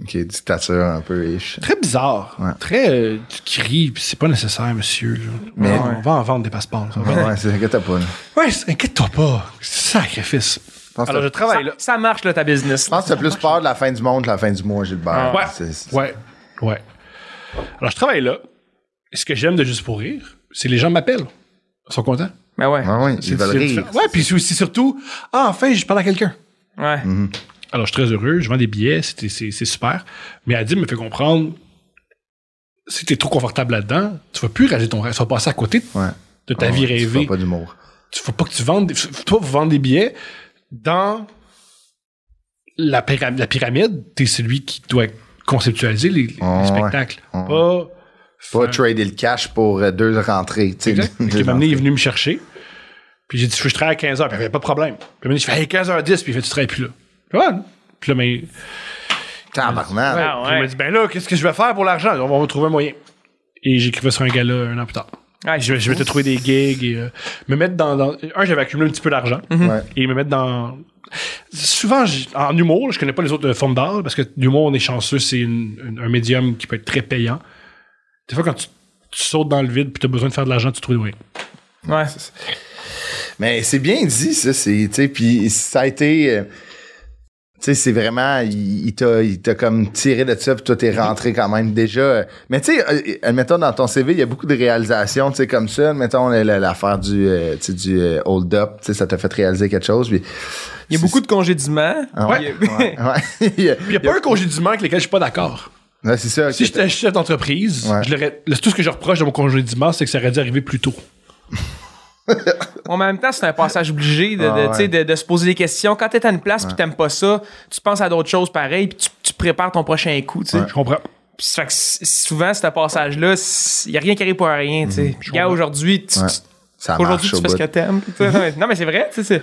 OK, dictature un peu ish.
Très bizarre.
Ouais.
Très, euh, tu cries, puis c'est pas nécessaire, monsieur. Mais
Mais-
on va en vendre des passeports. ça va.
Ouais, c'est que t'as pas. là.
Ouais, c'est- inquiète-toi pas. C'est sacrifice.
Je pense que
Alors, je
t'as-
Ça,
travaille là.
ça marche, là, ta business.
je pense que t'as plus peur de la fin du monde que la fin du mois, Gilbert.
Ah. Ouais.
C'est- c'est-
Ouais. Ouais. Alors, je travaille là. Et ce que j'aime de Juste pour rire, c'est les gens m'appellent. Ils sont contents.
Mais ouais.
Ah ouais,
C'est
ils veulent rire.
Ouais, puis c'est aussi surtout, ah, enfin, je parle à quelqu'un.
Ouais.
Alors, je suis très heureux, je vends des billets, c'était- c'est c'est super. Mais Adil me fait comprendre, si t'es trop confortable là-dedans, tu vas plus réaliser ton rêve, tu vas passer à côté de-
Ouais.
de ta
Ah
vie
ouais, tu
rêvée.
feras pas d'humour.
Tu faut pas que tu vendes, des- faut- toi, vous vendez des billets dans la, pyra- la pyramide, t'es celui qui doit conceptualiser les, les
Ah ouais.
spectacles.
Ah
Pas,
Pas trader le cash pour euh, deux rentrées. tu sais.
Exact. Fait
Deux
qu'il m'a amené, il est
rentrées.
venu me chercher. Puis j'ai dit, je travaille à 15h. Puis il avait pas de problème. Puis il m'a dit, je fais hey, 15h10. Puis il fait, tu travailles plus là. Puis, ouais. Puis là, ben, mais.
Tabarnak.
Ah
Puis
ouais.
il m'a dit, ben là, qu'est-ce que je vais faire pour l'argent? On va trouver un moyen. Et j'écrivais sur un gala un an plus tard.
Ouais,
Je vais, je vais te trouver des gigs et euh, me mettre dans, dans- Un, j'avais accumulé un petit peu d'argent.
Mhm.
Ouais.
Et me mettre dans. Souvent, j'- en humour, je connais pas les autres euh, formes d'art parce que l'humour, on est chanceux, c'est une- une- un médium qui peut être très payant. Des fois, quand tu, tu sautes dans le vide puis tu as besoin de faire de l'argent, tu trouves des moyens.
Ouais.
Mais c'est bien dit, ça. c'est- tu sais, Puis ça a été. euh, Tu sais, c'est vraiment. Il, il t'a- il t'a comme tiré de ça, puis toi, t'es rentré quand même déjà. euh, Mais tu sais, euh, admettons, dans ton CV, il y a beaucoup de réalisations, tu sais, comme ça. Admettons, la- la- l'affaire du, euh, tu sais, du euh, Hold Up, tu sais, ça t'a fait réaliser quelque chose. Puis,
Il y a beaucoup de congédiements.
Ah ouais.
Il y a-
ouais, ouais. Il y a-
Il n'y a pas un congédiement avec lequel je suis pas d'accord.
Ouais, c'est ça. que
Si j'étais chef d'entreprise,
Ouais.
je l'aurais- le- tout ce que je reproche de mon congédiement, c'est que ça aurait dû arriver plus tôt.
Ouais, mais en même temps, c'est un passage obligé de, de,
Ah ouais.
tu sais, de- de se poser des questions. Quand t'es à une place puis t'aimes pas ça, tu penses à d'autres choses pareilles puis tu, tu prépares ton prochain coup, tu sais.
Je comprends.
Puis ça fait que c- souvent, ce passage-là, il y a rien qui arrive pour rien, tu sais. Regarde, aujourd'hui, tu,
Mhm. Ouais.
tu-
ça
Aujourd'hui,
marche
tu
au
fais ce
bout. Mhm.
que t'aimes. tu sais. Non, mais- non, mais c'est vrai, tu sais.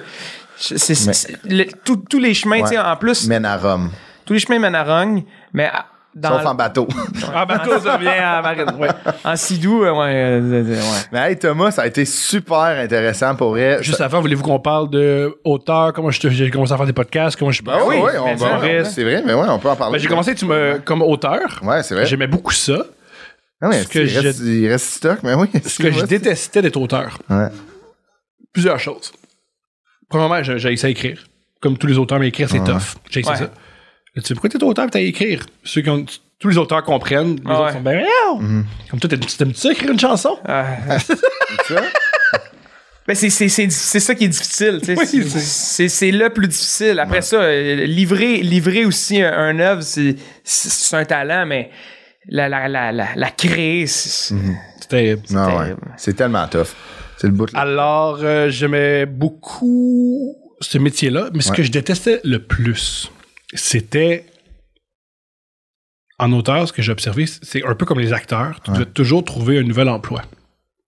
c'est- c'est- c'est- c'est- le- tous- tous les chemins, tu sais, en plus,
Mène à Rome.
tous les chemins mènent à Rogne, mais à- dans
Sauf en bateau.
Ah, ben, toi, ça
en-
vient.
à Marine, ouais. En Sidou, euh, ouais, euh, euh, ouais.
Mais hey, Thomas, ça a été super intéressant pour elle.
Juste avant, voulez-vous qu'on parle de auteur, comment je te- j'ai commencé à faire des podcasts, comment je suis
Ah oui,
oui,
oui, on
mais
va.
vrai.
C'est vrai, mais ouais, on peut en parler.
Ben, j'ai commencé tu me, comme auteur.
Ouais, c'est vrai.
J'aimais beaucoup ça.
Ah oui,
Ce que
il, reste,
je-
il reste stock, mais oui.
Ce que je détestais d'être auteur,
Ouais.
plusieurs choses. Premièrement, j'ai j'ai essayé d'écrire. Comme tous les auteurs, mais écrire, c'est tough. J'ai essayé
Ouais.
ça. Tu sais, pourquoi t'es auteur et t'as écrire? Ceux qui ont- tous les auteurs comprennent. Les
Ah
autres
ouais.
sont ben, voyons!
Mhm.
Comme toi, t'aimes- t'aimes-tu ça écrire une chanson?
Ah.
Tu vois?
Ben, c'est- c'est c'est- c'est ça qui est difficile, tu sais.
Oui,
C'est-
c'est-
c'est c'est le plus difficile. Après ça, euh, livrer, livrer aussi un, un œuvre, c'est- c'est c'est un talent, mais la, la, la, la, la créer, c'est-
Mhm.
C'était.
Non, Ah ouais.
terrible.
C'est tellement tough. C'est le bout. là.
Alors, euh, j'aimais beaucoup ce métier-là, mais ce
Ouais.
que je détestais le plus, c'était en auteur, ce que j'ai observé, c'est un peu comme les acteurs. Tu
Ouais.
dois toujours trouver un nouvel emploi.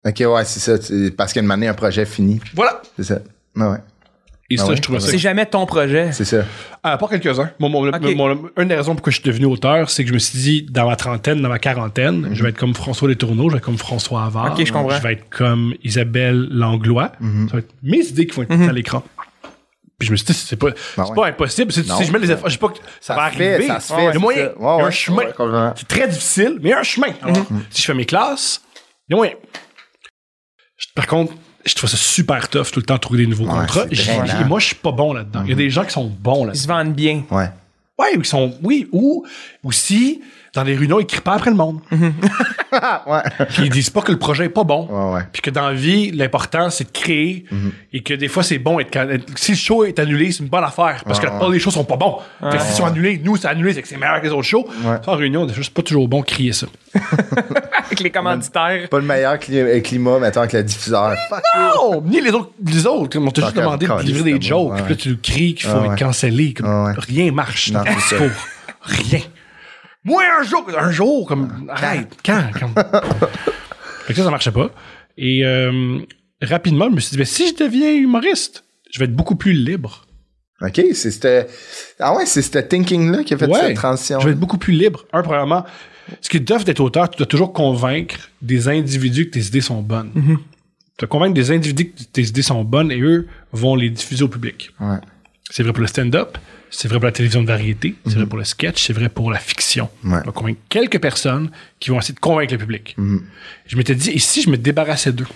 Ah.
Ok, ouais, c'est ça. tu- Parce qu'une année, un projet fini.
Voilà!
C'est ça. Non, ouais.
Et
Ah
ça,
ouais?
je trouvais ça.
c'est jamais ton projet.
C'est ça.
Ah, À part quelques-uns. Mon- mon-
Ok.
mon- une des raisons pourquoi je suis devenu auteur, c'est que je me suis dit, dans ma trentaine, dans ma quarantaine,
Mhm.
je vais être comme François Letourneau, je vais être comme François Havard.
Ok, je comprends.
Mhm.
vais être comme Isabelle Langlois. Ça va être mes idées qui vont être à l'écran. Puis je me suis dit, c'est pas, c'est
Ben ouais.
pas impossible. C'est-
Non.
Si je mets les efforts, je sais pas que ça,
Ça
va
se fait,
arriver.
ça se fait,
Il y a moyen.
c'est ça.
Il y a
Ouais,
un
ouais,
chemin.
ouais, Mhm. complètement.
c'est très difficile, mais il y a un chemin. Si je fais mes classes, il y a moyen. Je- Par contre, je trouve ça super tough tout le temps de trouver des nouveaux
Ouais,
contrats.
c'est Mhm.
Je-
drainant.
et moi, je suis pas bon là-dedans. Il y a des gens qui sont bons
Ils se
là-dedans.
vendent bien.
Ouais.
Ouais, ou qui sont. Oui, ou aussi, dans les réunions, ils crient pas après le monde.
Mhm. Ah, ouais.
Puis ils disent pas que le projet est pas bon.
Ouais, Mhm. ouais.
Puis que dans la vie, l'important, c'est de créer. Et que des fois, c'est bon. Être, être- si le show est annulé, c'est une bonne affaire. Parce que la plupart des shows sont pas bons. fait que s'ils sont annulés, nous, c'est annulé, c'est que c'est meilleur que les autres shows. En réunion, des fois, c'est pas toujours bon de crier ça.
Avec les commanditaires.
Pas le meilleur cli- euh, climat, mettons, avec le diffuseur. Fuck.
Non! Ni les autres. Les autres. On t'a juste
Encore
demandé de
caliste,
livrer des
c'est bon.
jokes.
Ouais,
Puis là, tu cries qu'il faut
Ouais, ouais.
être cancellé. Comme,
Ouais, ouais.
Rien marche
Non,
dans ton
c'est
discours. Rien. Moi, un jour, un jour, comme.
Ah,
Arrête, quand? quand? fait que ça, ça marchait pas. Et euh, rapidement, je me suis dit, ben, si je deviens humoriste, je vais être beaucoup plus libre.
OK, c'est ce... Ah ouais, c'est ce thinking-là qui a fait
Ouais.
cette transition.
Je vais être beaucoup plus libre. Un, premièrement, ce qui est tough d'être auteur, tu dois toujours convaincre des individus que tes idées sont bonnes.
Mhm.
Tu dois convaincre des individus que tes idées sont bonnes et eux vont les diffuser au public.
Ouais.
C'est vrai pour le stand-up, c'est vrai pour la télévision de variété, c'est vrai pour le sketch, c'est vrai pour la fiction.
Mhm. Ouais.
On va convaincre quelques personnes qui vont essayer de convaincre le public.
Mhm.
Je m'étais dit, et si je me débarrassais d'eux?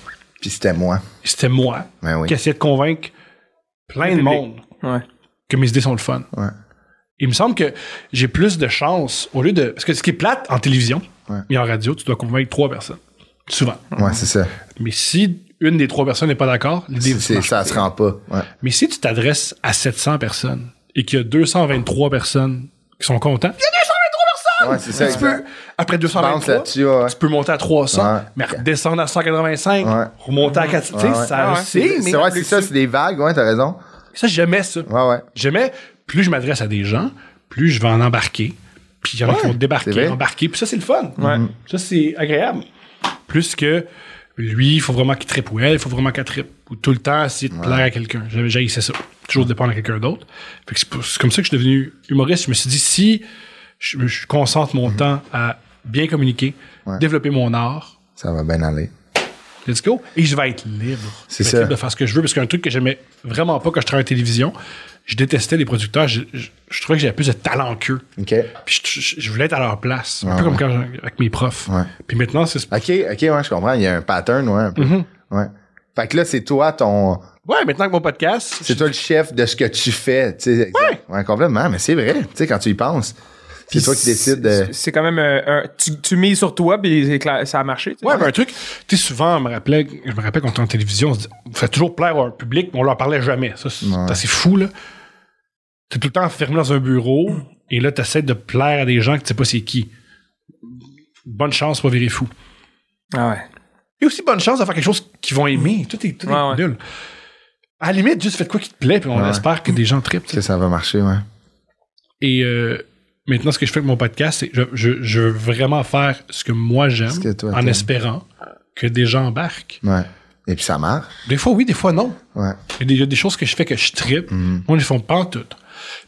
Puis c'était moi.
C'était moi
Ben oui.
qui essayais de convaincre plein de monde
Ouais.
que mes idées sont le fun.
Ouais.
Il me semble que j'ai plus de chance au lieu de. Parce que ce qui est plate en télévision
Ouais.
et en radio, tu dois convaincre trois personnes. Souvent.
Ouais, c'est ça.
Mais si une des trois personnes n'est pas d'accord, l'idée
C'est- c'est-
marche
ça
pas.
se rend pas. Ouais.
Mais si tu t'adresses à 700 personnes et qu'il y a 223 personnes qui sont contentes,
Ouais, c'est ça.
Ah, tu peux,
exact.
après
Bounce
223,
là-dessus, ouais. ouais.
tu peux monter à 300,
Ouais.
mais redescendre à 185,
Ouais.
remonter à 400. tu sais,
Ouais,
Ça,
ouais.
c'est- mais
C'est ouais, c'est ça, c'est des vagues, ouais, t'as raison.
ça, j'aimais ça.
Ouais, ouais.
J'aimais, plus je m'adresse à des gens, plus je vais en embarquer. Puis il y en a qui vont
c'est vrai.
débarquer, embarquer. Puis ça, c'est le fun. Mm-hmm. Ça, c'est agréable. Plus que lui, il faut vraiment qu'il trippe ou elle, il faut vraiment qu'elle trippe. Ou tout le temps essayer de plaire à quelqu'un. J'avais j'ai ça. Toujours dépendre à quelqu'un d'autre. Fait que c'est pour- c'est comme ça que je suis devenu humoriste. Je me suis dit, si je, me- je concentre
Mm-hmm.
mon temps à bien communiquer, développer mon art,
Ça va bien aller.
Let's go. Et je vais être libre.
C'est
Je vais
ça.
être libre de faire ce que je veux. Parce qu'un truc que j'aimais vraiment pas quand je travaillais en télévision, je détestais les producteurs. Je, je- je trouvais que j'avais plus de talent qu'eux.
OK.
Puis je, je- je voulais être à leur place. Un peu comme quand j'en- avec mes profs.
Ouais.
Puis maintenant, c'est. Mhm.
OK, OK, ouais, je comprends. Il y a un pattern, ouais, un peu. Ouais. Fait que là, c'est toi ton.
Ouais, maintenant que mon podcast.
C'est toi le chef de ce que tu fais. Tu sais,
Ouais.
ouais, complètement, mais c'est vrai, tu sais, quand tu y penses. C'est toi qui décides de.
C'est- C'est quand même euh, un- tu, tu mises sur toi puis c'est clair, ça a marché. tu sais.
Ouais, mais un truc, tu sais, souvent, on me rappelait, je me rappelle quand on était en télévision, on se dit- on fait toujours plaire au public, mais on leur parlait jamais. Ça, c'est
Ouais.
assez fou, là. T'es tout le temps enfermé dans un bureau, et là, t'essaies de plaire à des gens que tu sais pas c'est qui. Bonne chance pour virer fou.
Ah ouais.
Et aussi bonne chance de faire quelque chose qu'ils vont aimer. Tout est, tout est
Ouais, ouais.
nul. À la limite, juste faites quoi qui te plaît, puis on
Ouais.
espère que des gens trippent. tu
Que
sais.
ça va marcher, ouais.
Et euh, maintenant, ce que je fais avec mon podcast, c'est je, je, je veux vraiment faire ce que moi j'aime,
Ce que toi,
en
t'aimes.
espérant que des gens embarquent.
Ouais. Et puis ça marche.
Des fois oui, des fois non.
Ouais.
Il y a des, il y a des choses que je fais que je trippe.
Mm.
Moi, ils font pas en tout.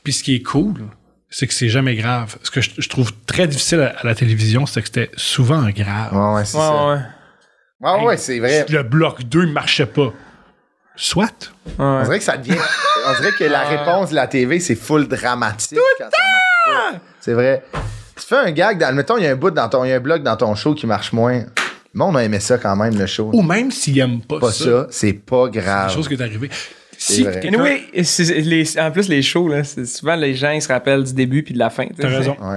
Puis ce qui est cool, c'est que c'est jamais grave. Ce que je, je trouve très difficile à, à la télévision, c'est que c'était souvent grave.
Ouais, ouais, c'est
Ouais,
ça.
ouais.
Ouais, ouais, c'est vrai.
Le bloc 2 ne marchait pas. Soit.
On dirait que ça devient. On dirait que la réponse de la TV, c'est full dramatique. quand ça marche pas. C'est vrai. Tu fais un gag, dans- admettons, il y a un bout dans ton. Il y a un bloc dans ton show qui marche moins. Le monde a aimé ça quand même, le show.
Ou même s'ils n'aiment pas,
pas
ça.
ça, c'est pas grave.
Quelque chose qui est arrivé. Si
vrai.
quelqu'un-
Anyway, c'est- les- en plus les shows là, c'est souvent les gens ils se rappellent du début puis de la fin. tu sais.
T'as raison.
Ouais.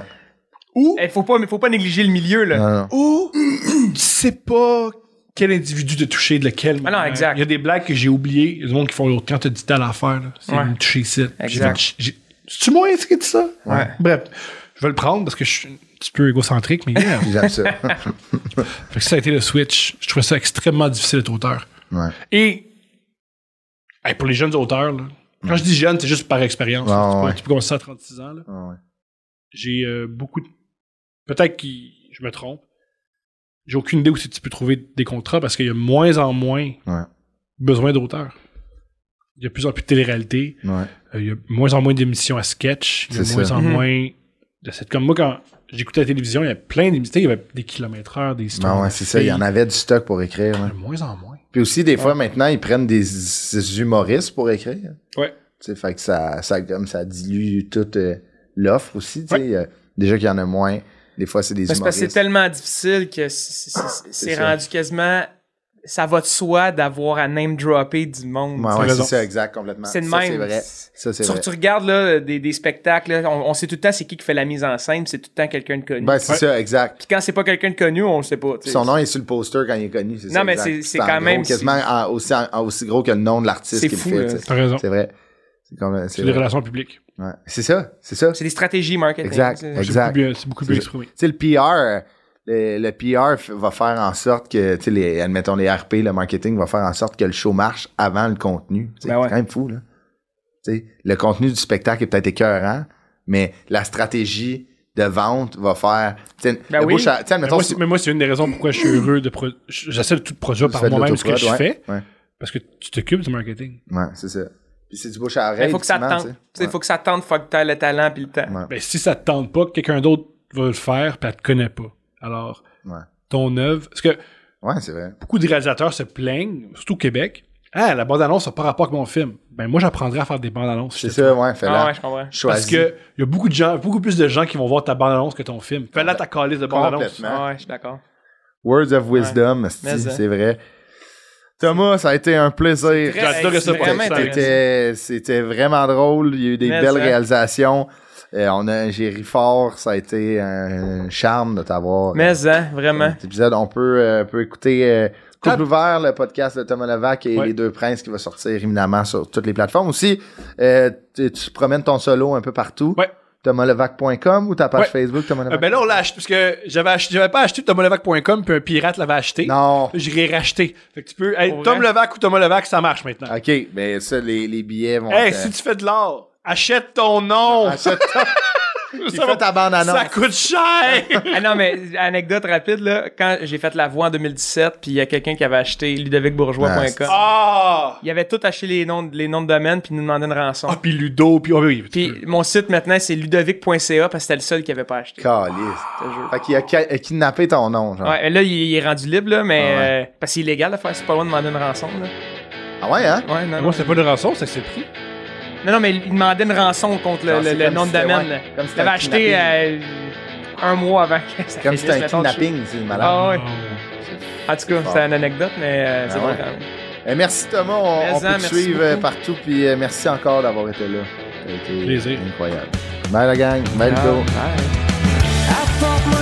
Ou
Eh, faut pas, mais faut pas négliger le milieu là.
Non, non.
ou tu sais pas quel individu de toucher de lequel.
Ah non, exact.
Il y a des blagues que j'ai oubliées. Il y a du monde qui font l'autre. Quand t'as dit telle affaire, là, c'est
Ouais.
me toucher ici.
Exact.
Tu moi ce qui dit ça?
Ouais.
Bref, je vais le prendre parce que je suis un petit peu égocentrique, mais yeah.
J'aime ça.
Fait que ça a été le switch. Je trouvais ça extrêmement difficile d'être auteur.
Ouais.
Et hey, pour les jeunes auteurs, là, quand je dis jeune, c'est juste par expérience.
Ouais,
là. tu, peux-
ouais.
tu peux commencer à 36 ans. là.
Ouais, ouais.
J'ai euh, beaucoup de... Peut-être que je me trompe. J'ai aucune idée où si tu peux trouver des contrats parce qu'il y a moins en moins
Ouais.
besoin d'auteurs. Il y a de plus en plus de télé-réalité.
Ouais.
euh, il y a de moins en moins d'émissions à sketch. Il y a de
C'est
moins
ça.
en
Mhm.
moins de cette... Comme moi, quand j'écoutais la télévision, il y avait plein d'émissions. Il y avait des kilomètres-heures, des histoires.
Non, Ah ouais, c'est ça. Il y en avait du stock pour écrire.
Il y
ouais.
a de moins en moins.
Puis aussi, des fois, maintenant, ils prennent des, des humoristes pour écrire.
Ouais.
Tu sais, fait que ça, ça, comme ça dilue toute euh, l'offre aussi. Tu sais, euh, déjà qu'il y en a moins. Des fois, c'est des
Ben, c'est parce que c'est
humoristes.
tellement difficile que c'est- c'est- c'est c'est
ça.
rendu quasiment. Ça va de soi d'avoir à name dropper du monde.
Ouais,
tu
ouais,
sais.
c'est ça, exact, complètement.
C'est le
Ça,
même.
C'est vrai. Ça, c'est
tu,
vrai.
tu regardes là, des, des spectacles, là, on, on sait tout le temps c'est qui qui fait la mise en scène, puis c'est tout le temps quelqu'un de connu.
Ben, c'est
Ouais.
ça, exact.
Puis quand c'est pas quelqu'un de connu, on le sait pas. tu sais.
Son nom est sur le poster quand il est connu, c'est
Non,
ça.
mais
exact.
c'est- c'est
en
quand
gros,
même-
quasiment en- aussi, en- aussi gros que le nom de l'artiste
C'est
qui le
fou,
fait.
là.
tu sais.
T'as raison.
C'est vrai. C'est comme- C'est
C'est les
vrai.
relations publiques.
Ouais. C'est ça, c'est ça.
C'est des stratégies marketing.
Exact,
tu sais.
exact.
C'est beaucoup bien- C'est beaucoup
C'est
bien
ça.
exprimé.
Tu sais, le PR, le, le PR f- va faire en sorte que, tu sais, les- admettons les RP, le marketing va faire en sorte que le show marche avant le contenu. Tu sais,
Ben ouais.
C'est quand même fou, là. Tu sais, le contenu du spectacle est peut-être écœurant, mais la stratégie de vente va faire. tu sais,
Ben
le
oui.
bouche à- tu sais,
Mais
admettons,
moi,
si-
c'est- mais moi, c'est une des raisons pourquoi je suis heureux de. pro- J'essaie de tout produire
tu
par
fais de
moi-même ce que je
l'autoprod, ouais,
fais
Ouais,
parce que tu t'occupes du marketing.
ouais, c'est ça. Puis c'est du bouche à oreille.
Mais Ben, faut que ça
effectivement,
tente.
tu sais.
Il faut que ça tente, faut que t'aies le talent puis le temps.
Ouais.
Ben, si ça te tente pas, quelqu'un d'autre va le faire, puis elle te connaît pas. Alors,
Ouais.
ton œuvre. Parce que
Ouais, c'est vrai.
beaucoup de réalisateurs se plaignent, surtout au Québec. Ah, la bande-annonce n'a pas rapport avec mon film. Ben, moi, j'apprendrai à faire des bandes-annonces.
C'est
je
ça, ouais, fais
Ah ouais, je comprends.
Parce
Choisis.
que il y a beaucoup de gens, beaucoup plus de gens qui vont voir ta bande-annonce que ton film. Fais-la ta calice de bande-annonce.
Complètement.
Ah ouais, je suis d'accord.
Words of wisdom, esti,
Mais, hein.
c'est vrai. Thomas, ça a été un plaisir.
Très-
adoré
c'est
ça pour
vraiment
ça.
intéressant.
C'était, c'était vraiment drôle. Il y a eu des
Mais
belles
ça.
réalisations. Euh, on a, j'ai ri fort. Ça a été un charme de t'avoir. euh,
Mais hein,
dans
vraiment.
cet épisode. On peut, euh, peut écouter euh, Couple
Ah.
ouvert, le podcast de Thomas Levac et
Ouais.
Les Deux Princes qui va sortir évidemment sur toutes les plateformes. Aussi, euh, tu, tu promènes ton solo un peu partout.
Ouais.
ThomasLevac.com ou ta page Facebook Thomas
Euh,
Levac?
ben là, on l'a acheté parce que j'avais acheté- j'avais pas acheté TomLevac.com puis un pirate l'avait acheté.
non.
Je l'ai racheté. Fait que tu peux. Hey,
Pour
Tom
vrai?
Levac ou Thomas Levac, ça marche maintenant.
OK, mais ça, les, les billets vont.
hey,
être,
si tu fais de l'art, achète ton nom.
euh, achète- Tu
ça,
fais ta bande annonce.
ça coûte cher.
Ah non, mais anecdote rapide, là, quand j'ai fait la voix en 2017, puis il y a quelqu'un qui avait acheté ludovicbourgeois.com.
ah!
Il avait tout acheté les noms, de- les noms de domaine, puis il nous demandait une rançon.
Ah, puis Ludo, puis. oh, oui, oui, tu
Puis mon site maintenant, c'est ludovic.ca parce que c'était le seul qui avait pas acheté.
Caliste.
je te jure.
Fait qu'il a ca- a kidnappé ton nom, genre.
Ouais, là, il, il est rendu libre, là, mais
Ah ouais.
euh, parce qu'il est légal de faire, c'est pas loin de demander une rançon. Là.
Ah ouais, hein?
Ouais, non,
peux.
non.
Moi, c'est pas le rançon, c'est que c'est le prix.
non, non, mais il demandait une rançon contre le,
Genre,
le-
Ah, c'est
le
comme
nom
si
de
c'était-
domaine.
ouais,
là.
comme si
il l'avait acheté
c'était un
euh, un mois avant que ça
Comme si c'était un
finisse, mettons,
kidnapping, c'est
je-
malade.
Ah ouais.
Oh.
En tout cas,
fort.
c'était une anecdote, mais euh, c'est
Ah
drôle
ouais.
quand même.
Eh, merci Thomas, on,
Mais
on peut
en,
te
merci
suivre euh,
beaucoup.
partout, puis euh, merci encore d'avoir été là. Ça a été
Plaisir.
incroyable. Bye la gang, bye Ludo.
Ah, ouais.
I thought my